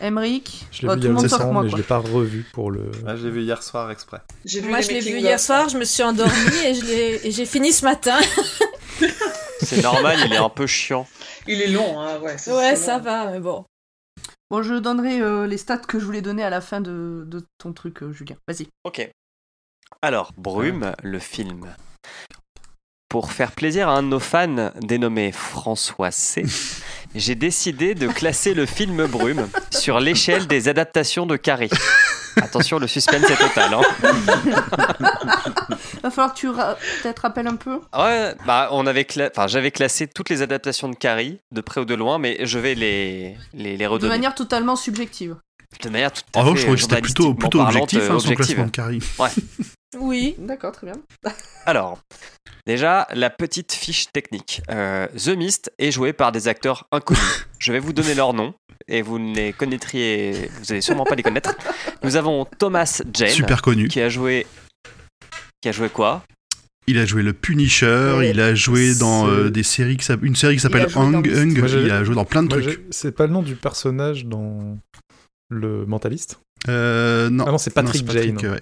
Emric, Je l'ai euh, vu il tout y le a monde sauf longtemps, moi. mais je Quoi. l'ai pas revu pour le. Ah, je l'ai vu hier soir exprès. J'ai vu moi les je l'ai vu making hier of. soir, je me suis endormie et je l'ai- et j'ai fini ce matin. C'est normal, il est un peu chiant. Il est long, hein, ouais. c'est- Ouais, c'est ça long. va, mais bon. Bon, je donnerai euh, les stats que je voulais donner à la fin de, de ton truc, euh, Julien. Vas-y. Ok. Alors, Brume, le film. Pour faire plaisir à un de nos fans dénommé François C, j'ai décidé de classer le film Brume sur l'échelle des adaptations de Carrie. Attention, le suspense est total. hein. Va falloir que tu ra- peut-être rappelles un peu. Ouais, bah, on avait cla- enfin, j'avais classé toutes les adaptations de Carrie, de près ou de loin, mais je vais les, les, les De redonner. manière totalement subjective. De manière tout à En revanche, Ah, je fait trouvais que c'était plutôt, journalistiquement plutôt parlante, objectif, euh, hein, son objective. classement de Carrie. Oui. D'accord, très bien. Alors, déjà, la petite fiche technique. Euh, The Mist est joué par des acteurs inconnus. Je vais vous donner leurs noms et vous ne les connaîtriez, vous allez sûrement pas les connaître. Nous avons Thomas Jane Super connu. qui a joué, qui a joué quoi Il a joué le Punisher, Ouais. il a joué dans C'est- euh, des séries qui s'appellent- une série qui Il a s'appelle joué dans Hung, Myst. Hung, Moi, j'avais- il a joué dans plein de Moi, trucs. je- C'est pas le nom du personnage dans le mentaliste Euh, non, Ah non, c'est Patrick non, c'est Jane. ouais.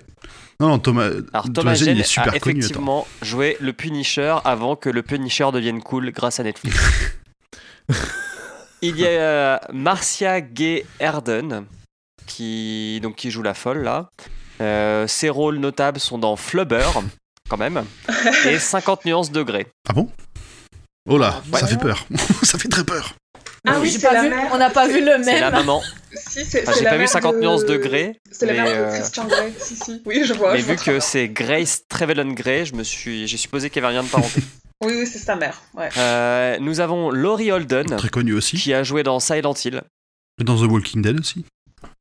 Non, non, Thomas, Alors Thomas Jane, il est super a connu. attends. effectivement joué le Punisher avant que le Punisher devienne cool grâce à Netflix. il y a euh, Marcia Gay Erden qui, donc, qui joue la folle là. Euh, ses rôles notables sont dans Flubber, quand même, et 50 nuances degrés. Ah bon Oh là, Ah, Ouais. ça fait peur. ça fait très peur. Ah oui, J'ai c'est pas la vu- mère. on n'a pas vu le C'est la même. maman. Si, c'est Enfin, c'est Ah, J'ai la pas vu mère 50 de- nuances degrés. C'est la mais, mère de euh, Christian Grey, si, si. Oui, je vois. mais je vois vu très que bien. c'est Grace Trevelyan Grey, je me suis, j'ai supposé qu'il y avait un lien de parenté. Oui, oui, c'est sa mère. Ouais. Euh, nous avons Laurie Holden Très connu aussi. Ah, qui a joué dans Silent Hill. Dans The Walking Dead aussi.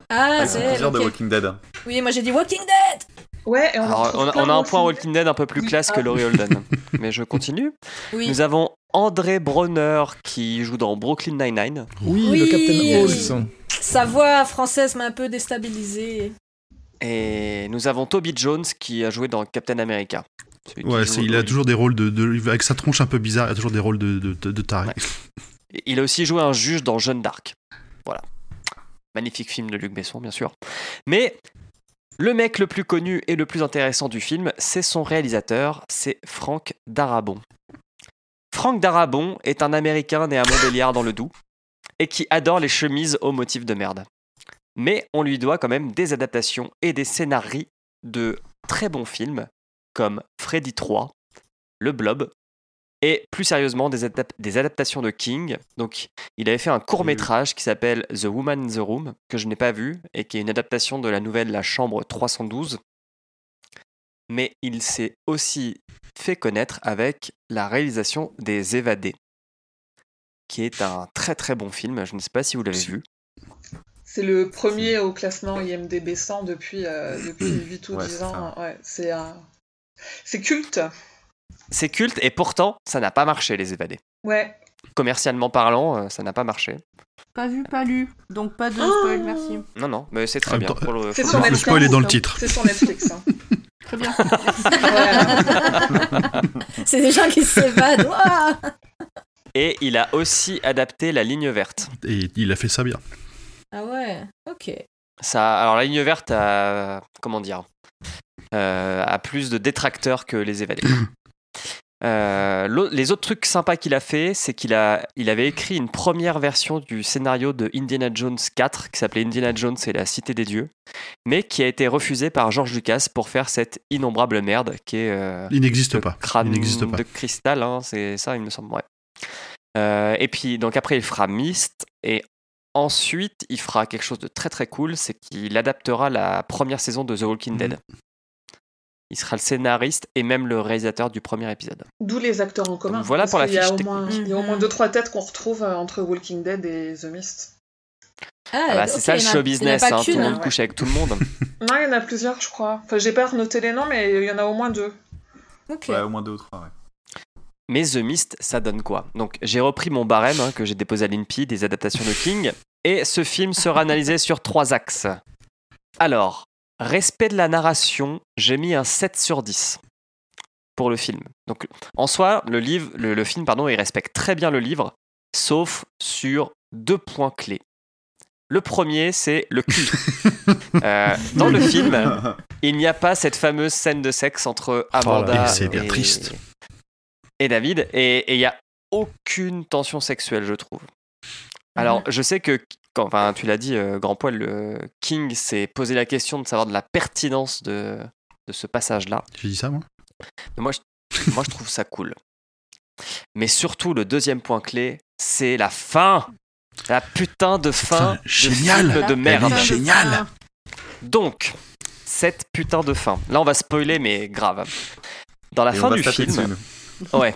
Ah, Avec c'est son elle, plaisir de ok. Walking Dead. Oui, moi j'ai dit Walking Dead. Ouais, et Ah, on, en Alors, retrouve on, a, plein on a un dans point le Walking Dead un peu plus Oui, classe que ah. Laurie Holden. Mais je continue. Oui. Nous avons André Bronner qui joue dans Brooklyn Nine-Nine. Oui, Oui. le Captain Holmes. Sa voix française m'a un peu déstabilisée. Et nous avons Toby Jones qui a joué dans Captain America. Celui qui Ouais, joue c'est- il a Oliver. toujours des rôles de, de- Avec sa tronche un peu bizarre, il a toujours des rôles de, de, de- de taré. Ouais. Et Il a aussi joué un juge dans Jeanne d'Arc. Voilà. Magnifique film de Luc Besson, bien sûr. Mais le mec le plus connu et le plus intéressant du film, c'est son réalisateur, c'est Franck Darabon. Franck Darabon est un Américain né à Montbéliard dans le Doubs et qui adore les chemises aux motifs de merde. Mais on lui doit quand même des adaptations et des scénarii de très bons films comme Freddy 3, Le Blob et plus sérieusement des, adap- des adaptations de King. Donc il avait fait un court métrage qui s'appelle The Woman in the Room que je n'ai pas vu et qui est une adaptation de la nouvelle La Chambre 312. Mais il s'est aussi fait connaître avec la réalisation des Évadés, qui est un très très bon film. Je ne sais pas si vous l'avez vu. C'est le premier au classement IMDB 100 depuis, euh, depuis 8 ou Ouais, 10 c'est ans. hein. Ouais, c'est un- c'est culte. C'est culte et pourtant ça n'a pas marché les Évadés. Ouais. Commercialement parlant, euh, ça n'a pas marché. Pas vu, pas lu. Donc pas de Oh. spoil, merci. Non non, mais c'est En très même bien. temps, Pour le- C'est faut sur le- Le Netflix. spoil est dans le titre. C'est sur Netflix. hein. Très bien. Voilà. C'est des gens qui s'évadent. Ouah Et il a aussi adapté La Ligne Verte. Et il a fait ça bien. ah ouais, ok. Ça, alors la ligne verte a, comment dire, euh, a plus de détracteurs que les évadés. Euh, l'au- les autres trucs sympas qu'il a fait, c'est qu'il a, il avait écrit une première version du scénario de Indiana Jones 4 qui s'appelait Indiana Jones et la Cité des Dieux, mais qui a été refusé par George Lucas pour faire cette innombrable merde qui est euh, Il n'existe le pas. crâne Il n'existe pas. de cristal, hein, c'est ça, il me semble. ouais. Euh, et puis, donc après, il fera Myst. Et ensuite, il fera quelque chose de très très cool c'est qu'il adaptera la première saison de The Mhm. Walking Dead. Il sera le scénariste et même le réalisateur du premier épisode. Ah, D'où les acteurs en commun. Donc voilà parce pour la qu'il y a fiche au moins- technique. Il y a au moins Mhm. deux trois têtes qu'on retrouve euh, entre Walking Dead et The Mist. Ah, Ah bah, ok, c'est ça le il y en a- show Il business, y en a hein, pas tout le qu'une. monde hein. couche avec tout le monde. Non, il y en a plusieurs, je crois. Enfin, j'ai pas renoté les noms, mais il y en a au moins deux. Ok. Ouais, au moins deux ou trois, ouais. Mais The Mist, ça donne quoi Donc j'ai repris mon barème hein, que j'ai déposé à l'INPI des adaptations de King, et ce film sera analysé sur trois axes. Alors, respect de la narration, j'ai mis un 7 sur 10 pour le film. Donc en soi, le, livre, le, le film pardon, il respecte très bien le livre, sauf sur deux points clés. Le premier, c'est le cul. Euh, dans le film, il n'y a pas cette fameuse scène de sexe entre Amanda Oh et c'est bien et, triste. et David, et et il n'y a aucune tension sexuelle, je trouve. Alors, je sais que, quand, enfin, tu l'as dit, euh, Grand Poil, le King s'est posé la question de savoir de la pertinence de, de ce passage-là. J'ai dit ça, moi Mais moi, je, moi, je trouve ça cool. Mais surtout, le deuxième point clé, c'est la fin. La putain de fin Putain, de génial. film de merde. Putain de Génial. fin. Donc, cette putain de fin. Là, on va spoiler, mais grave. Dans la Et on fin va du se taper film, dessus, nous. ouais.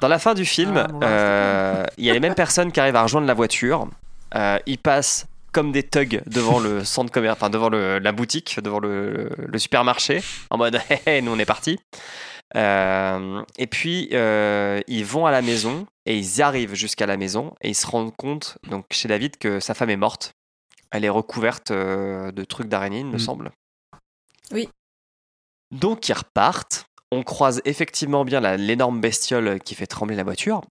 Dans la fin du film, Ah, bon, euh, il y a les mêmes personnes qui arrivent à rejoindre la voiture. Euh, ils passent comme des thugs devant le centre commerce, enfin devant le- la boutique, devant le, le supermarché, en mode Hé, hé, nous on est parti. Euh, et puis euh, ils vont à la maison et ils arrivent jusqu'à la maison et ils se rendent compte donc chez David que sa femme est morte. Elle est recouverte euh, de trucs d'araignée, il me Mm. semble. Oui. Donc ils repartent. on croise effectivement bien la- l'énorme bestiole qui fait trembler la voiture,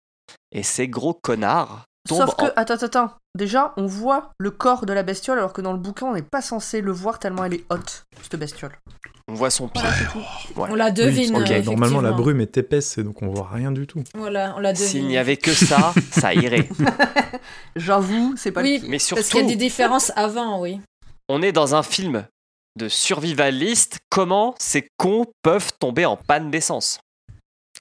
et ces gros connards tombent Sauf que, attends, attends, attends. Déjà, on voit le corps de la bestiole alors que dans le bouquin, on n'est pas censé le voir tellement elle est haute, cette bestiole. On voit son pied. Eh oh. Ouais. On la devine. Oui, parce que euh, normalement, la effectivement. brume est épaisse et donc on voit rien du tout. Voilà, on la devine. S'il n'y avait que ça, ça irait. J'avoue, c'est pas Oui, le pire. Mais Parce surtout, qu'il y a des différences avant, oui. on est dans un film de survivaliste. Comment ces cons peuvent tomber en panne d'essence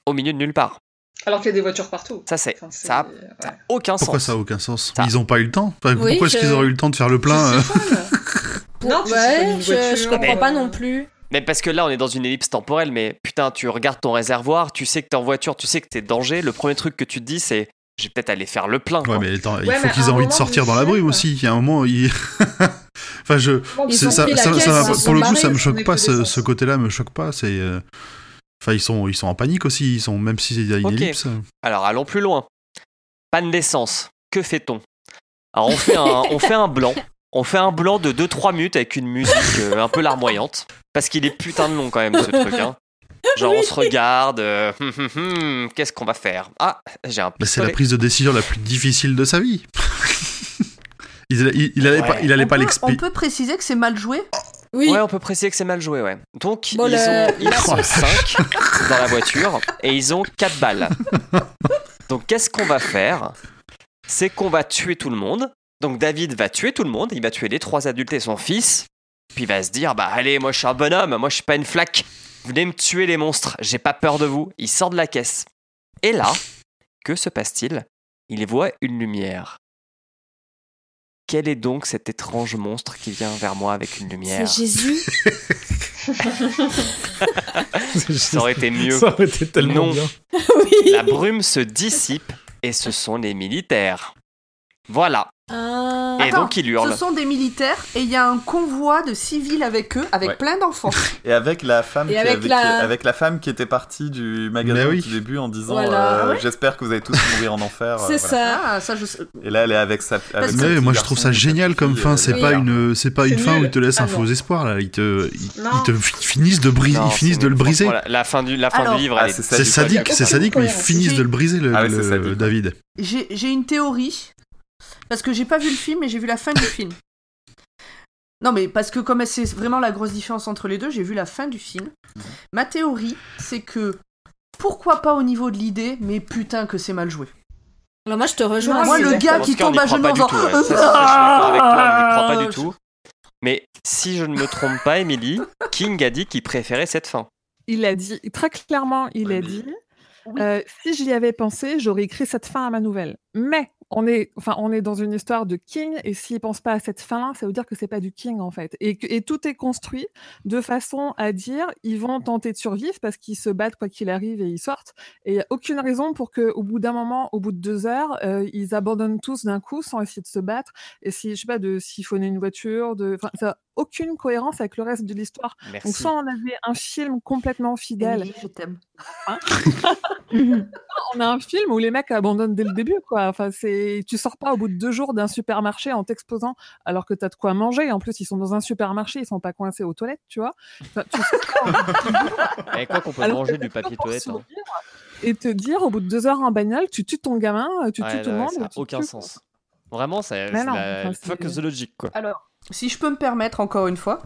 Au milieu de nulle part. Alors qu'il y a des voitures partout. Ça, c'est. Enfin, c'est- Ça a ouais. ça a aucun Pourquoi sens. ça a aucun sens Ça- Ils ont pas eu le temps Enfin, Oui, Pourquoi est-ce je- qu'ils auraient eu le temps de faire le plein Je euh sais pas, là. Non, tu sais, c'est ouais, une je, voiture, euh, je comprends mais- pas non plus. Mais parce que là, on est dans une ellipse temporelle, mais putain, tu regardes ton réservoir, tu sais que t'es en voiture, tu sais que t'es danger. Le premier truc que tu te dis, c'est j'ai peut-être aller faire le plein. quoi. Ouais, mais attends, il Ouais, faut mais à qu'ils aient un envie de moment, sortir dans la Michel- brume aussi. Il y a un moment, ils- enfin, je, Bon, Ils c'est- ont ça, pris la ça- caisse, ça m'a- ils se sont pour le coup, barrés, ça me ils ont choque pris pas. que Ce, l'essence. ce côté-là me choque pas. C'est, euh, enfin, ils sont, ils sont en panique aussi. Ils sont, même s'il y a une Ok. ellipse. hein. Alors allons plus loin. Panne d'essence, que fait-on Alors on fait, un, on fait un blanc. On fait un blanc de 2-3 minutes avec une musique euh, un peu larmoyante. Parce qu'il est putain de long quand même ce truc. hein. Genre on se regarde, euh, hum, hum, hum, qu'est-ce qu'on va faire Ah, j'ai un Bah, c'est la pistolet. prise de décision la plus difficile de sa vie. il, il, il allait Ouais. pas, il allait on, pas peut, on l'expliquer. peut préciser que c'est mal joué Oui, Ouais, on peut préciser que c'est mal joué, ouais. Donc Bon, euh, ils, ont, le- ils la sont sauce. 5 dans la voiture et ils ont 4 balles. Donc qu'est-ce qu'on va faire C'est qu'on va tuer tout le monde. Donc David va tuer tout le monde, il va tuer les trois adultes et son fils. Puis il va se dire bah allez, moi je suis un bonhomme, moi je suis pas une flaque. Venez me tuer les monstres, j'ai pas peur de vous. Il sort de la caisse. Et là, que se passe-t-il Il voit une lumière. Quel est donc cet étrange monstre qui vient vers moi avec une lumière c'est Jésus. ça aurait été mieux. Ça aurait été tellement Non. bien. oui. La brume se dissipe et ce sont les militaires. Voilà. Ah. et Attends, donc il Ce hurle. sont des militaires et il y a un convoi de civils avec eux, avec Ouais. plein d'enfants. Et avec la femme, Et qui, avec avec, la- avec la femme qui était partie du magasin Mais oui. au tout début en disant Voilà. euh, Ah j'espère que vous allez tous mourir en enfer. euh, C'est voilà. ça. Ah, ça je sais. Et là, elle est avec sa. Avec Parce son que- Mais petit moi je garçon, trouve ça sa petite génial comme fille, fin, euh, c'est oui. pas une c'est pas une C'est fin où nul. ils te laissent un Ah faux non. espoir là, ils te ils, Non. ils te fi- finissent de briser, Non, ils finissent c'est de le nul. briser. Franchement, La, la fin du, la fin Alors- du livre, Ah, elle est- c'est ça, C'est du coup, il y a sadique, c'est aucune sadique, mais ils cohérence. finissent Si. de le briser le, Ah ouais, le- c'est sadique. David. J'ai j'ai une théorie, parce que j'ai pas vu le film, mais j'ai vu la fin du film. Non, mais parce que comme c'est vraiment la grosse différence entre les deux, j'ai vu la fin du film. Ma théorie, c'est que pourquoi pas au niveau de l'idée, mais putain que c'est mal joué. Alors moi, je te rejoins. Moi, c'est le vrai. gars Dans qui ce cas, on tombe n'y à croit genoux pas en du tout. faisant- ouais. Ça, c'est ça, je suis d'accord avec toi, on n'y croit pas du tout. Mais si je ne me trompe pas, Emily, King a dit qu'il préférait cette fin. Il a dit, très clairement, il Ouais, a mais- dit Oui. euh, si j'y avais pensé, j'aurais écrit cette fin à ma nouvelle. Mais on est, enfin, on est dans une histoire de King, et s'il pense pas à cette fin, ça veut dire que c'est pas du King en fait. Et, que- et tout est construit de façon à dire ils vont tenter de survivre parce qu'ils se battent quoi qu'il arrive et ils sortent. Et il a aucune raison pour que, au bout d'un moment, au bout de deux heures, euh, ils abandonnent tous d'un coup sans essayer de se battre. Et si, je sais pas, de siphonner une voiture, de, enfin, ça a aucune cohérence avec le reste de l'histoire. Donc Merci. soit on avait un film complètement fidèle, Émilie, je t'aime. on a un film où les mecs abandonnent dès le début, quoi. Enfin, c'est, tu sors pas au bout de deux jours d'un supermarché en t'exposant, alors que t'as de quoi manger. En plus, ils sont dans un supermarché, ils sont pas coincés aux toilettes, tu vois. Enfin, tu sors pas en- Et Eh, quoi qu'on peut alors que manger t'as du tout papier pour toilette. hein. survivre Et te dire au bout de deux heures en bagnole, tu tues ton gamin, euh, tu tues Ouais, tout le ouais, monde. ça n'a tu aucun tues- sens. Vraiment, c'est Mais c'est non, la enfin, c'est- fuck the logic, quoi. Si je peux me permettre encore une fois,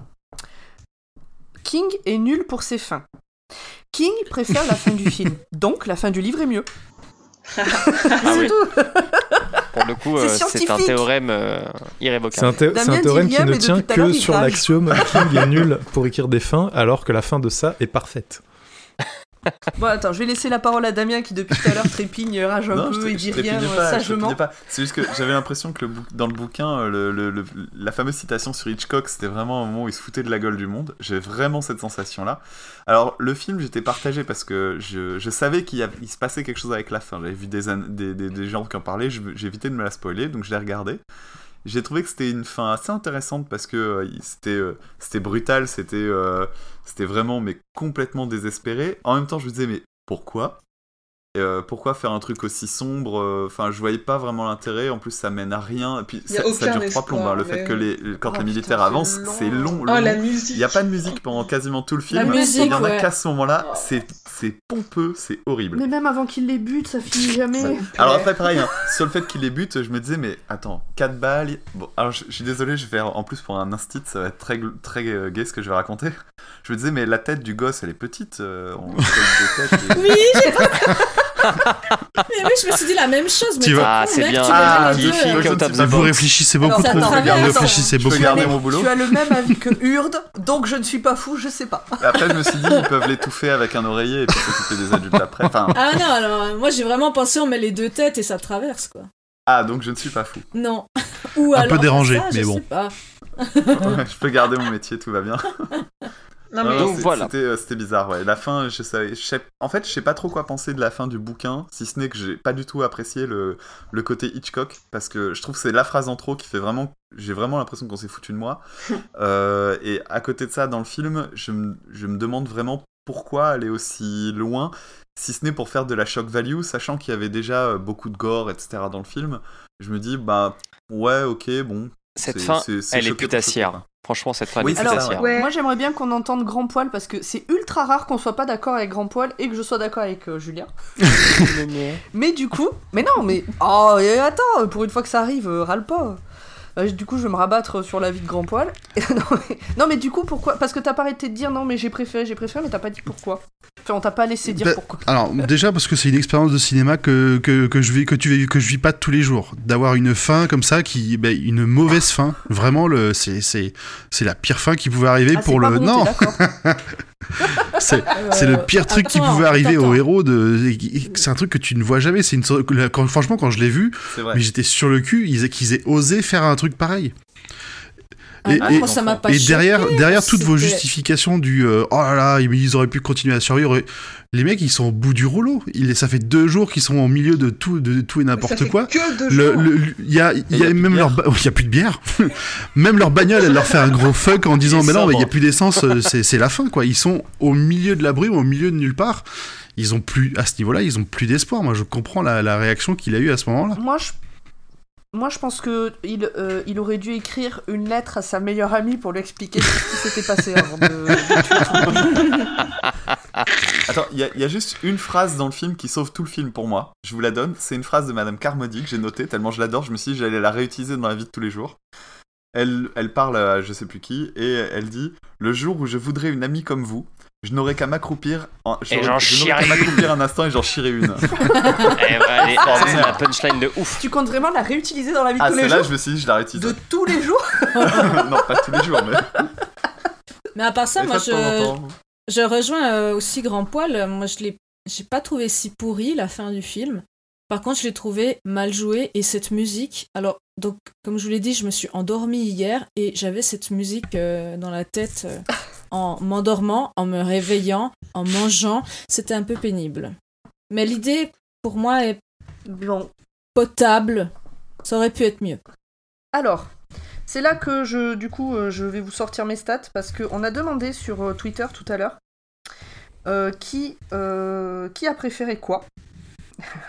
King est nul pour ses fins. King préfère la fin du film, donc la fin du livre est mieux. Ah c'est oui, tout. pour le coup, C'est euh, c'est un scientifique. théorème euh, C'est un, irrévocable. thé- Damien c'est un dit théorème qui rien, ne mais tient depuis tout à l'heure, que il sur rage. l'axiome King est nul pour écrire des fins, alors que la fin de ça est parfaite. Bon, attends, je vais laisser la parole à Damien qui depuis tout à l'heure trépigne, euh, rage un Non, je peu te- et je dit rien trépignais euh, pas, je sagement. trépignais pas. C'est juste que j'avais l'impression que le bouc- dans le bouquin, euh, le- le- le- la fameuse citation sur Hitchcock, c'était vraiment un moment où il se foutait de la gueule du monde. J'ai vraiment cette sensation-là. Alors, le film, j'étais partagé parce que je, je savais qu'il y avait- il se passait quelque chose avec la fin. J'avais vu des, an- des, des- des gens qui en parlaient, je- j'ai évité de me la spoiler, donc je l'ai regardé. J'ai trouvé que c'était une fin assez intéressante parce que euh, il- c'était euh, c'était brutal, c'était euh, c'était vraiment mais complètement désespéré. En même temps, je me disais mais pourquoi Euh, Pourquoi faire un truc aussi sombre Enfin, je voyais pas vraiment l'intérêt. En plus, ça mène à rien. Et puis Y a ça, ça aucun dure trois espoir, plombes. hein. Le mais fait que les les- quand Oh, les putain, militaires c'est avancent, long. c'est long. Oh, long. la musique. Il n'y a pas de musique pendant quasiment tout le film. La Il y en musique, a ouais. qu'à ce moment-là. C'est c'est pompeux, c'est horrible. Mais même avant qu'il les bute, ça finit jamais. Ça- Alors après, pareil, hein, sur le fait qu'il les bute, je me disais, mais attends, 4 balles. Bon, alors je, je suis désolé, je vais faire en plus pour un instit, ça va être très, gl- très euh, gay ce que je vais raconter. Je me disais, mais la tête du gosse, elle est petite. euh, on fait des têtes et- Oui, j'ai pas. mais oui, je me suis dit la même chose. Mais Tu t'es vas- con, Ah, c'est mec, bien. tu Ah, mélanges les deux deux. filles. Yufika au top Je ne sais Vous pas. réfléchissez beaucoup Alors, ça trop, les gars, traverse, réfléchissez Je peux beaucoup. garder Mais mon boulot. Tu as le même avis que Hurde, donc je ne suis pas fou, je sais pas. Après, je me suis dit, ils peuvent l'étouffer avec un oreiller et puis s'occuper des adultes après. Enfin, Ah non, alors moi j'ai vraiment pensé on met les deux têtes et ça traverse quoi. ah, donc je ne suis pas fou. Non. Ou Un peu alors, dérangé, ça, je mais bon. sais pas. je peux garder mon métier, tout va bien. Ah Non, Non, mais Donc c'est- voilà. C'était euh, c'était bizarre, ouais. La fin, je savais, je sais- en fait, je sais pas trop quoi penser de la fin du bouquin, si ce n'est que j'ai pas du tout apprécié le, le côté Hitchcock, parce que je trouve que c'est la phrase en trop qui fait vraiment. J'ai vraiment l'impression qu'on s'est foutu de moi. Euh, et à côté de ça, dans le film, je me, je me demande vraiment pourquoi aller aussi loin, si ce n'est pour faire de la shock value, sachant qu'il y avait déjà euh, beaucoup de gore, etc. dans le film. Je me dis, bah, ouais, ok, bon. Cette c'est- fin, c'est- c'est elle est choqué pour putassière. choquer, quoi. franchement, cette fin Oui, est c'est Alors, ça, ouais. ouais. Moi, j'aimerais bien qu'on entende Grand Poil parce que c'est ultra rare qu'on soit pas d'accord avec Grand Poil et que je sois d'accord avec euh, Julien. mais du coup, mais non, mais oh, et attends, pour une fois que ça arrive, euh, râle pas. Euh, du coup, je vais me rabattre sur la vie de Grand Poil. non, mais, non, mais du coup, pourquoi Parce que t'as pas arrêté de dire non, mais j'ai préféré, j'ai préféré, mais t'as pas dit pourquoi. Enfin, on t'a pas laissé dire Bah, pourquoi. Alors déjà parce que c'est une expérience de cinéma que, que, que je vis que tu vis- que je vis pas tous les jours d'avoir une fin comme ça qui ben, une mauvaise fin vraiment le c'est c'est c'est la pire fin qui pouvait arriver Ah, c'est pour pas le bon, non t'es d'accord. c'est Euh, c'est le pire truc qui attends, pouvait arriver attends, au héros de et- et- c'est un truc que tu ne vois jamais c'est une sorte- la- quand- franchement quand je l'ai vu C'est vrai. mais j'étais sur le cul ils- qu'ils aient osé faire un truc pareil attends. Et- Ah, et- moi, ça m'a pas et derrière, choquée, derrière toutes vos c'était- justifications du euh, oh là là, ils- ils auraient pu continuer à survivre. euh, Les mecs, ils sont au bout du rouleau. Il, ça fait deux jours qu'ils sont au milieu de tout, de tout et ça n'importe fait quoi. que deux Le- jours. le- le- Il y a, il Et y y a a plus même de leur, bière. ba- oh, il y a plus de bière. même leur bagnole, elle leur fait un gros fuck en disant mais non, mais il y a sobre. plus d'essence. euh, C'est c'est la fin quoi. Ils sont au milieu de la brume, au milieu de nulle part. Ils ont plus à ce niveau-là, ils ont plus d'espoir. Moi, je comprends la, la réaction qu'il a eue à ce moment-là. Moi, je... Moi, je pense que il, euh, il aurait dû écrire une lettre à sa meilleure amie pour lui expliquer ce qui s'était passé avant de- de tuer tout le monde. Attends, il y, a- il y a juste une phrase dans le film qui sauve tout le film pour moi. Je vous la donne. C'est une phrase de Madame Carmody que j'ai notée tellement je l'adore. Je me suis dit j'allais la réutiliser dans la vie de tous les jours. Elle, elle parle à je sais plus qui et elle dit le jour où je voudrais une amie comme vous, je n'aurais qu'à m'accroupir. En, je- Et j'en je n'aurais chierai qu'à m'accroupir un instant et j'en chierai une. Eh Ah, c'est la punchline de ouf. Tu comptes vraiment la réutiliser dans la vie de ah tous c'est les là jours je me suis dit je la De réutilise. tous les jours non pas tous les jours mais. Mais à part ça, mais moi, de temps en je, temps. je rejoins euh, aussi Grand Poil. Moi, je l'ai, j'ai pas trouvé si pourri la fin du film. Par contre, je l'ai trouvé mal joué et cette musique. Alors, donc, comme je vous l'ai dit, je me suis endormie hier et j'avais cette musique euh, dans la tête euh, en m'endormant, en me réveillant, en mangeant. C'était un peu pénible. Mais l'idée, pour moi, est Bon, potable. Ça aurait pu être mieux. alors, c'est là que je, du coup, euh, je vais vous sortir mes stats parce qu'on a demandé sur euh, Twitter tout à l'heure euh, qui, euh, qui a préféré quoi.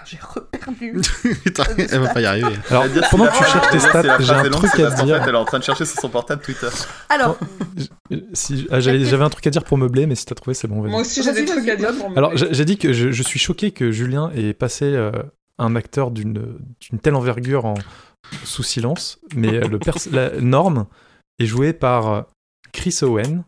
J'ai reperdu. Putain, elle va pas y arriver. Alors, Elle dit, pendant que c'est tu la cherches tes phrase, c'est la stats, j'ai phrase un est longue, truc c'est à parce qu'en dire. fait, elle est en train de chercher sur son portable Twitter. Alors, Euh, si- ah, j'allais- J'avais un truc à dire pour meubler, mais si t'as trouvé, c'est bon. vas-y. Moi aussi, j'ai Vas-y, des vas-y, trucs à dire Bob. pour moi. Mm. Alors, j'ai j'ai dit que je, je suis choqué que Julien ait passé euh, un acteur d'une d'une telle envergure en, sous silence, mais euh, le pers- la norme est jouée par euh, Chris Owen.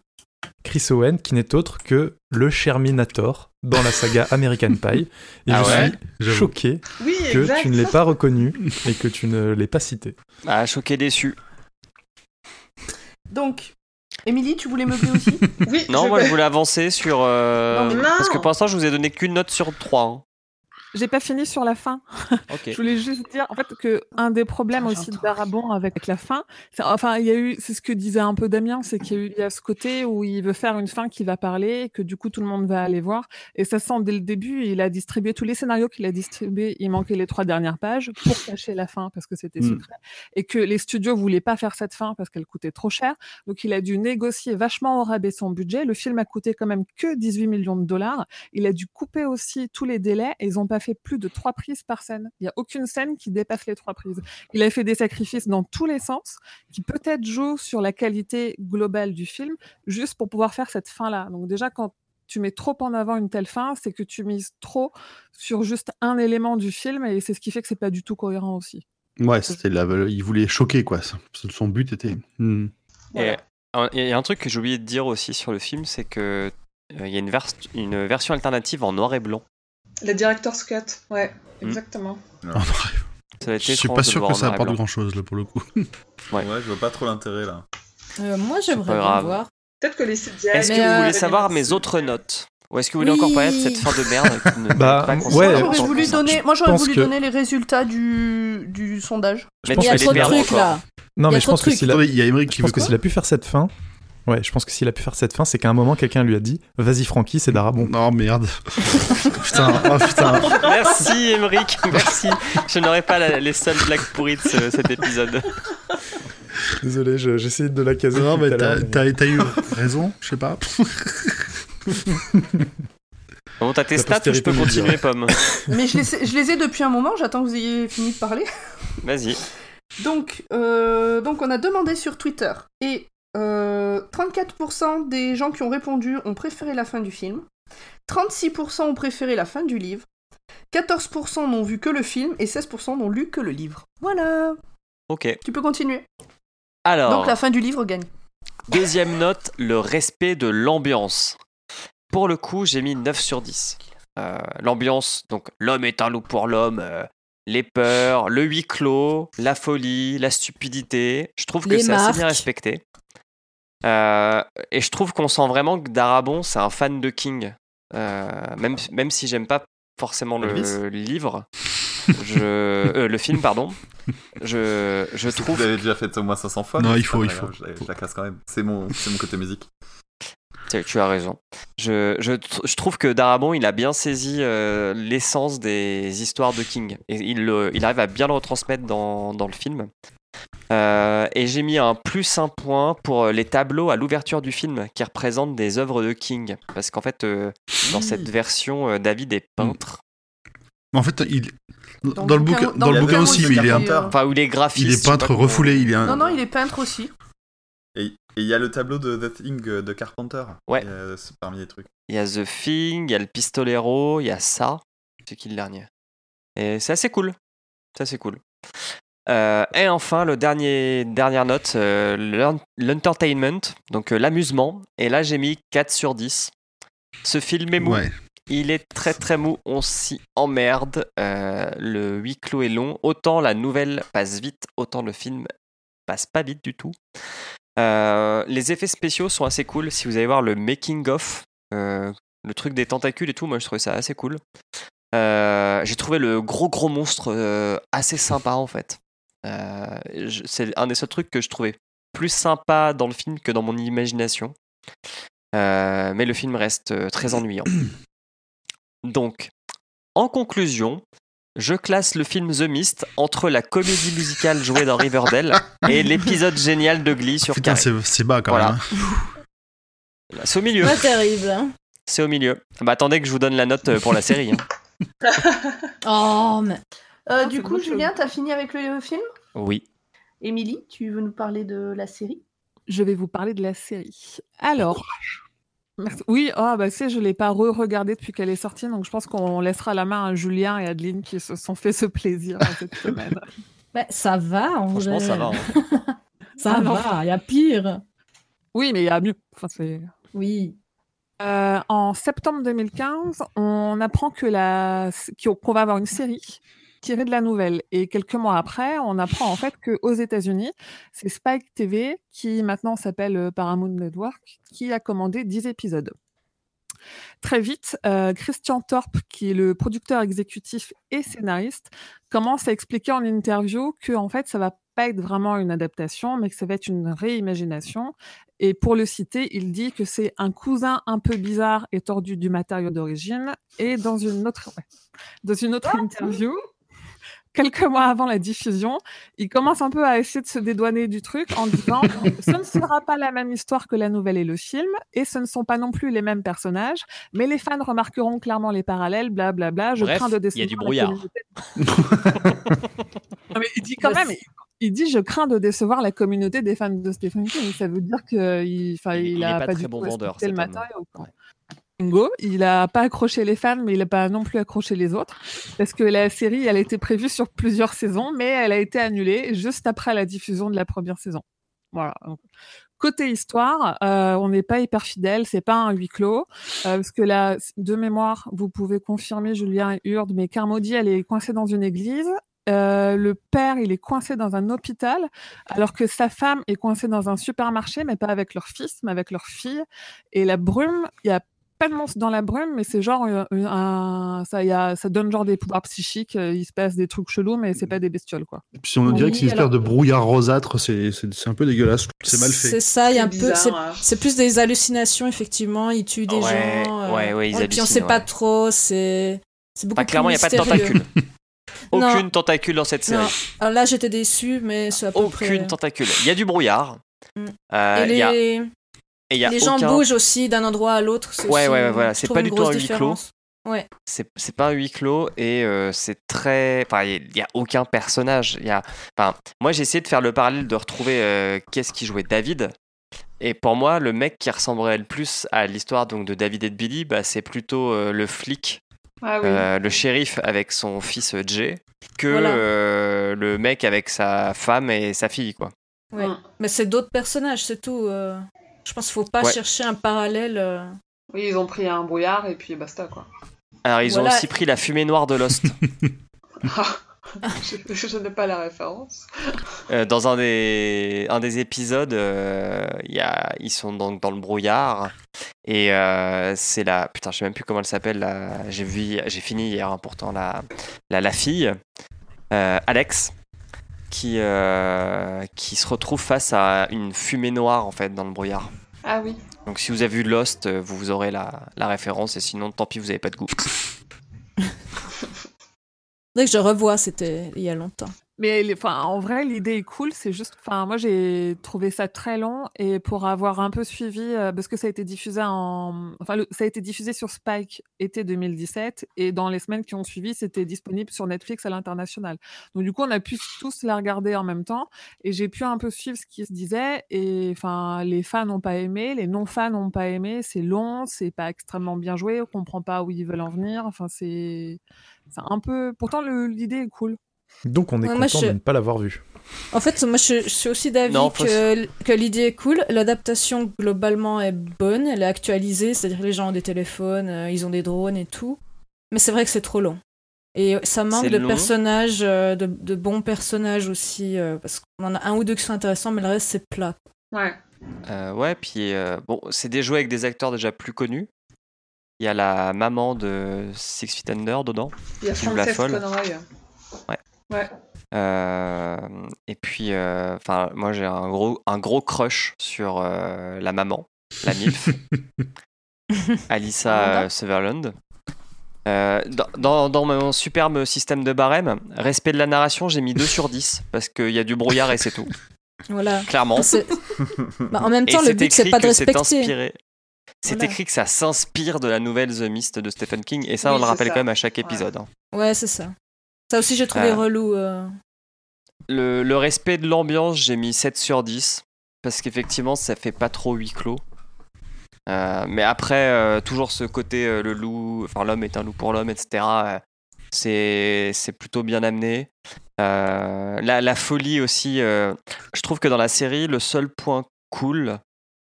Chris Owen, qui n'est autre que le Sherminator dans la saga American Pie. Et Ah je ouais suis J'avoue. choqué Oui, que exact. tu ne l'aies pas reconnu et que tu ne l'aies pas cité. Ah, choqué, déçu. donc, Émilie, tu voulais meubler aussi Oui, Non, je moi peux- je voulais avancer sur. euh, Non, non. Parce que pour l'instant, je vous ai donné qu'une note sur 3. J'ai pas fini sur la fin. Ok. Je voulais juste dire, en fait, que un des problèmes Putain, aussi de j'entends Darabon avec la fin, c'est, enfin, il y a eu, c'est ce que disait un peu Damien, c'est qu'il y a eu il y a ce côté où il veut faire une fin qui va parler, et que du coup tout le monde va aller voir, et ça se sent dès le début. Il a distribué tous les scénarios qu'il a distribués, il manquait les trois dernières pages pour cacher la fin parce que c'était Mm. secret, et que les studios voulaient pas faire cette fin parce qu'elle coûtait trop cher, donc il a dû négocier vachement au rabais son budget. Le film a coûté quand même que 18 millions de dollars. Il a dû couper aussi tous les délais et ils n'ont pas fait plus de trois prises par scène. Il n'y a aucune scène qui dépasse les trois prises. Il a fait des sacrifices dans tous les sens qui peut-être jouent sur la qualité globale du film juste pour pouvoir faire cette fin-là. Donc déjà, quand tu mets trop en avant une telle fin, c'est que tu mises trop sur juste un élément du film et c'est ce qui fait que c'est pas du tout cohérent aussi. Ouais, c'était la... il voulait choquer, quoi. Son but était. Hmm. Et un- il y a un truc que j'ai oublié de dire aussi sur le film, c'est que euh, il y a une, vers- une version alternative en noir et blanc. La director's cut, ouais, Mm. exactement. Ça a été Je suis étrange pas de le sûr voir que en ça noir et apporte blanc. grand chose, là, pour le coup. Ouais. Ouais, je vois pas trop l'intérêt là. Euh, moi, pas j'aimerais bien grave. voir. Peut-être que les CGI. Est-ce que Mais, vous euh, voulez savoir mes autres notes Ou est-ce que vous voulez encore parler de cette fin de merde qui ne- Bah, pas qu'on- ouais. Moi, j'aurais qu'on- voulu qu'on- donner, moi, j'aurais pense voulu que- donner les résultats du, du sondage. Je Mais pense Il y a que les trop de perdre trucs encore. là. Non, Il y a mais je trop de pense que trucs. s'il a, Attendez, Il y a Émeric je qui veut pense que s'il a pu faire cette fin, ouais, je pense que s'il a pu faire cette fin, c'est qu'à un moment quelqu'un lui a dit, vas-y Francky, c'est d'Arabon. Non, merde. putain, oh, putain. Merci Emeric, merci. Je n'aurai pas la- les seules blagues pourries de ce- cet épisode. Désolé, je- j'essayais de la caser. Non, depuis mais tout à l'heure, t'as- mais- t'as t'as eu raison, je sais pas. Bon, t'as tes La stats ou je peux postérité continuer, nous Pomme Mais je les, ai- je les ai depuis un moment, j'attends que vous ayez fini de parler. Vas-y. Donc, euh, donc on a demandé sur Twitter et euh, 34% des gens qui ont répondu ont préféré la fin du film, 36% ont préféré la fin du livre, 14% n'ont vu que le film et 16% n'ont lu que le livre. Voilà, Ok. tu peux continuer. Alors, Donc la fin du livre gagne. deuxième note, le respect de l'ambiance. Pour le coup, j'ai mis 9 sur 10. Euh, l'ambiance, donc l'homme est un loup pour l'homme, euh, les peurs, le huis clos, la folie, la stupidité. Je trouve que Les c'est assez bien marques. respecté. Euh, et je trouve qu'on sent vraiment que Darabon, c'est un fan de King. Euh, même, même si j'aime pas forcément le Elvis livre, je, euh, le film, pardon, je, je Je trouve trouve que vous avez déjà fait au moins 500 fois. Non, mais il c'est faut, pas il grave, faut. Je, la- je la classe quand même. C'est mon, c'est mon côté musique. Tu- Tu as raison. Je, je, tr- je trouve que Darabon, il a bien saisi euh, l'essence des histoires de King. Et il, le- il arrive à bien le retransmettre dans, dans le film. Euh, et j'ai mis un plus un point pour euh, les tableaux à l'ouverture du film qui représentent des œuvres de King. Parce qu'en fait, euh, dans cette Mmh. version, euh, David est peintre. Mais En fait, il... dans, le bouquin, dans le le bouquin bouquin aussi, mais il est, un... il est un- Enfin, où les graphistes. il est peintre refoulé. Il est un... euh, Non, non, il est peintre aussi. Et et il y a le tableau de The Thing euh, de Carpenter. Ouais. Euh, c'est parmi les trucs. Il y a The Thing, il y a le Pistolero, il y a ça. C'est qui le dernier Et c'est assez cool. C'est assez cool. Euh, et enfin, le dernier, dernière note, euh, l'en- l'entertainment, donc euh, l'amusement. Et là, j'ai mis 4 sur 10. Ce film est mou. Ouais. Il est très très mou. On s'y emmerde. Euh, le huis clos est long. Autant la nouvelle passe vite, autant le film passe pas vite du tout. Euh, les effets spéciaux sont assez cool. Si vous allez voir le making of, euh, le truc des tentacules et tout, moi je trouvais ça assez cool. Euh, J'ai trouvé le gros gros monstre euh, assez sympa en fait. Euh, je- C'est un des seuls trucs que je trouvais plus sympa dans le film que dans mon imagination. Euh, mais le film reste euh, très ennuyant. Donc, en conclusion, je classe le film The Mist entre la comédie musicale jouée dans Riverdale et l'épisode génial de Glee sur Putain, Carré. c'est c'est bas quand Voilà. même. hein. C'est au milieu. Pas terrible. hein. C'est au milieu. Bah, attendez que je vous donne la note euh, pour la série. hein. Oh, mais. Euh, Ah, du c'est coup, bon, je- Julien, t'as fini avec le film Oui. Émilie, tu veux nous parler de la série Je vais vous parler de la série. Alors. Merci. Oui, ah bah tu sais, je l'ai pas re-regardée depuis qu'elle est sortie, donc je pense qu'on laissera la main à Julien et Adeline qui se sont fait ce plaisir euh, cette semaine. Bah, ça va en Franchement, vrai. ça va. hein. Ça Ah non. va, il y a pire. Oui, mais il y a mieux. Enfin, c'est- Oui. Euh, en septembre 2015, on apprend que la... qu'on qu'on va avoir une série tirée de la nouvelle. Et quelques mois après, on apprend en fait qu'aux États-Unis, c'est Spike TV, qui maintenant s'appelle euh, Paramount Network, qui a commandé 10 épisodes. Très vite, euh, Christian Torp, qui est le producteur exécutif et scénariste, commence à expliquer en interview que en fait, ça va pas être vraiment une adaptation, mais que ça va être une réimagination et pour le citer, il dit que c'est un cousin un peu bizarre et tordu du matériau d'origine. Et dans une autre, ouais. dans une autre interview, quelques mois avant la diffusion, il commence un peu à essayer de se dédouaner du truc en disant ce ne sera pas la même histoire que la nouvelle et le film, et ce ne sont pas non plus les mêmes personnages, mais les fans remarqueront clairement les parallèles, blablabla. Je Bref, crains de il y a décevoir du la brouillard. communauté. Non, mais il dit quand même, il dit je crains de décevoir la communauté des fans de Stephen King. Ça veut dire que il, enfin, Il- il, il est a pas pas, très du bon tout vendeur, respecté le cet homme. matériau. quoi. Django. Il a pas accroché les fans, mais il a pas non plus accroché les autres. Parce que la série, elle était prévue sur plusieurs saisons, mais elle a été annulée juste après la diffusion de la première saison. Voilà. Donc, côté histoire, euh, on n'est pas hyper fidèle, c'est pas un huis clos. euh, parce que là, de mémoire, vous pouvez confirmer, Julien et Hurd, mais Carmody, elle est coincée dans une église. Euh, le père, il est coincé dans un hôpital, alors que sa femme est coincée dans un supermarché, mais pas avec leur fils, mais avec leur fille. Et la brume, il y a pas de monstre dans la brume, mais c'est genre euh, euh, un- ça, y a- ça donne genre des pouvoirs psychiques. euh, il se passe des trucs chelous, mais c'est pas des bestioles quoi. Puis on dirait que c'est Oui, une espèce alors- de brouillard rosâtre, c'est c'est- c'est un peu dégueulasse, c'est mal fait. C'est ça, Ah, il y a un C'est peu. c'est- bizarre, hein. C'est plus des hallucinations, effectivement. Ils tuent des Ouais, gens. ouais, ouais, ils on- Puis on hallucinent, sait pas ouais. trop, c'est. C'est beaucoup Enfin, plus clairement, il n'y a pas de mystérieux. tentacule. Non. Aucune tentacule dans cette Non. série. Alors là, j'étais déçue, mais c'est à peu près. Aucune tentacule. Il y a du brouillard. Mm. Euh, Et les, il y a- et il y a les gens aucun- bougent aussi d'un endroit à l'autre. Ouais, c'est aussi- ouais, ouais, voilà, je c'est trouve pas une du tout grosse un huis clos. différence. c'est c'est pas un huis clos et euh, c'est très enfin il y a aucun personnage il y a enfin moi j'ai essayé de faire le parallèle de retrouver euh, qu'est-ce qui jouait David et pour moi le mec qui ressemblerait le plus à l'histoire donc de David et de Billy bah, c'est plutôt euh, le flic Ah oui. euh, le shérif avec son fils euh, Jay que Voilà. euh, le mec avec sa femme et sa fille quoi Ouais. Mm. Mais c'est d'autres personnages, c'est tout. euh. Je pense qu'il faut pas Ouais. chercher un parallèle. euh. Oui, ils ont pris un brouillard et puis basta quoi. alors ils ont Voilà. aussi pris la fumée noire de Lost je je n'ai pas la référence. Euh, dans un des, un des épisodes, euh, il y a, ils sont donc dans le brouillard. Et euh, c'est la. Putain, je sais même plus comment elle s'appelle. la- J'ai vu- j'ai fini hier, hein, pourtant, la, la, la fille, euh, Alex, qui, euh, qui se retrouve face à une fumée noire, en fait, dans le brouillard. Ah oui. Donc, si vous avez vu Lost, euh, vous, vous aurez la, la référence. Et sinon, tant pis, vous n'avez pas de goût. Faudrait que je revois, c'était il y a longtemps. Mais les- enfin, en vrai, l'idée est cool. C'est juste, enfin, moi j'ai trouvé ça très long et pour avoir un peu suivi, euh, parce que ça a été diffusé en, enfin, le- ça a été diffusé sur Spike été 2017 et dans les semaines qui ont suivi, c'était disponible sur Netflix à l'international. Donc du coup, on a pu tous la regarder en même temps et j'ai pu un peu suivre ce qui se disait. Et enfin, les fans n'ont pas aimé, les non-fans n'ont pas aimé. C'est long, c'est pas extrêmement bien joué, on comprend pas où ils veulent en venir. Enfin, c'est, c'est un peu. Pourtant, le- l'idée est cool. Donc on est Ouais, moi, content je- de ne pas l'avoir vu. En fait, moi, je, je suis aussi d'avis Non, faut- que, que l'idée est cool. L'adaptation globalement est bonne, elle est actualisée, c'est-à-dire que les gens ont des téléphones, euh, ils ont des drones et tout. Mais c'est vrai que c'est trop long. Et ça manque C'est de long. personnages, euh, de, de bons personnages aussi, euh, parce qu'on en a un ou deux qui sont intéressants, mais le reste c'est plat. Ouais. Euh, ouais, puis euh, bon, c'est des jeux avec des acteurs déjà plus connus. Il y a la maman de Six Feet Under dedans. Il y a Qui joue la Frances folle. Conroy. Ouais. Ouais. Euh, et puis, euh, enfin, moi j'ai un gros, un gros crush sur euh, la maman, la MILF, Alyssa Amanda. euh, Sutherland. Euh, dans, dans, dans mon superbe système de barème, respect de la narration, j'ai mis 2 sur 10 parce qu'il y a du brouillard et c'est tout, Voilà. clairement. C'est- bah, en même Et temps, le c'est but c'est écrit pas de que c'est respecter. inspiré. C'est Voilà. écrit que ça s'inspire de la nouvelle The Mist de Stephen King, et ça Oui, on le c'est rappelle ça. quand même à chaque Ouais. épisode. hein. Ouais, c'est ça. Ça aussi, j'ai trouvé Euh, relou. euh. Le, le respect de l'ambiance, j'ai mis 7 sur 10. Parce qu'effectivement, ça fait pas trop huis clos. Euh, mais après, euh, toujours ce côté euh, le loup, enfin l'homme est un loup pour l'homme, etc. euh, c'est c'est plutôt bien amené. Euh, la, la folie aussi, euh, je trouve que dans la série, le seul point cool,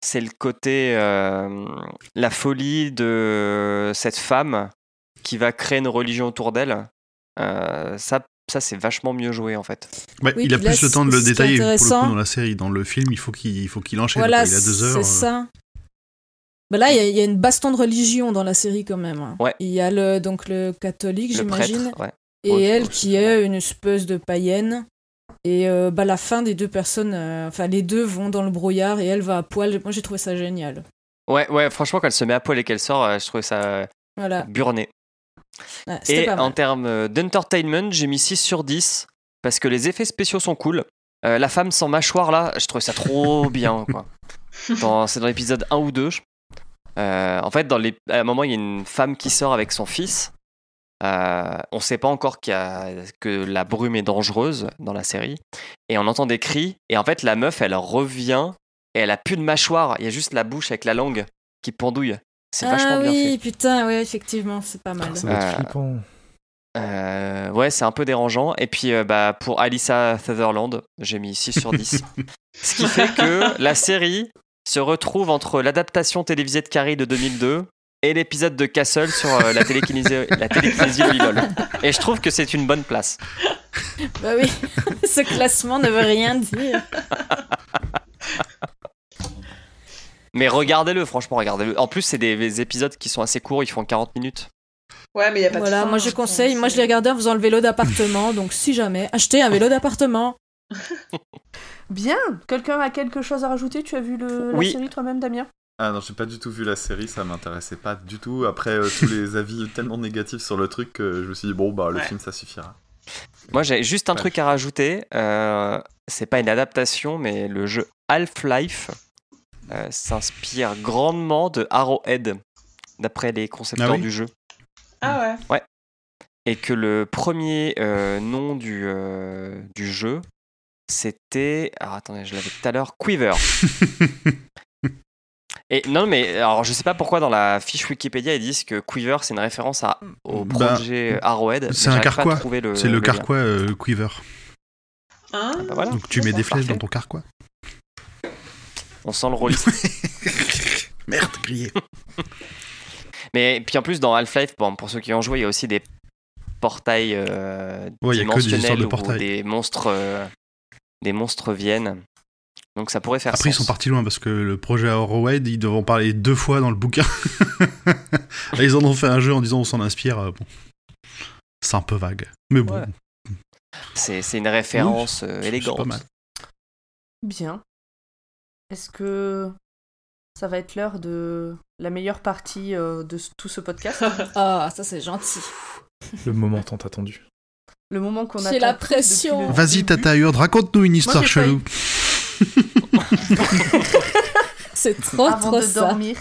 c'est le côté euh, la folie de cette femme qui va créer une religion autour d'elle. Euh, ça, ça c'est vachement mieux joué en fait. Ouais, Oui, il a puis là, plus le temps de le ce qui est détailler pour le coup, intéressant- dans la série. Dans le film, il faut qu'il il faut qu'il enchaîne. Voilà, quoi. il a deux heures. c'est euh, ça. Bah là, il y, a- il y a une baston de religion dans la série quand même. hein. Ouais. Il y a le, donc le catholique, Le j'imagine, prêtre, ouais. et ouais, elle ouais, qui c'est est une espèce de païenne. Et euh, bah, la fin des deux personnes, euh, enfin les deux vont dans le brouillard et elle va à poil. Moi j'ai trouvé ça génial. Ouais, ouais, franchement, quand elle se met à poil et qu'elle sort, euh, je trouvais ça euh, Voilà. burné. Ouais, C'était Et pas en mal. termes euh, d'entertainment, j'ai mis 6 sur 10 parce que les effets spéciaux sont cool. Euh, la femme sans mâchoire, là, je trouvais ça trop bien, quoi. Dans- C'est dans l'épisode 1 ou 2. je- Euh, en fait, dans les... à un moment, il y a une femme qui sort avec son fils. Euh, on sait pas encore qu'il y a- que la brume est dangereuse dans la série. Et on entend des cris. Et en fait, la meuf, elle revient et elle a plus de mâchoire. Il y a juste la bouche avec la langue qui pendouille. C'est vachement ah bien fait. oui, putain, ouais, effectivement, c'est pas mal. Ah, ça va être Euh, flippant. Euh, ouais, c'est un peu dérangeant. Et puis euh, bah, pour Alyssa Sutherland, j'ai mis 6 sur 10. Ce qui fait que la série se retrouve entre l'adaptation télévisée de Carrie de 2002 et l'épisode de Castle sur euh, la télékinésie, la télékinésie de Lilol. Et je trouve que c'est une bonne place. Bah oui, ce classement ne veut rien dire. Mais regardez-le, franchement, regardez-le. En plus, c'est des, des épisodes qui sont assez courts, ils font 40 minutes. Ouais, mais il n'y a pas de Voilà, fin, hein, moi je conseille, moi je les regardais en faisant le vélo d'appartement, donc si jamais, achetez un vélo d'appartement. Bien Quelqu'un a quelque chose à rajouter Tu as vu le, la Oui. série toi-même, Damien Ah non, j'ai pas du tout vu la série, ça m'intéressait pas du tout. Après euh, tous les avis tellement négatifs sur le truc, que je me suis dit bon bah le Ouais. film ça suffira. Moi, j'ai juste un Ouais. truc à rajouter. Euh, c'est pas une adaptation, mais le jeu Half-Life euh, s'inspire grandement de Arrowhead, d'après les concepteurs Ah oui du jeu. Ah ouais. Et que le premier euh, nom du, euh, du jeu, c'était. Alors attendez, je l'avais tout à l'heure, Quiver. Et non, mais alors je sais pas pourquoi dans la fiche Wikipédia ils disent que Quiver c'est une référence à, au Bah, projet Arrowhead. mais c'est un j'arrive pas à carquois. trouver C'est le lien. carquois euh, quiver. Hein Ah bah voilà, Donc tu mets des flèches Parfait. dans ton carquois. on sent le rôle Merde, grillé. Mais puis en plus dans Half-Life, bon, pour ceux qui ont joué, il y a aussi des portails euh, Ouais, il y a que des histoires dimensionnels de où portails. des monstres, euh, des monstres viennent. Donc ça pourrait faire Après, ils sens. sont partis loin parce que le projet Arrowhead, ils devaient en parler deux fois dans le bouquin. Et ils en ont fait un jeu en disant on s'en inspire. euh, bon. C'est un peu vague. Mais bon, Ouais. C'est c'est une référence euh, c'est élégante. pas mal. Bien. Est-ce que ça va être l'heure de la meilleure partie euh, de ce- tout ce podcast Ah, ça c'est gentil. Le moment tant attendu. Le moment qu'on a. J'ai la pression. vas-y, Tata Hurde, raconte-nous une histoire j'ai chelou. C'est trop avant trop de ça. dormir.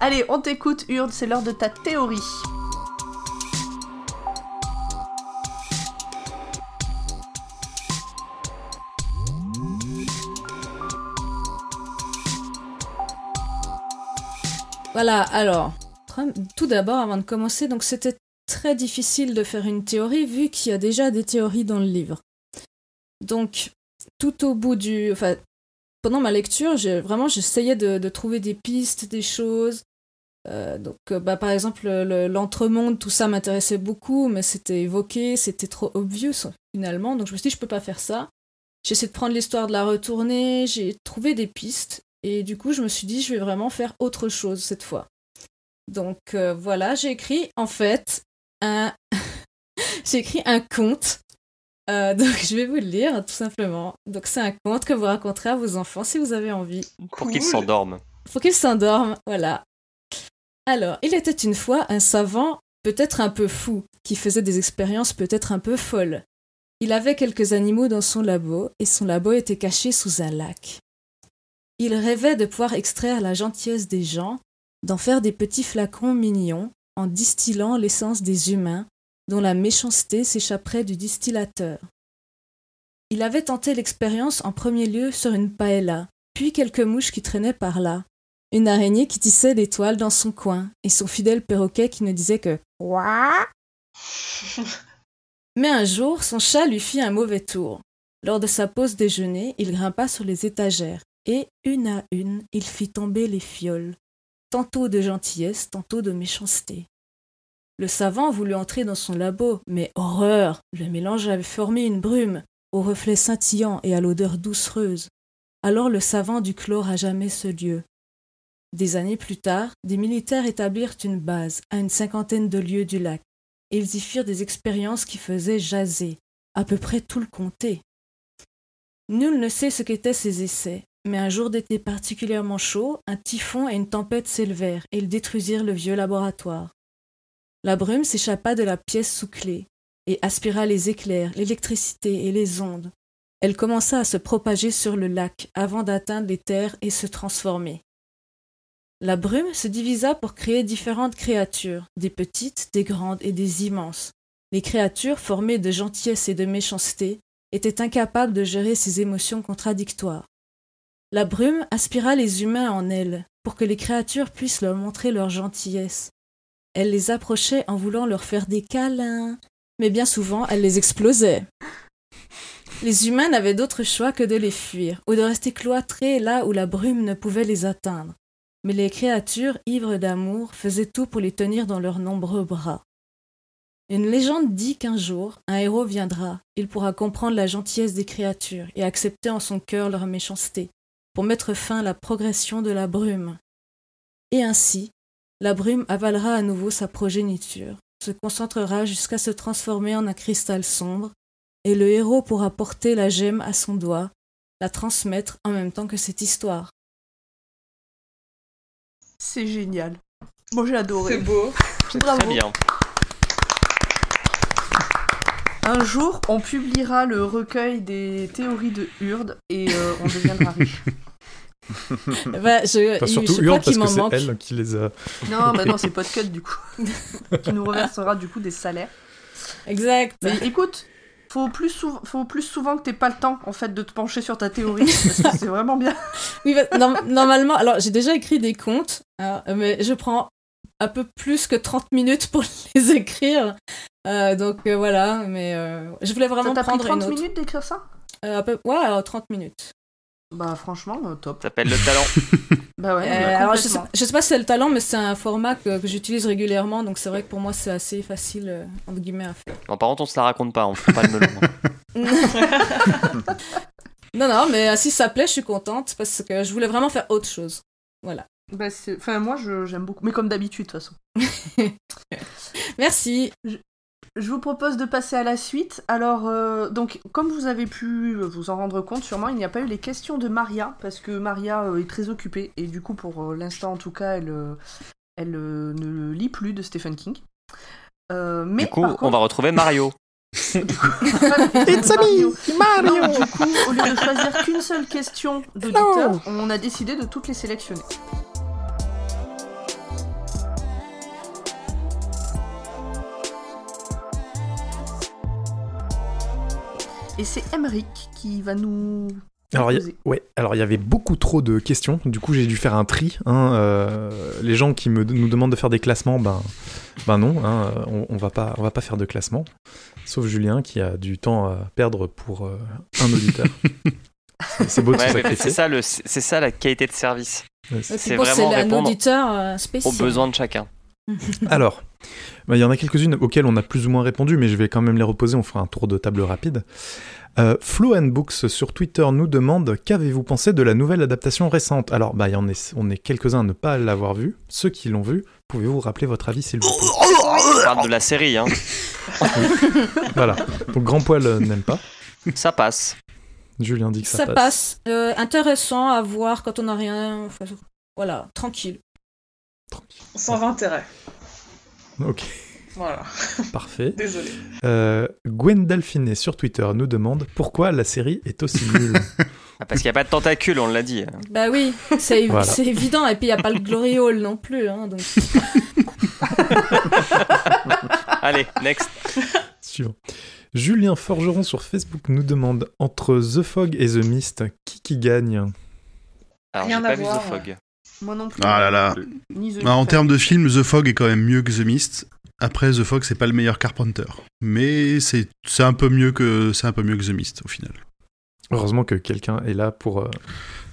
Allez, on t'écoute, Hurde, c'est l'heure de ta théorie. Voilà, alors, tout d'abord, avant de commencer, donc c'était très difficile de faire une théorie vu qu'il y a déjà des théories dans le livre. Donc, tout au bout du. Enfin, pendant ma lecture, j'ai vraiment, j'essayais de, de trouver des pistes, des choses. Euh, donc, euh, bah, par exemple, le- l'entremonde, tout ça m'intéressait beaucoup, mais c'était évoqué, c'était trop obvious finalement. Donc, je me suis dit, je peux pas faire ça. J'ai essayé de prendre l'histoire, de la retourner, j'ai trouvé des pistes. Et du coup, je me suis dit, je vais vraiment faire autre chose cette fois. Donc euh, voilà, j'ai écrit en fait un, j'ai écrit un conte. Euh, donc je vais vous le lire tout simplement. Donc c'est un conte que vous raconterez à vos enfants si vous avez envie. Pour qu'ils s'endorment. Faut qu'il s'endorme, voilà. Alors, il était une fois un savant, peut-être un peu fou, qui faisait des expériences peut-être un peu folles. Il avait quelques animaux dans son labo, et son labo était caché sous un lac. Il rêvait de pouvoir extraire la gentillesse des gens, d'en faire des petits flacons mignons, en distillant l'essence des humains, dont la méchanceté s'échapperait du distillateur. Il avait tenté l'expérience en premier lieu sur une paella, puis quelques mouches qui traînaient par là, une araignée qui tissait des toiles dans son coin, et son fidèle perroquet qui ne disait que Ouah Mais un jour, son chat lui fit un mauvais tour. Lors de sa pause déjeuner, il grimpa sur les étagères, et, une à une, il fit tomber les fioles, tantôt de gentillesse, tantôt de méchanceté. Le savant voulut entrer dans son labo, mais horreur Le mélange avait formé une brume, aux reflets scintillants et à l'odeur doucereuse alors le savant du chlore à jamais ce lieu. Des années plus tard, des militaires établirent une base à une cinquantaine de lieues du lac, et ils y firent des expériences qui faisaient jaser à peu près tout le comté. Nul ne sait ce qu'étaient ces essais, mais un jour d'été particulièrement chaud, un typhon et une tempête s'élevèrent et ils détruisirent le vieux laboratoire. La brume s'échappa de la pièce sous clé et aspira les éclairs, l'électricité et les ondes. Elle commença à se propager sur le lac avant d'atteindre les terres et se transformer. La brume se divisa pour créer différentes créatures, des petites, des grandes et des immenses. Les créatures, formées de gentillesse et de méchanceté, étaient incapables de gérer ces émotions contradictoires. La brume aspira les humains en elle, pour que les créatures puissent leur montrer leur gentillesse. Elle les approchait en voulant leur faire des câlins, mais bien souvent elle les explosait. Les humains n'avaient d'autre choix que de les fuir, ou de rester cloîtrés là où la brume ne pouvait les atteindre. Mais les créatures, ivres d'amour, faisaient tout pour les tenir dans leurs nombreux bras. Une légende dit qu'un jour, un héros viendra, il pourra comprendre la gentillesse des créatures et accepter en son cœur leur méchanceté, pour mettre fin à la progression de la brume. Et ainsi, la brume avalera à nouveau sa progéniture, se concentrera jusqu'à se transformer en un cristal sombre, et le héros pourra porter la gemme à son doigt, la transmettre en même temps que cette histoire. C'est génial. Moi, j'ai adoré. C'est beau. C'est Ah Bravo. très bien. Un jour, on publiera le recueil des théories de Hurd et euh, on deviendra riche. Bah, je, Enfin, il- surtout je crois Hurle, parce qu'il que m'en c'est manque. elle qui les a. Non, bah non, c'est Podcut du coup, qui nous reversera du coup des salaires. Exact. Mais écoute, faut plus, sou- faut plus souvent que t'aies pas le temps en fait de te pencher sur ta théorie, parce que c'est vraiment bien. Oui, bah, norm- normalement, alors j'ai déjà écrit des comptes, hein, mais je prends un peu plus que 30 minutes pour les écrire. Euh, donc euh, voilà, mais euh, je voulais Ça vraiment t'a pris prendre 30 une autre. minutes d'écrire ça Euh, à peu- ouais, alors 30 minutes. Bah franchement, euh, top. T'appelles le talent. Bah ouais, Euh, bah, alors je sais, complètement. je sais pas si c'est le talent, mais c'est un format que, que j'utilise régulièrement, donc c'est vrai que pour moi c'est assez facile euh, entre guillemets à faire. Non, par contre, on se la raconte pas, on fait pas le melon. Non, non, mais euh, si ça plaît, je suis contente parce que je voulais vraiment faire autre chose. Voilà. Bah, c'est- enfin moi je- j'aime beaucoup, mais comme d'habitude de toute façon. Merci. Je vous propose de passer à la suite. Alors, euh, donc, comme vous avez pu euh, vous en rendre compte, sûrement, il n'y a pas eu les questions de Maria, parce que Maria euh, est très occupée, et du coup, pour euh, l'instant, en tout cas, elle, euh, elle euh, ne lit plus de Stephen King. Euh, mais Du coup, par on contre, va retrouver Mario. It's Mario. Ah, Non, du coup, au lieu de choisir qu'une seule question d'auditeur, on a décidé de toutes les sélectionner. Et c'est Emeric qui va nous. Alors, il y a- Vas-y. ouais, alors il y avait beaucoup trop de questions, du coup j'ai dû faire un tri. hein, euh, les gens qui me, nous demandent de faire des classements, ben, ben non, hein, euh, on, on va pas, on va pas faire de classement. Sauf Julien qui a du temps à perdre pour euh, un auditeur. C'est- c'est beau de se Ouais, mais sacrifier. c'est ça, le- c'est ça la qualité de service. Ouais, Et c'est- puis C'est bon, c'est vraiment un répondre auditeur euh, aux spécial. besoins de chacun. Alors, bah, il y en a quelques-unes auxquelles on a plus ou moins répondu, mais je vais quand même les reposer, on fera un tour de table rapide. Euh, Flo and Books sur Twitter nous demande Qu'avez-vous pensé de la nouvelle adaptation récente Alors, bah, il y en est, on est quelques-uns à ne pas l'avoir vue. Ceux qui l'ont vue, pouvez-vous rappeler votre avis, s'il vous plaît On parle de la série, hein. Voilà. Donc, Grand Poil euh, n'aime pas. ça passe. Julien dit que ça, Ça, passe. Euh, intéressant à voir quand on n'a rien. enfin, voilà, tranquille. Sans intérêt. Ok, Voilà. parfait. Désolé. Euh, Gwen Dalfinet sur Twitter nous demande Pourquoi la série est aussi nulle Ah, Parce qu'il n'y a pas de tentacules, on l'a dit. Bah oui, c'est Voilà. c'est évident. Et puis il n'y a pas le Glory Hall non plus. hein, donc... Allez, next. Suivant. Julien Forgeron sur Facebook nous demande entre The Fog et The Mist, qui qui gagne Alors, j'ai Rien à pas vu voir. The Fog. Moi non plus. Ah là là. Ni The Ah, en Looper. termes de film, The Fog est quand même mieux que The Mist. Après, The Fog, c'est pas le meilleur Carpenter, mais c'est c'est un peu mieux que c'est un peu mieux que The Mist au final. Heureusement que quelqu'un est là pour euh,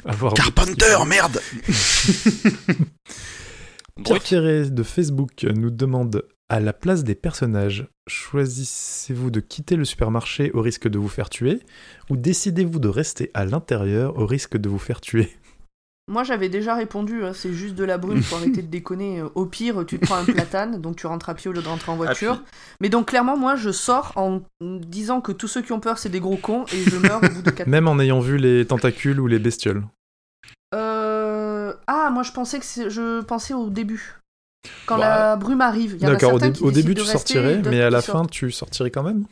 avoir. Carpenter, merde. Pierre Brut. Ferré de Facebook nous demande à la place des personnages, choisissez-vous de quitter le supermarché au risque de vous faire tuer ou décidez-vous de rester à l'intérieur au risque de vous faire tuer Moi j'avais déjà répondu, hein, c'est juste de la brume, faut arrêter de déconner. Euh, Au pire, tu te prends un platane, donc tu rentres à pied au lieu de rentrer en voiture. Mais donc clairement, moi, je sors en disant que tous ceux qui ont peur, c'est des gros cons, et je meurs au bout de 4 Même en ayant vu les tentacules ou les bestioles. Euh... Ah, moi, je pensais que c'est- je pensais au début. Quand Bah, la brume arrive. Il y en a D'accord, au, certains dé- qui au décident début de tu rester, sortirais, d'autres mais à qui la sortent. fin tu sortirais quand même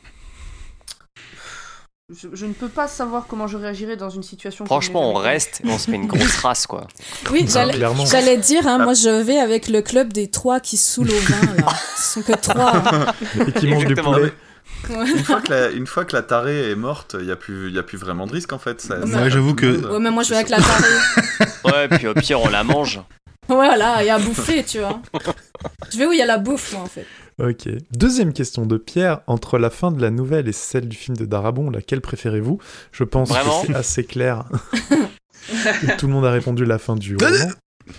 Je, je ne peux pas savoir comment je réagirais dans une situation. Franchement, on comme les- reste et on se fait une grosse race, quoi. Oui, Ah, j'allais. Clairement. J'allais dire, hein, moi je vais avec le club des trois qui saoulent au vin là. Ce sont que trois. hein. Et qui mange du Exactement. poulet. Une fois, que la, une fois que la tarée est morte, il n'y a, plus- y a plus vraiment de risque en fait. Ça, Ouais, ça attrape j'avoue tout le que- monde. Ouais, mais moi je vais avec la tarée. Ouais, puis au pire, on la mange. Voilà, il y a à bouffer, tu vois. Je vais où il y a la bouffe, moi, en fait. Ok. Deuxième question de Pierre. Entre la fin de la nouvelle et celle du film de Darabon, laquelle préférez-vous Je pense Vraiment que c'est assez clair. Tout le monde a répondu la fin du roman.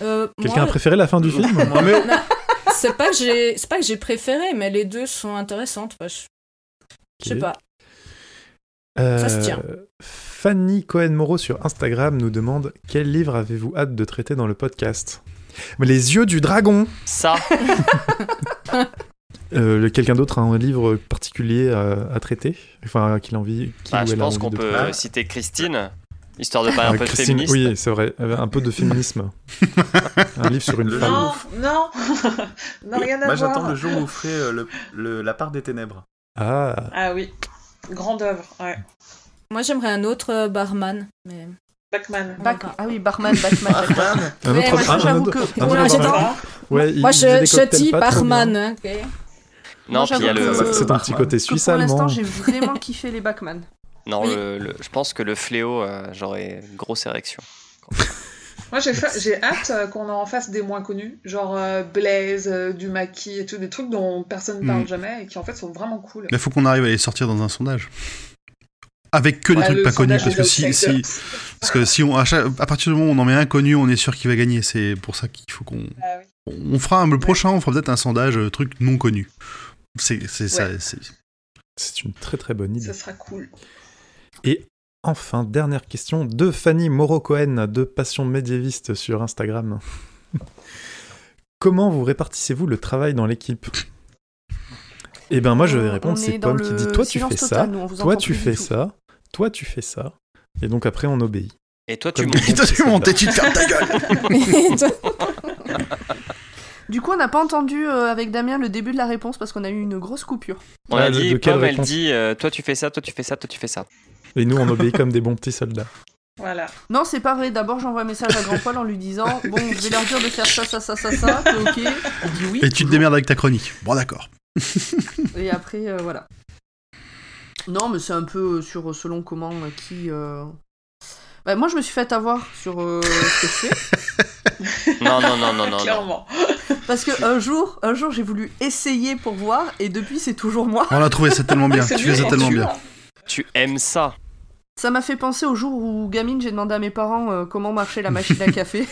Euh, Quelqu'un moi, a préféré la fin du film Moi, mais- c'est pas que j'ai, c'est pas que j'ai préféré, mais les deux sont intéressantes. Enfin, je je sais Ok. pas. Euh, Ça se tient. Fanny Cohen-Moreau sur Instagram nous demande quel livre avez-vous hâte de traiter dans le podcast Mais Les yeux du dragon Ça, Euh, le- Quelqu'un d'autre a un livre particulier euh, à traiter Enfin, qu'il a envie. qu'il bah, ou je elle a pense envie qu'on de peut traiter. citer Christine, histoire de parler Euh, un peu de Christine- féministe. Oui, c'est vrai. Euh, Un peu de féminisme. un livre sur une Le femme. jour- Non, non, non, rien à Moi voir. j'attends le jour où vous ferez euh, le- le- la part des ténèbres. Ah, Ah oui, grande œuvre, ouais. Moi, j'aimerais un autre euh, barman, mais Bachman. on va Bac- voir. Ah oui, barman, Batman. Eh, Batman. un Ouais, autre. moi, un j'avoue autre- que- un Ouais, autre- Ah, j'adore. Ah, Ouais, il- moi, il faisait je, des je cocktails dis pas trop bien. barman. hein, ok. Non, puis il y a j'avoue le. que- C'est un petit côté Que pour suisse-allemand. l'instant, j'ai vraiment kiffé les Backman. Non, Oui. le- le- je pense que le fléau, euh, j'aurais une grosse érection. Moi j'ai fa- j'ai hâte euh, qu'on en fasse des moins connus, genre euh, Blaze, euh, du maquis et tout, des trucs dont personne ne parle Mm. jamais et qui en fait sont vraiment cool. Il faut qu'on arrive à les sortir dans un sondage. Avec que des Ouais, trucs le pas connus, sondage parce que des si, si, outsiders. parce que si on, à, chaque- à partir du moment où on en met un connu, on est sûr qu'il va gagner. C'est pour ça qu'il faut qu'on. Ah oui. On fera un, le prochain, on fera peut-être un sondage euh, truc non connu. C'est c'est ça. c'est- C'est une très très bonne idée. Ça sera cool. Enfin, dernière question de Fanny Moreau-Cohen de Passion médiéviste sur Instagram. Comment vous répartissez-vous le travail dans l'équipe Eh ben moi je vais répondre, On c'est est dans Pomme qui le dit toi tu silence fais total, ça, nous, on vous toi entend tu plus du fais tout. ça, toi tu fais ça, et donc après on obéit. Et toi, tu Comme- montes. Et toi, tu montes et tu te fermes ta gueule. Et toi- Du coup, on n'a pas entendu euh, avec Damien le début de la réponse parce qu'on a eu une grosse coupure. On Ouais, a Ah, de- dit, de quelle Pomme, elle réponse dit, euh, toi, tu fais ça, toi, tu fais ça, toi, tu fais ça. Et nous on obéit comme des bons petits soldats. Voilà. Non, c'est pas vrai. D'abord, j'envoie un message à Grand Poil en lui disant Bon, je vais leur dire de faire ça, ça, ça, ça, ça. T'es ok Il dit oui. Et tu te démerdes avec ta chronique. Bon, d'accord. Et après, euh, voilà. Non, mais c'est un peu euh, sur euh, selon comment, euh, qui. euh, Bah, moi, je me suis fait avoir sur euh, ce que je fais. Non, non, non, non, non. non. Clairement. Parce que un jour, un jour, j'ai voulu essayer pour voir, et depuis, c'est toujours moi. On l'a trouvé, c'est tellement bien. C'est tu mieux faisais quand tellement tu bien. l'as. Tu aimes ça. Ça m'a fait penser au jour où, gamine, j'ai demandé à mes parents euh, comment marchait la machine à café.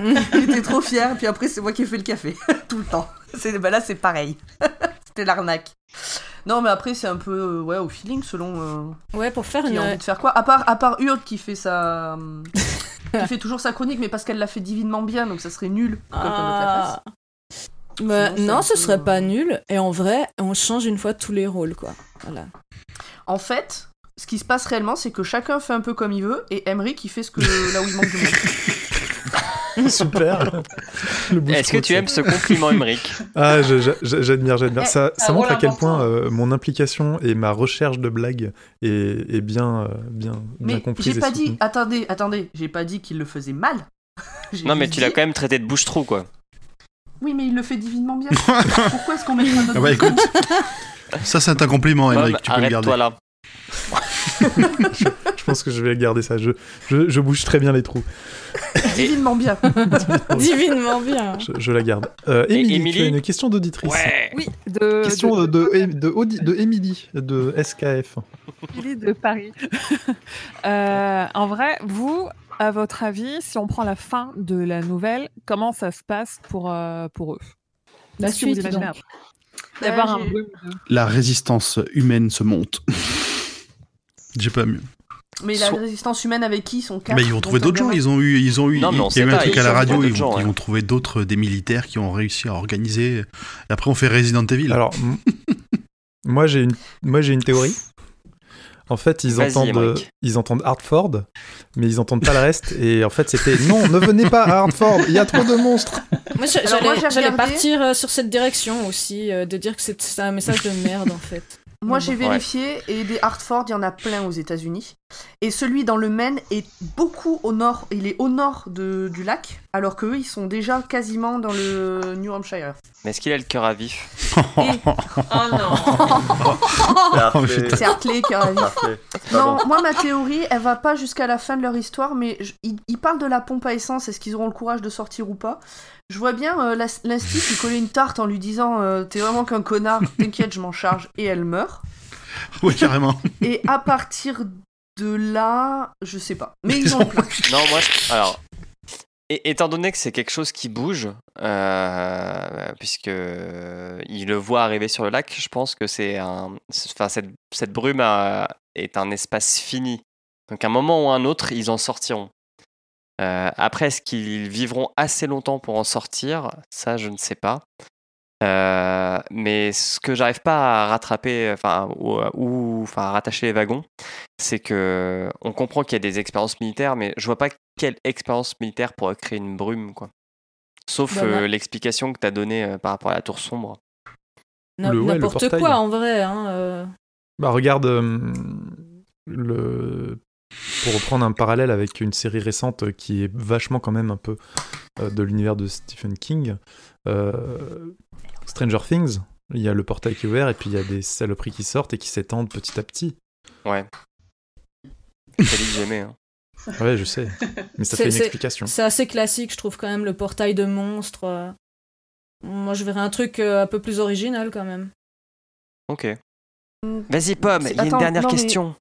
Ils étaient trop fiers, puis après, c'est moi qui ai fait le café, tout le temps. C'est, bah là, c'est pareil. C'était l'arnaque. Non, mais après, c'est un peu euh, ouais, au feeling, selon euh, Ouais, pour faire qui a envie une. de faire quoi. À part, à part Hurd qui fait sa. hum, qui fait toujours sa chronique, mais parce qu'elle l'a fait divinement bien, donc ça serait nul. que quelqu'un d'autre la fasse. Ah. Bah, Sinon, c'est un non, ce peu, serait euh, pas nul. Et en vrai, on change une fois tous les rôles, quoi. Voilà. En fait, ce qui se passe réellement, c'est que chacun fait un peu comme il veut, et Emmerich, il fait ce que là où il manque de monde. Super. Le boost Est-ce que tu routier. aimes ce compliment, Emmerich Ah, je- je- je- j'admire, j'admire. Eh, Ça, ça un montre à rôle quel important. point euh, mon implication et ma recherche de blagues est, est bien, euh, bien, bien Mais comprise. j'ai et pas dit, soutenue. attendez, attendez, j'ai pas dit qu'il le faisait mal. J'ai Non, mais juste tu l'as dit, quand même traité de bouche-trou, quoi. Oui, mais il le fait divinement bien. Pourquoi est-ce qu'on met un autre Ah bah bouton écoute, ça c'est un compliment, Pomme, Emmerich, tu peux le garder. arrête-toi là. Je pense que je vais garder ça. Je, je, je bouge très bien les trous. divinement bien Divinement bien. Je, je la garde. Euh, Et Émilie, tu Émilie as une question d'auditrice. Ouais Oui, Euh, de, Question de, de, de, de, Audi- de Émilie, de SKF. Philippe de Paris. Euh, en vrai, vous, à votre avis, si on prend la fin de la nouvelle, comment ça se passe pour, euh, pour eux La Qu'est-ce que vous suite, imaginez donc. Euh, après D'avoir un j'ai- brume de- La résistance humaine se monte. J'ai pas mieux. Mais la Soit- résistance humaine avec qui ils sont quatre Mais Bah, ils vont donc trouver un d'autres gens. gamin. Ils ont eu, ils ont eu, Non, mais on il y a eu sait un pas, truc ils à la ont radio. trouvé Ils d'autres vont, gens, ils ouais. vont trouver d'autres des militaires qui ont réussi à organiser. Et après, on fait Resident Evil. Alors, m- moi, j'ai une, moi, j'ai une théorie. En fait, ils Vas-y, entendent, euh, Émeric. ils entendent Hartford, mais ils entendent pas le reste. Et en fait, c'était non, ne venez pas à Hartford, il y a trop de monstres. Moi, je- Alors, moi, j'allais j'ai j'allais regardé- partir euh, sur cette direction aussi, euh, de dire que c'est c'est un message de merde, en fait. Moi Bon, j'ai bon. vérifié et des Hartford, il y en a plein aux États-Unis. Et celui dans le Maine est beaucoup au nord, il est au nord de- du lac, alors qu'eux, ils sont déjà quasiment dans le New Hampshire. Mais est-ce qu'il a le cœur à vif Oh non Oh. Oh, Parfait. C'est Hartley qui a Parfait. C'est pas Non, bon. moi ma théorie, elle va pas jusqu'à la fin de leur histoire, mais je- ils, ils parlent de la pompe à essence, est-ce qu'ils auront le courage de sortir ou pas Je vois bien euh, l'ins- l'instit lui coller une tarte en lui disant euh, T'es vraiment qu'un connard, t'inquiète, je m'en charge, et elle meurt. Ouais, carrément. Et à partir de là, je sais pas. Mais ils ont le plan. Non, moi, je- alors, é- étant donné que c'est quelque chose qui bouge, euh, puisque euh, il le voit arriver sur le lac, je pense que c'est un, c'est- enfin cette, cette brume euh, est un espace fini. Donc, à un moment ou un autre, ils en sortiront. Euh, après, est-ce qu'ils vivront assez longtemps pour en sortir Ça, je ne sais pas. Euh, mais ce que j'arrive pas à rattraper, enfin, ou, ou- enfin, à rattacher les wagons, c'est que on comprend qu'il y a des expériences militaires, mais je vois pas quelle expérience militaire pourrait créer une brume, quoi. Sauf Bah, euh, non. l'explication que t'as donnée euh, par rapport à la tour sombre. N'a- Le- ouais, le N'importe portail. quoi en vrai. Hein, euh. Bah regarde, euh, le... pour reprendre un parallèle avec une série récente qui est vachement quand même un peu euh, de l'univers de Stephen King, euh, Stranger Things, il y a le portail qui est ouvert et puis il y a des saloperies qui sortent et qui s'étendent petit à petit. Ouais. C'est lui que j'aimais. hein. Ouais, je sais, mais ça fait C'est- une c'est- explication. C'est assez classique, je trouve quand même, le portail de monstre. euh. Moi, je verrais un truc euh, un peu plus original quand même. Ok. Mm. Vas-y, Pomme, il y a une Attends, dernière non, mais- question.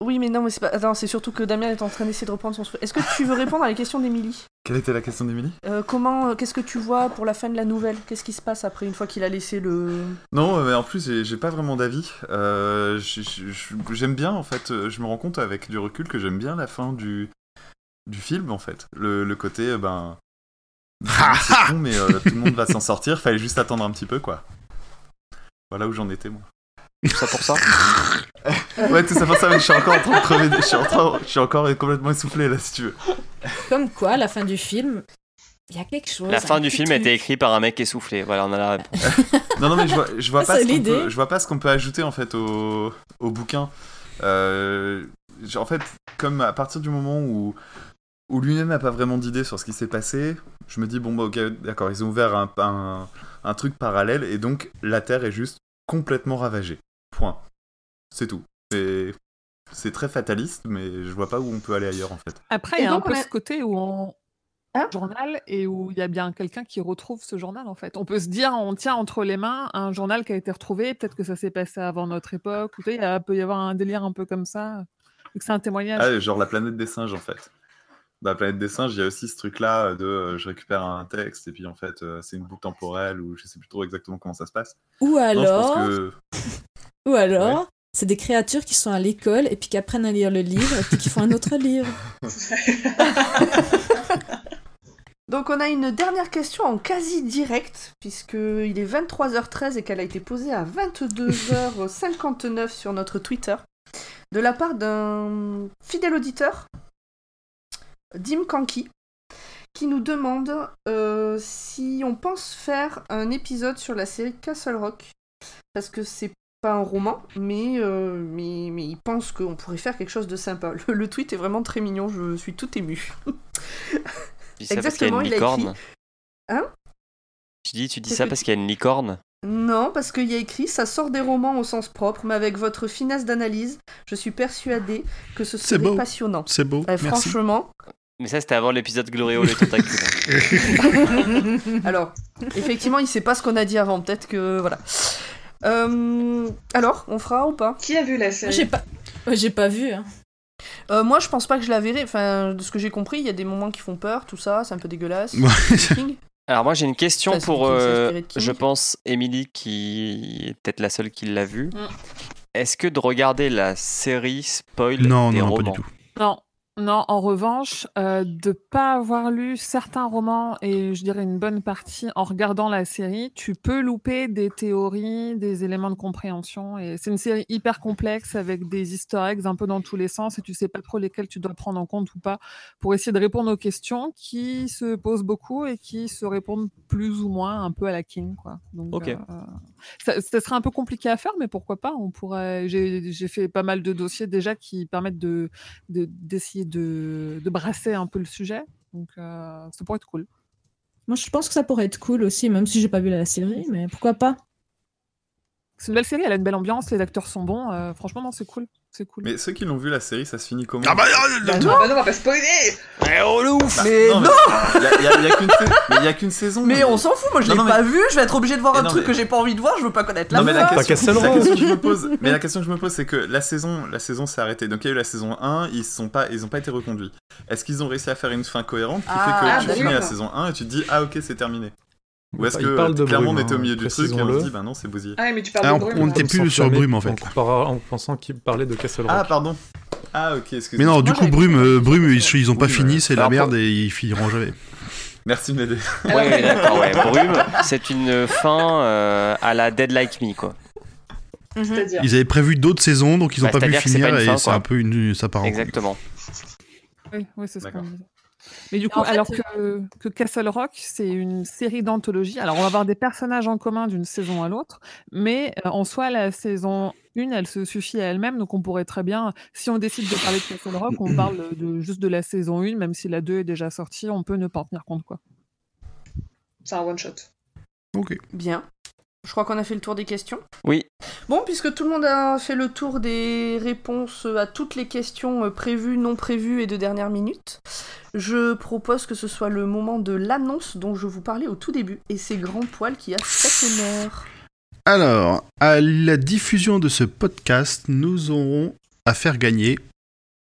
Oui, mais non, mais c'est pas. Attends, c'est surtout que Damien est en train d'essayer de reprendre son truc. Est-ce que tu veux répondre à la question d'Emily Quelle était la question d'Emilie Euh, Comment. euh, Qu'est-ce que tu vois pour la fin de la nouvelle Qu'est-ce qui se passe après, une fois qu'il a laissé le. Non, mais en plus, j'ai- j'ai pas vraiment d'avis. Euh, j'ai- j'ai- j'aime bien, en fait, euh, je me rends compte avec du recul que j'aime bien la fin du, du film, en fait. Le, le côté, euh, ben. c'est con, mais euh, tout le monde va s'en sortir, fallait juste attendre un petit peu, quoi. Voilà où j'en étais, moi. Tout ça pour ça Ouais, tout ça pour ça, mais je suis encore en train de crever. des- Je suis, en train- je suis encore complètement essoufflé, là, si tu veux. Comme quoi, la fin du film, il y a quelque chose. hein, La fin un du petit film a truc. été écrite par un mec essoufflé. Voilà, on a la réponse. Non, non, mais je vois, je vois, pas, C'est ce qu'on l'idée. peut, je vois pas ce qu'on peut ajouter en fait au, au bouquin. Euh, j- en fait, comme à partir du moment où, où lui-même n'a pas vraiment d'idée sur ce qui s'est passé, je me dis, bon, bah ok, d'accord, ils ont ouvert un, un, un truc parallèle et donc la Terre est juste complètement ravagée. Point. C'est tout. C'est- C'est très fataliste, mais je vois pas où on peut aller ailleurs en fait. Après, Et il y a un donc, peu on a- ce côté où on Hein journal et où il y a bien quelqu'un qui retrouve ce journal en fait. On peut se dire, on tient entre les mains un journal qui a été retrouvé, peut-être que ça s'est passé avant notre époque, ou tu sais, il y a- peut y avoir un délire un peu comme ça, vu que c'est un témoignage. Ah, genre la planète des singes en fait. Dans la planète des singes, il y a aussi ce truc-là de euh, je récupère un texte et puis en fait euh, c'est une boucle temporelle ou je sais plus trop exactement comment ça se passe. Ou Non, je pense alors, que- ou alors c'est des créatures qui sont à l'école et puis qui apprennent à lire le livre et puis qui font un autre livre. Donc on a une dernière question en quasi direct, puisqu'il est 23h13 et qu'elle a été posée à 22h59 sur notre Twitter, de la part d'un fidèle auditeur, Dim Kanki, qui nous demande euh, si on pense faire un épisode sur la série Castle Rock, parce que c'est pas un roman, mais, euh, mais, mais il pense qu'on pourrait faire quelque chose de sympa. Le, le tweet est vraiment très mignon, je suis tout émue. Tu dis ça parce qu'il y Exactement, a une il a écrit- licorne. Hein Tu dis, tu dis Qu'est-ce ça que parce tu- qu'il y a une licorne. Non, parce qu'il y a écrit ça sort des romans au sens propre, mais avec votre finesse d'analyse, je suis persuadée que ce C'est serait beau. passionnant. C'est beau. Eh, Merci. franchement, Mais ça, c'était avant l'épisode Glorio les tentacules. alors, effectivement, il sait pas ce qu'on a dit avant, peut-être que voilà. Euh, alors, on fera ou pas Qui a vu la Moi, série J'ai pas, moi, j'ai pas vu. hein. Euh, Moi, je pense pas que je la verrai. Enfin, de ce que j'ai compris, il y a des moments qui font peur, tout ça, c'est un peu dégueulasse. Ouais. King Alors moi j'ai une question Enfin, c'est pour, King, c'est euh, inspiré de King. je pense, Émilie qui est peut-être la seule qui l'a vue. Mm. Est-ce que de regarder la série spoil Non, des non, non, pas romans du tout. Non, non. En revanche, euh, de pas avoir lu certains romans et je dirais une bonne partie en regardant la série, tu peux louper des théories, des éléments de compréhension. Et c'est une série hyper complexe avec des easter eggs un peu dans tous les sens et tu sais pas trop lesquels tu dois prendre en compte ou pas pour essayer de répondre aux questions qui se posent beaucoup et qui se répondent plus ou moins un peu à la King, quoi. Donc, Ok. euh, ça, ça serait un peu compliqué à faire, mais pourquoi pas On pourrait. J'ai j'ai fait pas mal de dossiers déjà qui permettent de de- d'essayer de, de brasser un peu le sujet. Donc, euh, ça pourrait être cool. Moi, je pense que ça pourrait être cool aussi, même si j'ai pas vu la série, mais pourquoi pas C'est une belle série, elle a une belle ambiance, les acteurs sont bons. euh, franchement, non, c'est cool. C'est cool. Mais ceux qui l'ont vu la série, ça se finit comment Bah, Ah bah, Bah non, bah non, on va pas spoiler Eh oh le ouf Mais non, Il y a, y a qu'une sais- mais y a qu'une saison. mais on s'en fout, moi je Non, l'ai non, mais- pas vu, je vais être obligé de voir Eh un non, truc mais- que j'ai pas envie de voir, je veux pas connaître la Non, mais la fin. Pas question, Castle la Rock. question que je me pose, mais la question que je me pose, c'est que la saison, la saison s'est arrêtée. Donc il y a eu la saison 1, ils sont pas, ils ont pas été reconduits. Est-ce qu'ils ont réussi à faire une fin cohérente qui Ah, fait que d'accord. tu finis la saison 1 et tu te dis ah ok c'est terminé. Ou est-ce Bah, Il que parle de clairement Brume, on était au hein, milieu du truc et on précisons-le. se dit bah non c'est bousillé. Ah, mais tu parles Ah, de Brume, on là. était plus sur S'enflammer Brume, en fait. En, compara- en pensant qu'il parlait de Castle Rock. Ah pardon. Ah ok excuse-moi. Mais non, du Moi, coup, j'avais Brume, compris. euh, Brume, ils, ils ont pas Oui, fini, mais- c'est la Alors, merde pour- et ils finiront jamais. Merci de m'aider. Ouais, d'accord, ouais. Brume, c'est une fin euh, à la Dead Like Me, quoi. C'est-à-dire. Mhm. Ils avaient prévu d'autres saisons, donc ils ont Bah, pas pu c'est-à-dire que c'est finir pas une fin, et c'est quoi. un peu une. Ça part en couille. Exactement. Oui, oui, c'est ce qu'on D'accord. disait. Mais du Et coup, en fait, euh, alors que, que Castle Rock, c'est une série d'anthologie. Alors, on va avoir des personnages en commun d'une saison à l'autre, mais euh, en soi, la saison 1, elle se suffit à elle-même. Donc, on pourrait très bien, si on décide de parler de Castle Rock, on parle de, juste de la saison 1, même si la 2 est déjà sortie, on peut ne pas en tenir compte. Quoi. C'est un one-shot. Ok. Bien. Je crois qu'on a fait le tour des questions. Oui. Bon, puisque tout le monde a fait le tour des réponses euh, à toutes les questions euh, prévues, non prévues et de dernière minute, je propose que ce soit le moment de l'annonce dont je vous parlais au tout début. Et c'est Grand Poil qui a fait honneur. Alors, à la diffusion de ce podcast, nous aurons à faire gagner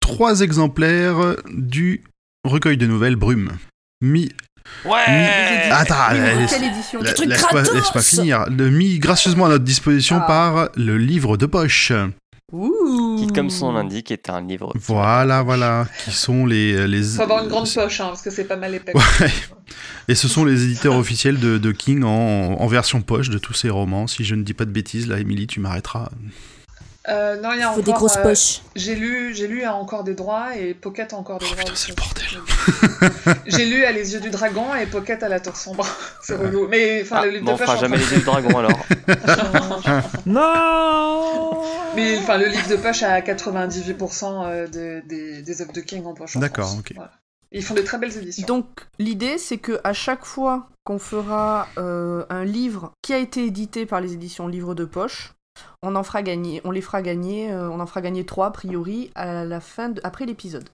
trois exemplaires du recueil de nouvelles Brume. Mi. Eh. Mais- Attends, Oui, mais laisse- quelle édition Ah, la- truc laisse, pas, gratos laisse pas finir. Le mis gracieusement à notre disposition Ah. par le livre de poche. Ouh. Qui, comme son nom l'indique, est un livre. Voilà, voilà. Qui sont les. les Faut avoir une grande poche, hein, parce que c'est pas mal épais. Ouais. Et ce sont les éditeurs officiels de, de King en, en version poche de tous ses romans. Si je ne dis pas de bêtises, là, Émilie, tu m'arrêteras. Euh, non, il y a Il faut encore. des grosses euh, poches. J'ai lu, j'ai lu à encore des droits et Pocket a encore des Oh droits. putain, c'est le aussi. bordel. J'ai lu à les yeux du dragon et Pocket à la tour sombre. C'est relou. Mais enfin, Ah, le livre bon, on de hein, poche. fera jamais hein. les yeux de dragon alors. enfin. Non Mais enfin, le livre de poche à 98% euh, de- des, des œuvres de King en poche. en D'accord, France. ok. Voilà. Ils font de très belles éditions. Donc l'idée c'est que à chaque fois qu'on fera euh, un livre qui a été édité par les éditions Livres de Poche, on en fera gagner, on les fera gagner, euh, on en fera gagner trois a priori à la fin de- après l'épisode.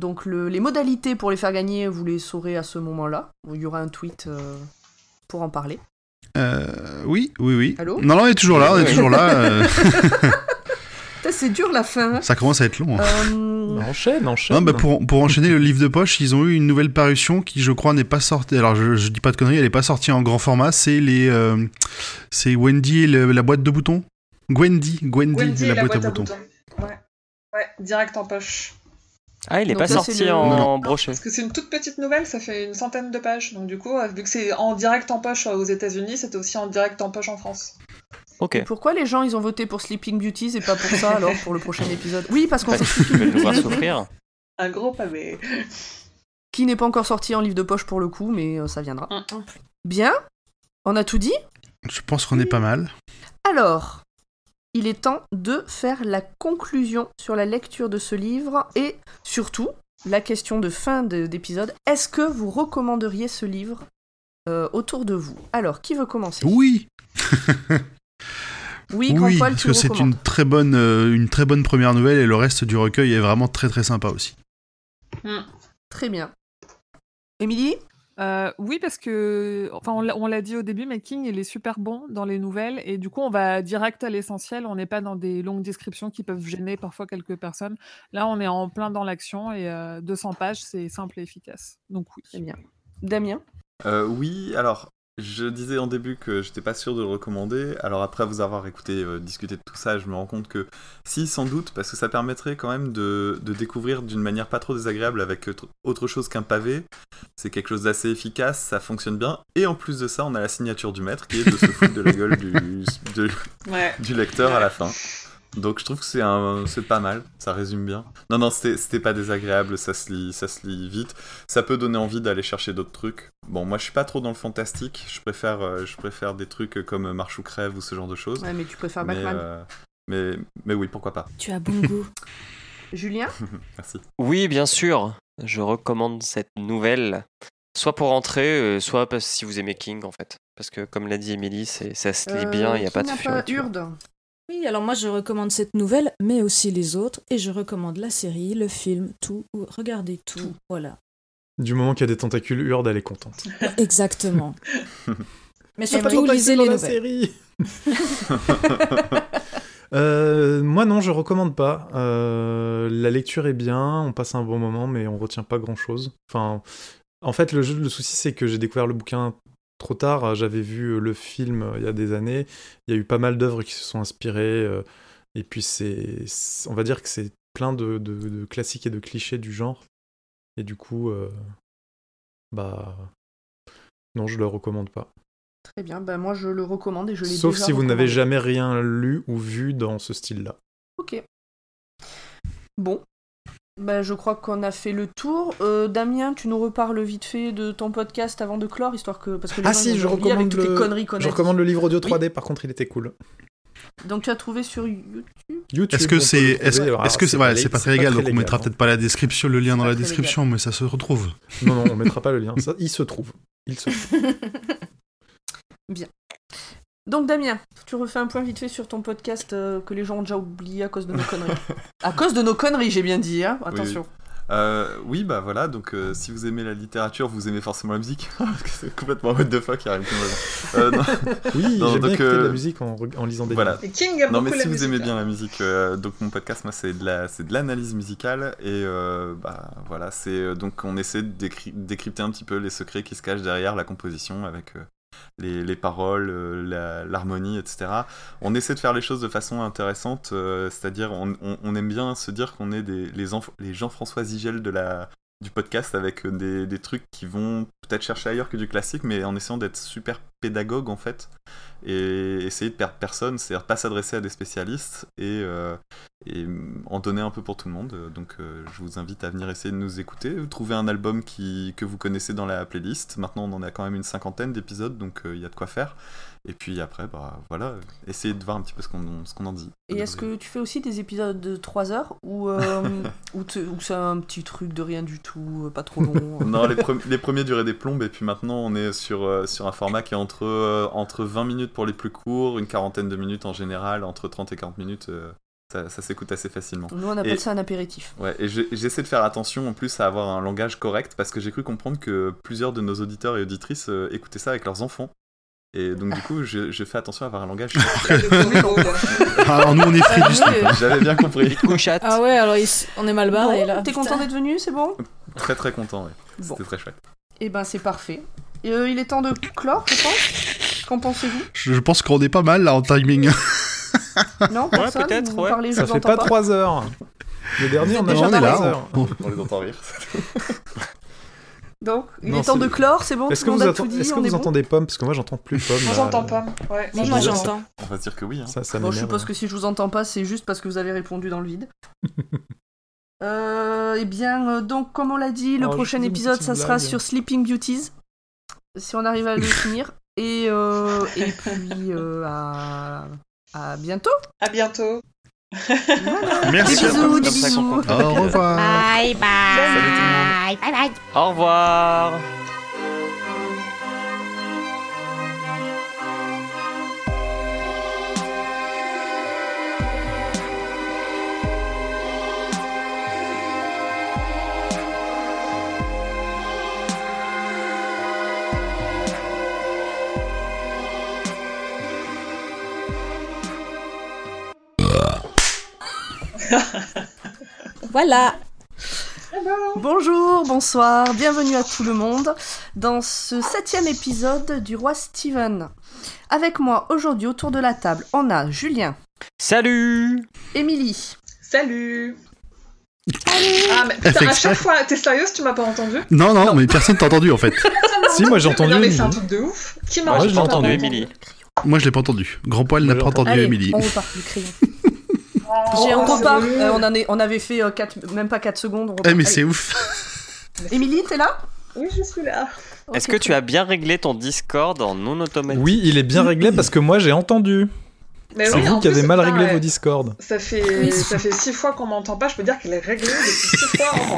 Donc le- les modalités pour les faire gagner, vous les saurez à ce moment-là. Il y aura un tweet euh, pour en parler. Euh, oui, oui, oui. Allô non, non, on est toujours là, on est Oui. toujours là. euh, Putain, C'est dur la fin. hein. ça commence à être long. hein. Euh, Bah, Enchaîne, enchaîne. Non, bah, pour, pour enchaîner le livre de poche, ils ont eu une nouvelle parution qui, je crois, n'est pas sortie. Alors, je, je dis pas de conneries, elle n'est pas sortie en grand format. C'est les, euh, c'est Wendy et le- la boîte de boutons. Gwendy, Gwendy, Wendy et et la, boîte à boutons. Ouais. ouais, direct en poche. Ah, il est Donc pas ça, c'est sorti le- en Non. brochet. Parce que c'est une toute petite nouvelle, ça fait une centaine de pages. Donc du coup, euh, vu que c'est en direct en poche euh, aux États-Unis, c'était aussi en direct en poche en France. Ok. pourquoi les gens ils ont voté pour Sleeping Beauties et pas pour ça alors pour le prochain épisode Oui parce Bah, qu'on Parce sait que Bah, tu veux nous voir souffrir. Un gros pavé. qui n'est pas encore sorti en livre de poche pour le coup, mais euh, ça viendra. Mm. Bien, on a tout dit. Je pense qu'on est pas mal. Alors, il est temps de faire la conclusion sur la lecture de ce livre et surtout la question de fin de- d'épisode. Est-ce que vous recommanderiez ce livre euh, autour de vous Alors, qui veut commencer Oui, Oui, Grand oui, Poil, parce tu que le c'est recommandes. une très bonne, euh, une très bonne première nouvelle et le reste du recueil est vraiment très très sympa aussi. Très bien. Émilie Euh, oui, parce que, enfin, on l'a- on l'a dit au début, mais King, il est super bon dans les nouvelles. Et du coup, on va direct à l'essentiel. On n'est pas dans des longues descriptions qui peuvent gêner parfois quelques personnes. Là, on est en plein dans l'action et euh, 200 pages, c'est simple et efficace. Donc, Très oui. bien. Damien Euh, oui, alors je disais en début que j'étais pas sûr de le recommander. Alors après vous avoir écouté, euh, discuté de tout ça, je me rends compte que si, sans doute, parce que ça permettrait quand même de, de découvrir d'une manière pas trop désagréable avec autre- autre chose qu'un pavé. C'est quelque chose d'assez efficace, ça fonctionne bien. Et en plus de ça, on a la signature du maître qui est de se foutre de la gueule du, de- Ouais. du lecteur à la fin. Donc je trouve que c'est un, c'est pas mal, ça résume bien. Non non, c'était c'était pas désagréable, ça se lit, ça se lit vite. Ça peut donner envie d'aller chercher d'autres trucs. Bon, moi je suis pas trop dans le fantastique, je préfère, euh, je préfère des trucs comme euh, Marche ou crève ou ce genre de choses. Ouais, mais tu préfères mais, Batman. euh, mais mais oui, pourquoi pas. Tu as bon goût. Julien Merci. Oui, bien sûr. Je recommande cette nouvelle soit pour rentrer, euh, soit parce, si vous aimez King en fait. Parce que comme l'a dit Émilie, c'est- ça se lit Euh, eh bien, il n'y a qui pas de n'a fioriture. Urde. Oui, alors moi je recommande cette nouvelle, mais aussi les autres, et je recommande la série, le film, tout, ou- regardez tout, voilà. Du moment qu'il y a des tentacules, Hurde, elle est contente. Exactement. mais Pas de surtout, tentacules lisez dans les la nouvelles. série. Euh, moi non, je recommande pas. Euh, la lecture est bien, on passe un bon moment, mais on retient pas grand chose. Enfin, en fait, le, jeu- le souci c'est que j'ai découvert le bouquin trop tard. J'avais vu le film euh, il y a des années. Il y a eu pas mal d'œuvres qui se sont inspirées. euh, et puis c'est, c'est- on va dire que c'est plein de, de- de classiques et de clichés du genre. Et du coup, euh, bah non, je le recommande pas. Très bien, bah, moi je le recommande et je l'ai Sauf déjà si vous n'avez recommandé. jamais rien lu ou vu dans ce style-là. Ok. Bon. Bah, je crois qu'on a fait le tour. Euh, Damien, tu nous reparles vite fait de ton podcast avant de clore, histoire que. Parce que les Ah gens, si, ils je ont oublié avec recommande, toutes les le... conneries qu'on a je recommande le livre audio Oui. 3D, par contre il était cool. dit. Donc tu as trouvé sur YouTube. YouTube, Est-ce que on peut c'est le est-ce trouver. Ah, Alors, est-ce que c'est ouais, lég- c'est pas très légal donc on mettra hein. peut-être pas la description le lien dans pas la très description mais ça se retrouve. hein. Non, non, on mettra pas le lien. Ça, il se trouve. Il se trouve. Donc Damien, tu refais un point vite fait sur ton podcast euh, que les gens ont déjà oublié à cause de nos conneries. à cause de nos conneries, j'ai bien dit, hein Attention. Euh, oui, bah voilà, donc euh, si vous aimez la littérature, vous aimez forcément la musique. Parce que c'est complètement what the fuck qui arrive. Euh, non. Oui, Non, j'aime bien donc, écouter de euh, la musique en, reg- en lisant des Voilà. livres. Et King aime Non beaucoup mais la si vous musique, aimez hein. bien la musique, euh, donc mon podcast, moi c'est de la c'est de l'analyse musicale et euh, bah voilà c'est euh, donc on essaie de décry- décrypter un petit peu les secrets qui se cachent derrière la composition avec euh, les, les paroles, euh, la- l'harmonie, etc. On essaie de faire les choses de façon intéressante, euh, c'est-à-dire on, on- on aime bien se dire qu'on est des les, enf- les Jean-François Zigel de la du podcast avec euh, des, des trucs qui vont peut-être chercher ailleurs que du classique, mais en essayant d'être super pédagogue en fait et essayer de perdre personne, c'est-à-dire pas s'adresser à des spécialistes et, euh, et en donner un peu pour tout le monde. Donc euh, je vous invite à venir essayer de nous écouter, trouver un album qui, que vous connaissez dans la playlist. Maintenant on en a quand même une cinquantaine d'épisodes, donc euh, il y a de quoi faire. Et puis après, bah voilà, essayez de voir un petit peu ce qu'on ce qu'on en dit. Et est-ce que tu fais aussi des épisodes de 3 heures ou, euh, ou, te- ou c'est un petit truc de rien du tout, euh, pas trop long euh. Non, les, premi- les premiers duraient des plombes, et puis maintenant on est sur, euh, sur un format qui est entre, euh, entre 20 minutes pour les plus courts, une quarantaine de minutes en général, entre 30 et 40 minutes, euh, ça- ça s'écoute assez facilement. Nous on appelle Et- ça un apéritif. Ouais, et j'ai- j'essaie de faire attention en plus à avoir un langage correct parce que j'ai cru comprendre que plusieurs de nos auditeurs et auditrices euh, écoutaient ça avec leurs enfants. Et donc, du coup, je, je fais attention à avoir un langage. Ah, Alors nous on est frileux. Euh. J'avais bien compris. Couchat. Ah ouais, alors il s- on est mal barré Bon, là. T'es Putain. content d'être venu, c'est bon Très très content, ouais. Bon, C'était très chouette. et ben c'est parfait. Euh, il est temps de clore, je pense. Qu'en pensez-vous Je, je pense qu'on est pas mal là en timing. Non, personne peut-être, Vous ouais. parlez, je Ça vous fait entends pas 3 heures. Le dernier, on a on est là. 3 heures. on- On les entend rire. Donc, il Non, est temps c'est- de clore, c'est bon, Est-ce tout que le vous, monde a atten- tout dit, est-ce que on est vous bon entendez Pomme Parce que moi j'entends plus Pomme. Moi là. j'entends pas. Ouais, Moi, Je moi vous jure, j'entends. On va se dire que oui. Hein. Ça, ça Bon, je m'énerve. suppose que si je vous entends pas, c'est juste parce que vous avez répondu dans le vide. Euh, eh bien, euh, donc, comme on l'a dit, le Oh, je prochain faisais une épisode, petite ça sera blague. sur Sleeping Beauties, si on arrive à le finir. Et, euh, et puis, euh, à... à bientôt. À bientôt. Merci Des à bisous, tous. des Comme ça qu'on bisous. comprend. Ah, Au revoir. Bye bye. Bye bye. Ah. Au revoir. Voilà. Bonjour, bonsoir, bienvenue à tout le monde dans ce septième épisode du Roi Steven. Avec moi aujourd'hui autour de la table, on a Julien, Salut. Émilie, Salut. Ah, mais putain, à Effectivement. chaque fois, t'es sérieuse, tu m'as pas entendu Non, non, mais personne t'a entendu en fait. Si, moi j'ai entendu. Non, mais une. c'est un truc de ouf. Qui m'a Moi, Moi, je je l'ai l'ai entendu, entendu. Émilie. Moi je l'ai pas entendu. Grand poil Moi, n'a pas j'entends. entendu Allez, Emily. on repart du crayon. J'ai J'ai on encore repart. Euh, on, en est- on avait fait euh, quatre- même pas 4 secondes. on repart. Eh Allez. mais c'est ouf. Émilie, t'es là Oui, je suis là. Est-ce que tu as bien réglé ton Discord en non automatique Eh Oui, il est bien réglé parce que moi j'ai entendu. Mais C'est oui, en vous qui plus, avez mal putain, réglé ouais. vos Discord. Ça fait, ça fait six fois qu'on m'entend pas, je peux dire qu'elle est réglée depuis six fois. avant.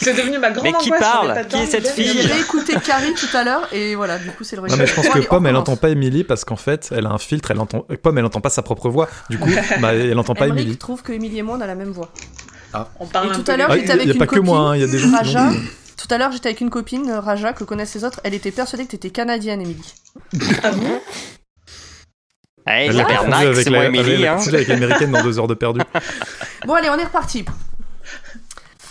C'est devenu ma grande Mais qui angoisse, parle on est pas Qui est dedans, cette mais- fille J'ai écouté Carrie tout à l'heure et voilà, du coup c'est le Non, mais je pense résultat. que Allez, on Pomme, elle commence. entend pas Emily parce qu'en fait, elle a un filtre, elle entend... euh, Pomme, elle entend pas sa propre voix. Du coup, bah, elle entend pas Emmerich Emily. trouve que Emily et moi on a la même voix. On parle Et un tout peu à l'heure, des- Ah, j'étais avec Il n'y a une pas que moi, hein, il y a des gens qui Raja, l'ont dit. tout à l'heure j'étais avec une copine, euh, Raja, que connaissent les autres, elle était persuadée que t'étais canadienne, Emily. Ah bon Eh, Elle j'ai l'a perdu, confondue avec c'est la- moi, avec- Émilie. elle l'a hein. confondue avec l'américaine dans deux heures de perdu. Euh, Bon allez, on est reparti.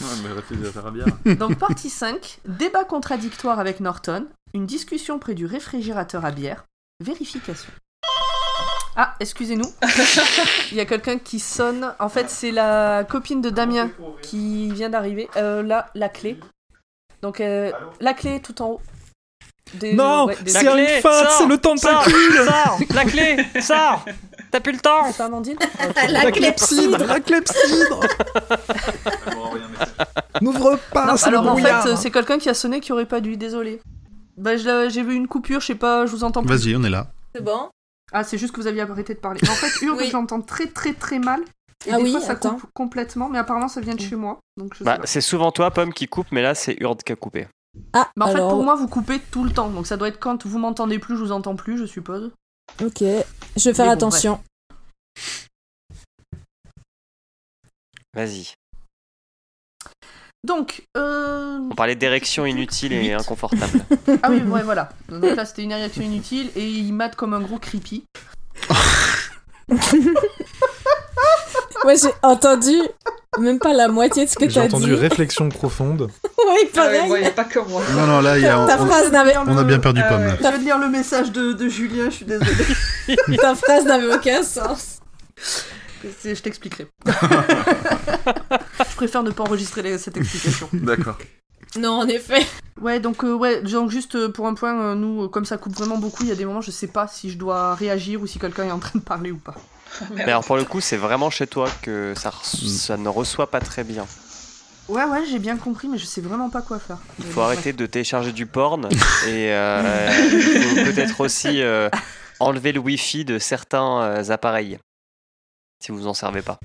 Ouais, mais réfléchis à faire bien. Hum. Donc partie 5, débat contradictoire avec Norton, une discussion près du réfrigérateur à bière, vérification. Ah, excusez-nous. Il y a quelqu'un qui sonne. En fait, c'est la copine de Damien qui vient d'arriver. Euh, là, la clé. Donc, euh, la clé tout en haut. Des- Non, ouais, des- C'est La une clé, feinte, sors, c'est le temps de sors, calcul. Sors La clé Sors T'as plus le temps Ah, C'est pas Amandine La clepsydre La clepsydre Elle m'aura envoyé un message. N'ouvre pas, c'est le Alors en brouillard. fait, euh, c'est quelqu'un qui a sonné qui aurait pas dû, désolé. Bah, je l'ai- j'ai vu une coupure, je sais pas, je vous entends plus. Vas-y, on est là. C'est bon Ah, c'est juste que vous aviez arrêté de parler. En fait, Urg, Oui. je l'entends très très très mal. Et Ah des oui, fois, ça attends. coupe complètement, mais apparemment, ça vient de chez moi. Donc, je sais Bah, pas. c'est souvent toi, Pomme, qui coupe, mais là, c'est Urde qui a coupé. Ah, Mais Bah, en alors, fait, pour moi, vous coupez tout le temps. Donc, ça doit être quand vous m'entendez plus, je vous entends plus, je suppose. ok, je vais faire Mais bon, attention. Vas-y. Donc, euh... On parlait d'érection inutile et Vite. inconfortable. ah oui, ouais, voilà. Donc là, c'était une réaction inutile et il mate comme un gros creepy. Moi, j'ai entendu même pas la moitié de ce que J'ai t'as dit. entendu réflexion profonde. oui, Ah ouais, pareil. moi, il n'y a pas que moi. Non, non, là, il y a- Ta on, phrase n'avait on a bien perdu Ah Pomme. là. ouais. Je viens de lire le message de, de Julien, je suis désolée. ta phrase n'avait aucun sens. C'est- Je t'expliquerai. je préfère ne pas enregistrer les- cette explication. D'accord. Non, en effet. Ouais, donc euh, ouais, genre juste euh, pour un point, euh, nous, euh, comme ça coupe vraiment beaucoup, il y a des moments, je sais pas si je dois réagir ou si quelqu'un est en train de parler ou pas. mais alors, pour le coup, c'est vraiment chez toi que ça, re- Mm. ça ne reçoit pas très bien. Ouais, ouais, j'ai bien compris, mais je sais vraiment pas quoi faire. Il Mais faut bon, arrêter de télécharger du porn et euh, il faut peut-être aussi euh, enlever le wifi de certains euh, appareils si vous en servez pas.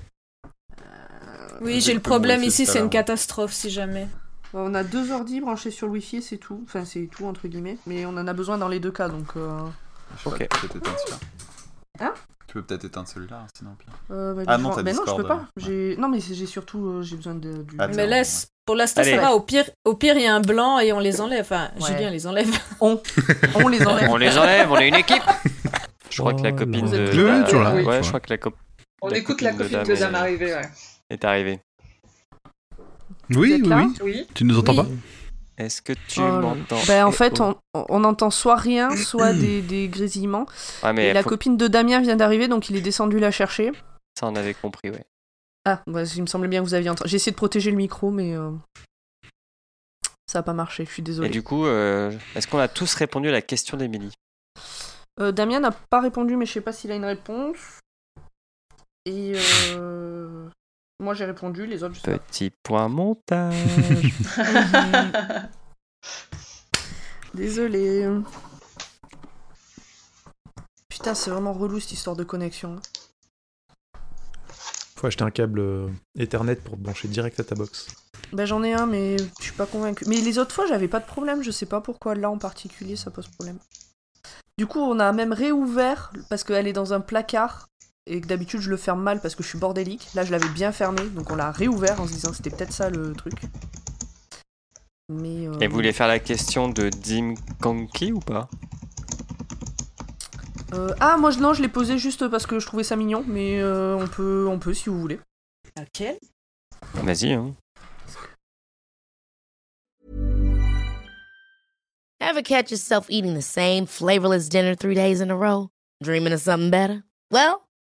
Oui, j'ai le Exactement, problème c'est ici, ça, c'est là. une catastrophe si jamais. bref. On a deux ordi branchés sur le wifi, c'est tout. Enfin, c'est tout entre guillemets, mais on en a besoin dans les deux cas, donc. Euh... Je sais Ok. pas, Tu peux peut-être éteindre celui-là. Hein Tu peux peut-être éteindre celui-là, hein, sinon pire. euh, bah, Ah du non, genre- t'as ben non, je Discord, peux pas. ouais. J'ai... Non, mais c'est- j'ai surtout euh, j'ai besoin de, du. Ah, Mais bon, là, ouais. c'est- pour l'instant, Allez. ça va. Au pire, au pire, il y a un blanc et on les enlève. Enfin, Ouais. Julien les enlève. on les enlève. On les enlève, on est une équipe. Je crois que la Oh copine là de. là. Oui, oui, toujours là. Ouais, Oui. je crois que la copine On La écoute la copine de copine de dame Dame est- arriver, ouais. est arrivée. Vous Oui, êtes oui, là oui. Oui. Tu nous entends Oui. pas Est-ce que tu Oh là là. m'entends Ben, en Eh fait, oh. on, on entend soit rien, soit des, des grésillements. Ouais, Ah, mais et la faut- copine de Damien vient d'arriver, donc il est descendu la chercher. ça, on avait compris, ouais. Ah, bah, il me semblait bien que vous aviez entendu. J'ai essayé de protéger le micro, mais euh, ça n'a pas marché, je suis Et désolée. du coup, euh, est-ce qu'on a tous répondu à la question d'Emily Euh, Damien n'a pas répondu, mais je sais pas s'il a une réponse. Et euh, moi j'ai répondu, les autres je sais pas. Petit point montage. Désolée. Putain, c'est vraiment relou cette histoire de connexion. Faut acheter un câble euh, Ethernet pour te brancher direct à ta box. Bah j'en ai un, mais je suis pas convaincue. Mais les autres fois j'avais pas de problème, je sais pas pourquoi là en particulier ça pose problème. Du coup, on a même réouvert parce qu'elle est dans un placard et que d'habitude je le ferme mal parce que je suis bordélique. Là, je l'avais bien fermé, donc on l'a réouvert en se disant que c'était peut-être ça le truc. Mais euh, Et vous voulez faire la question de Dim Kanki ou pas euh, ah moi je- non, je l'ai posé juste parce que je trouvais ça mignon, mais euh, on peut on peut si vous voulez. Laquelle Vas-y, hein. Ever catch yourself eating the same flavorless dinner three days in a row? Dreaming of something better? Well,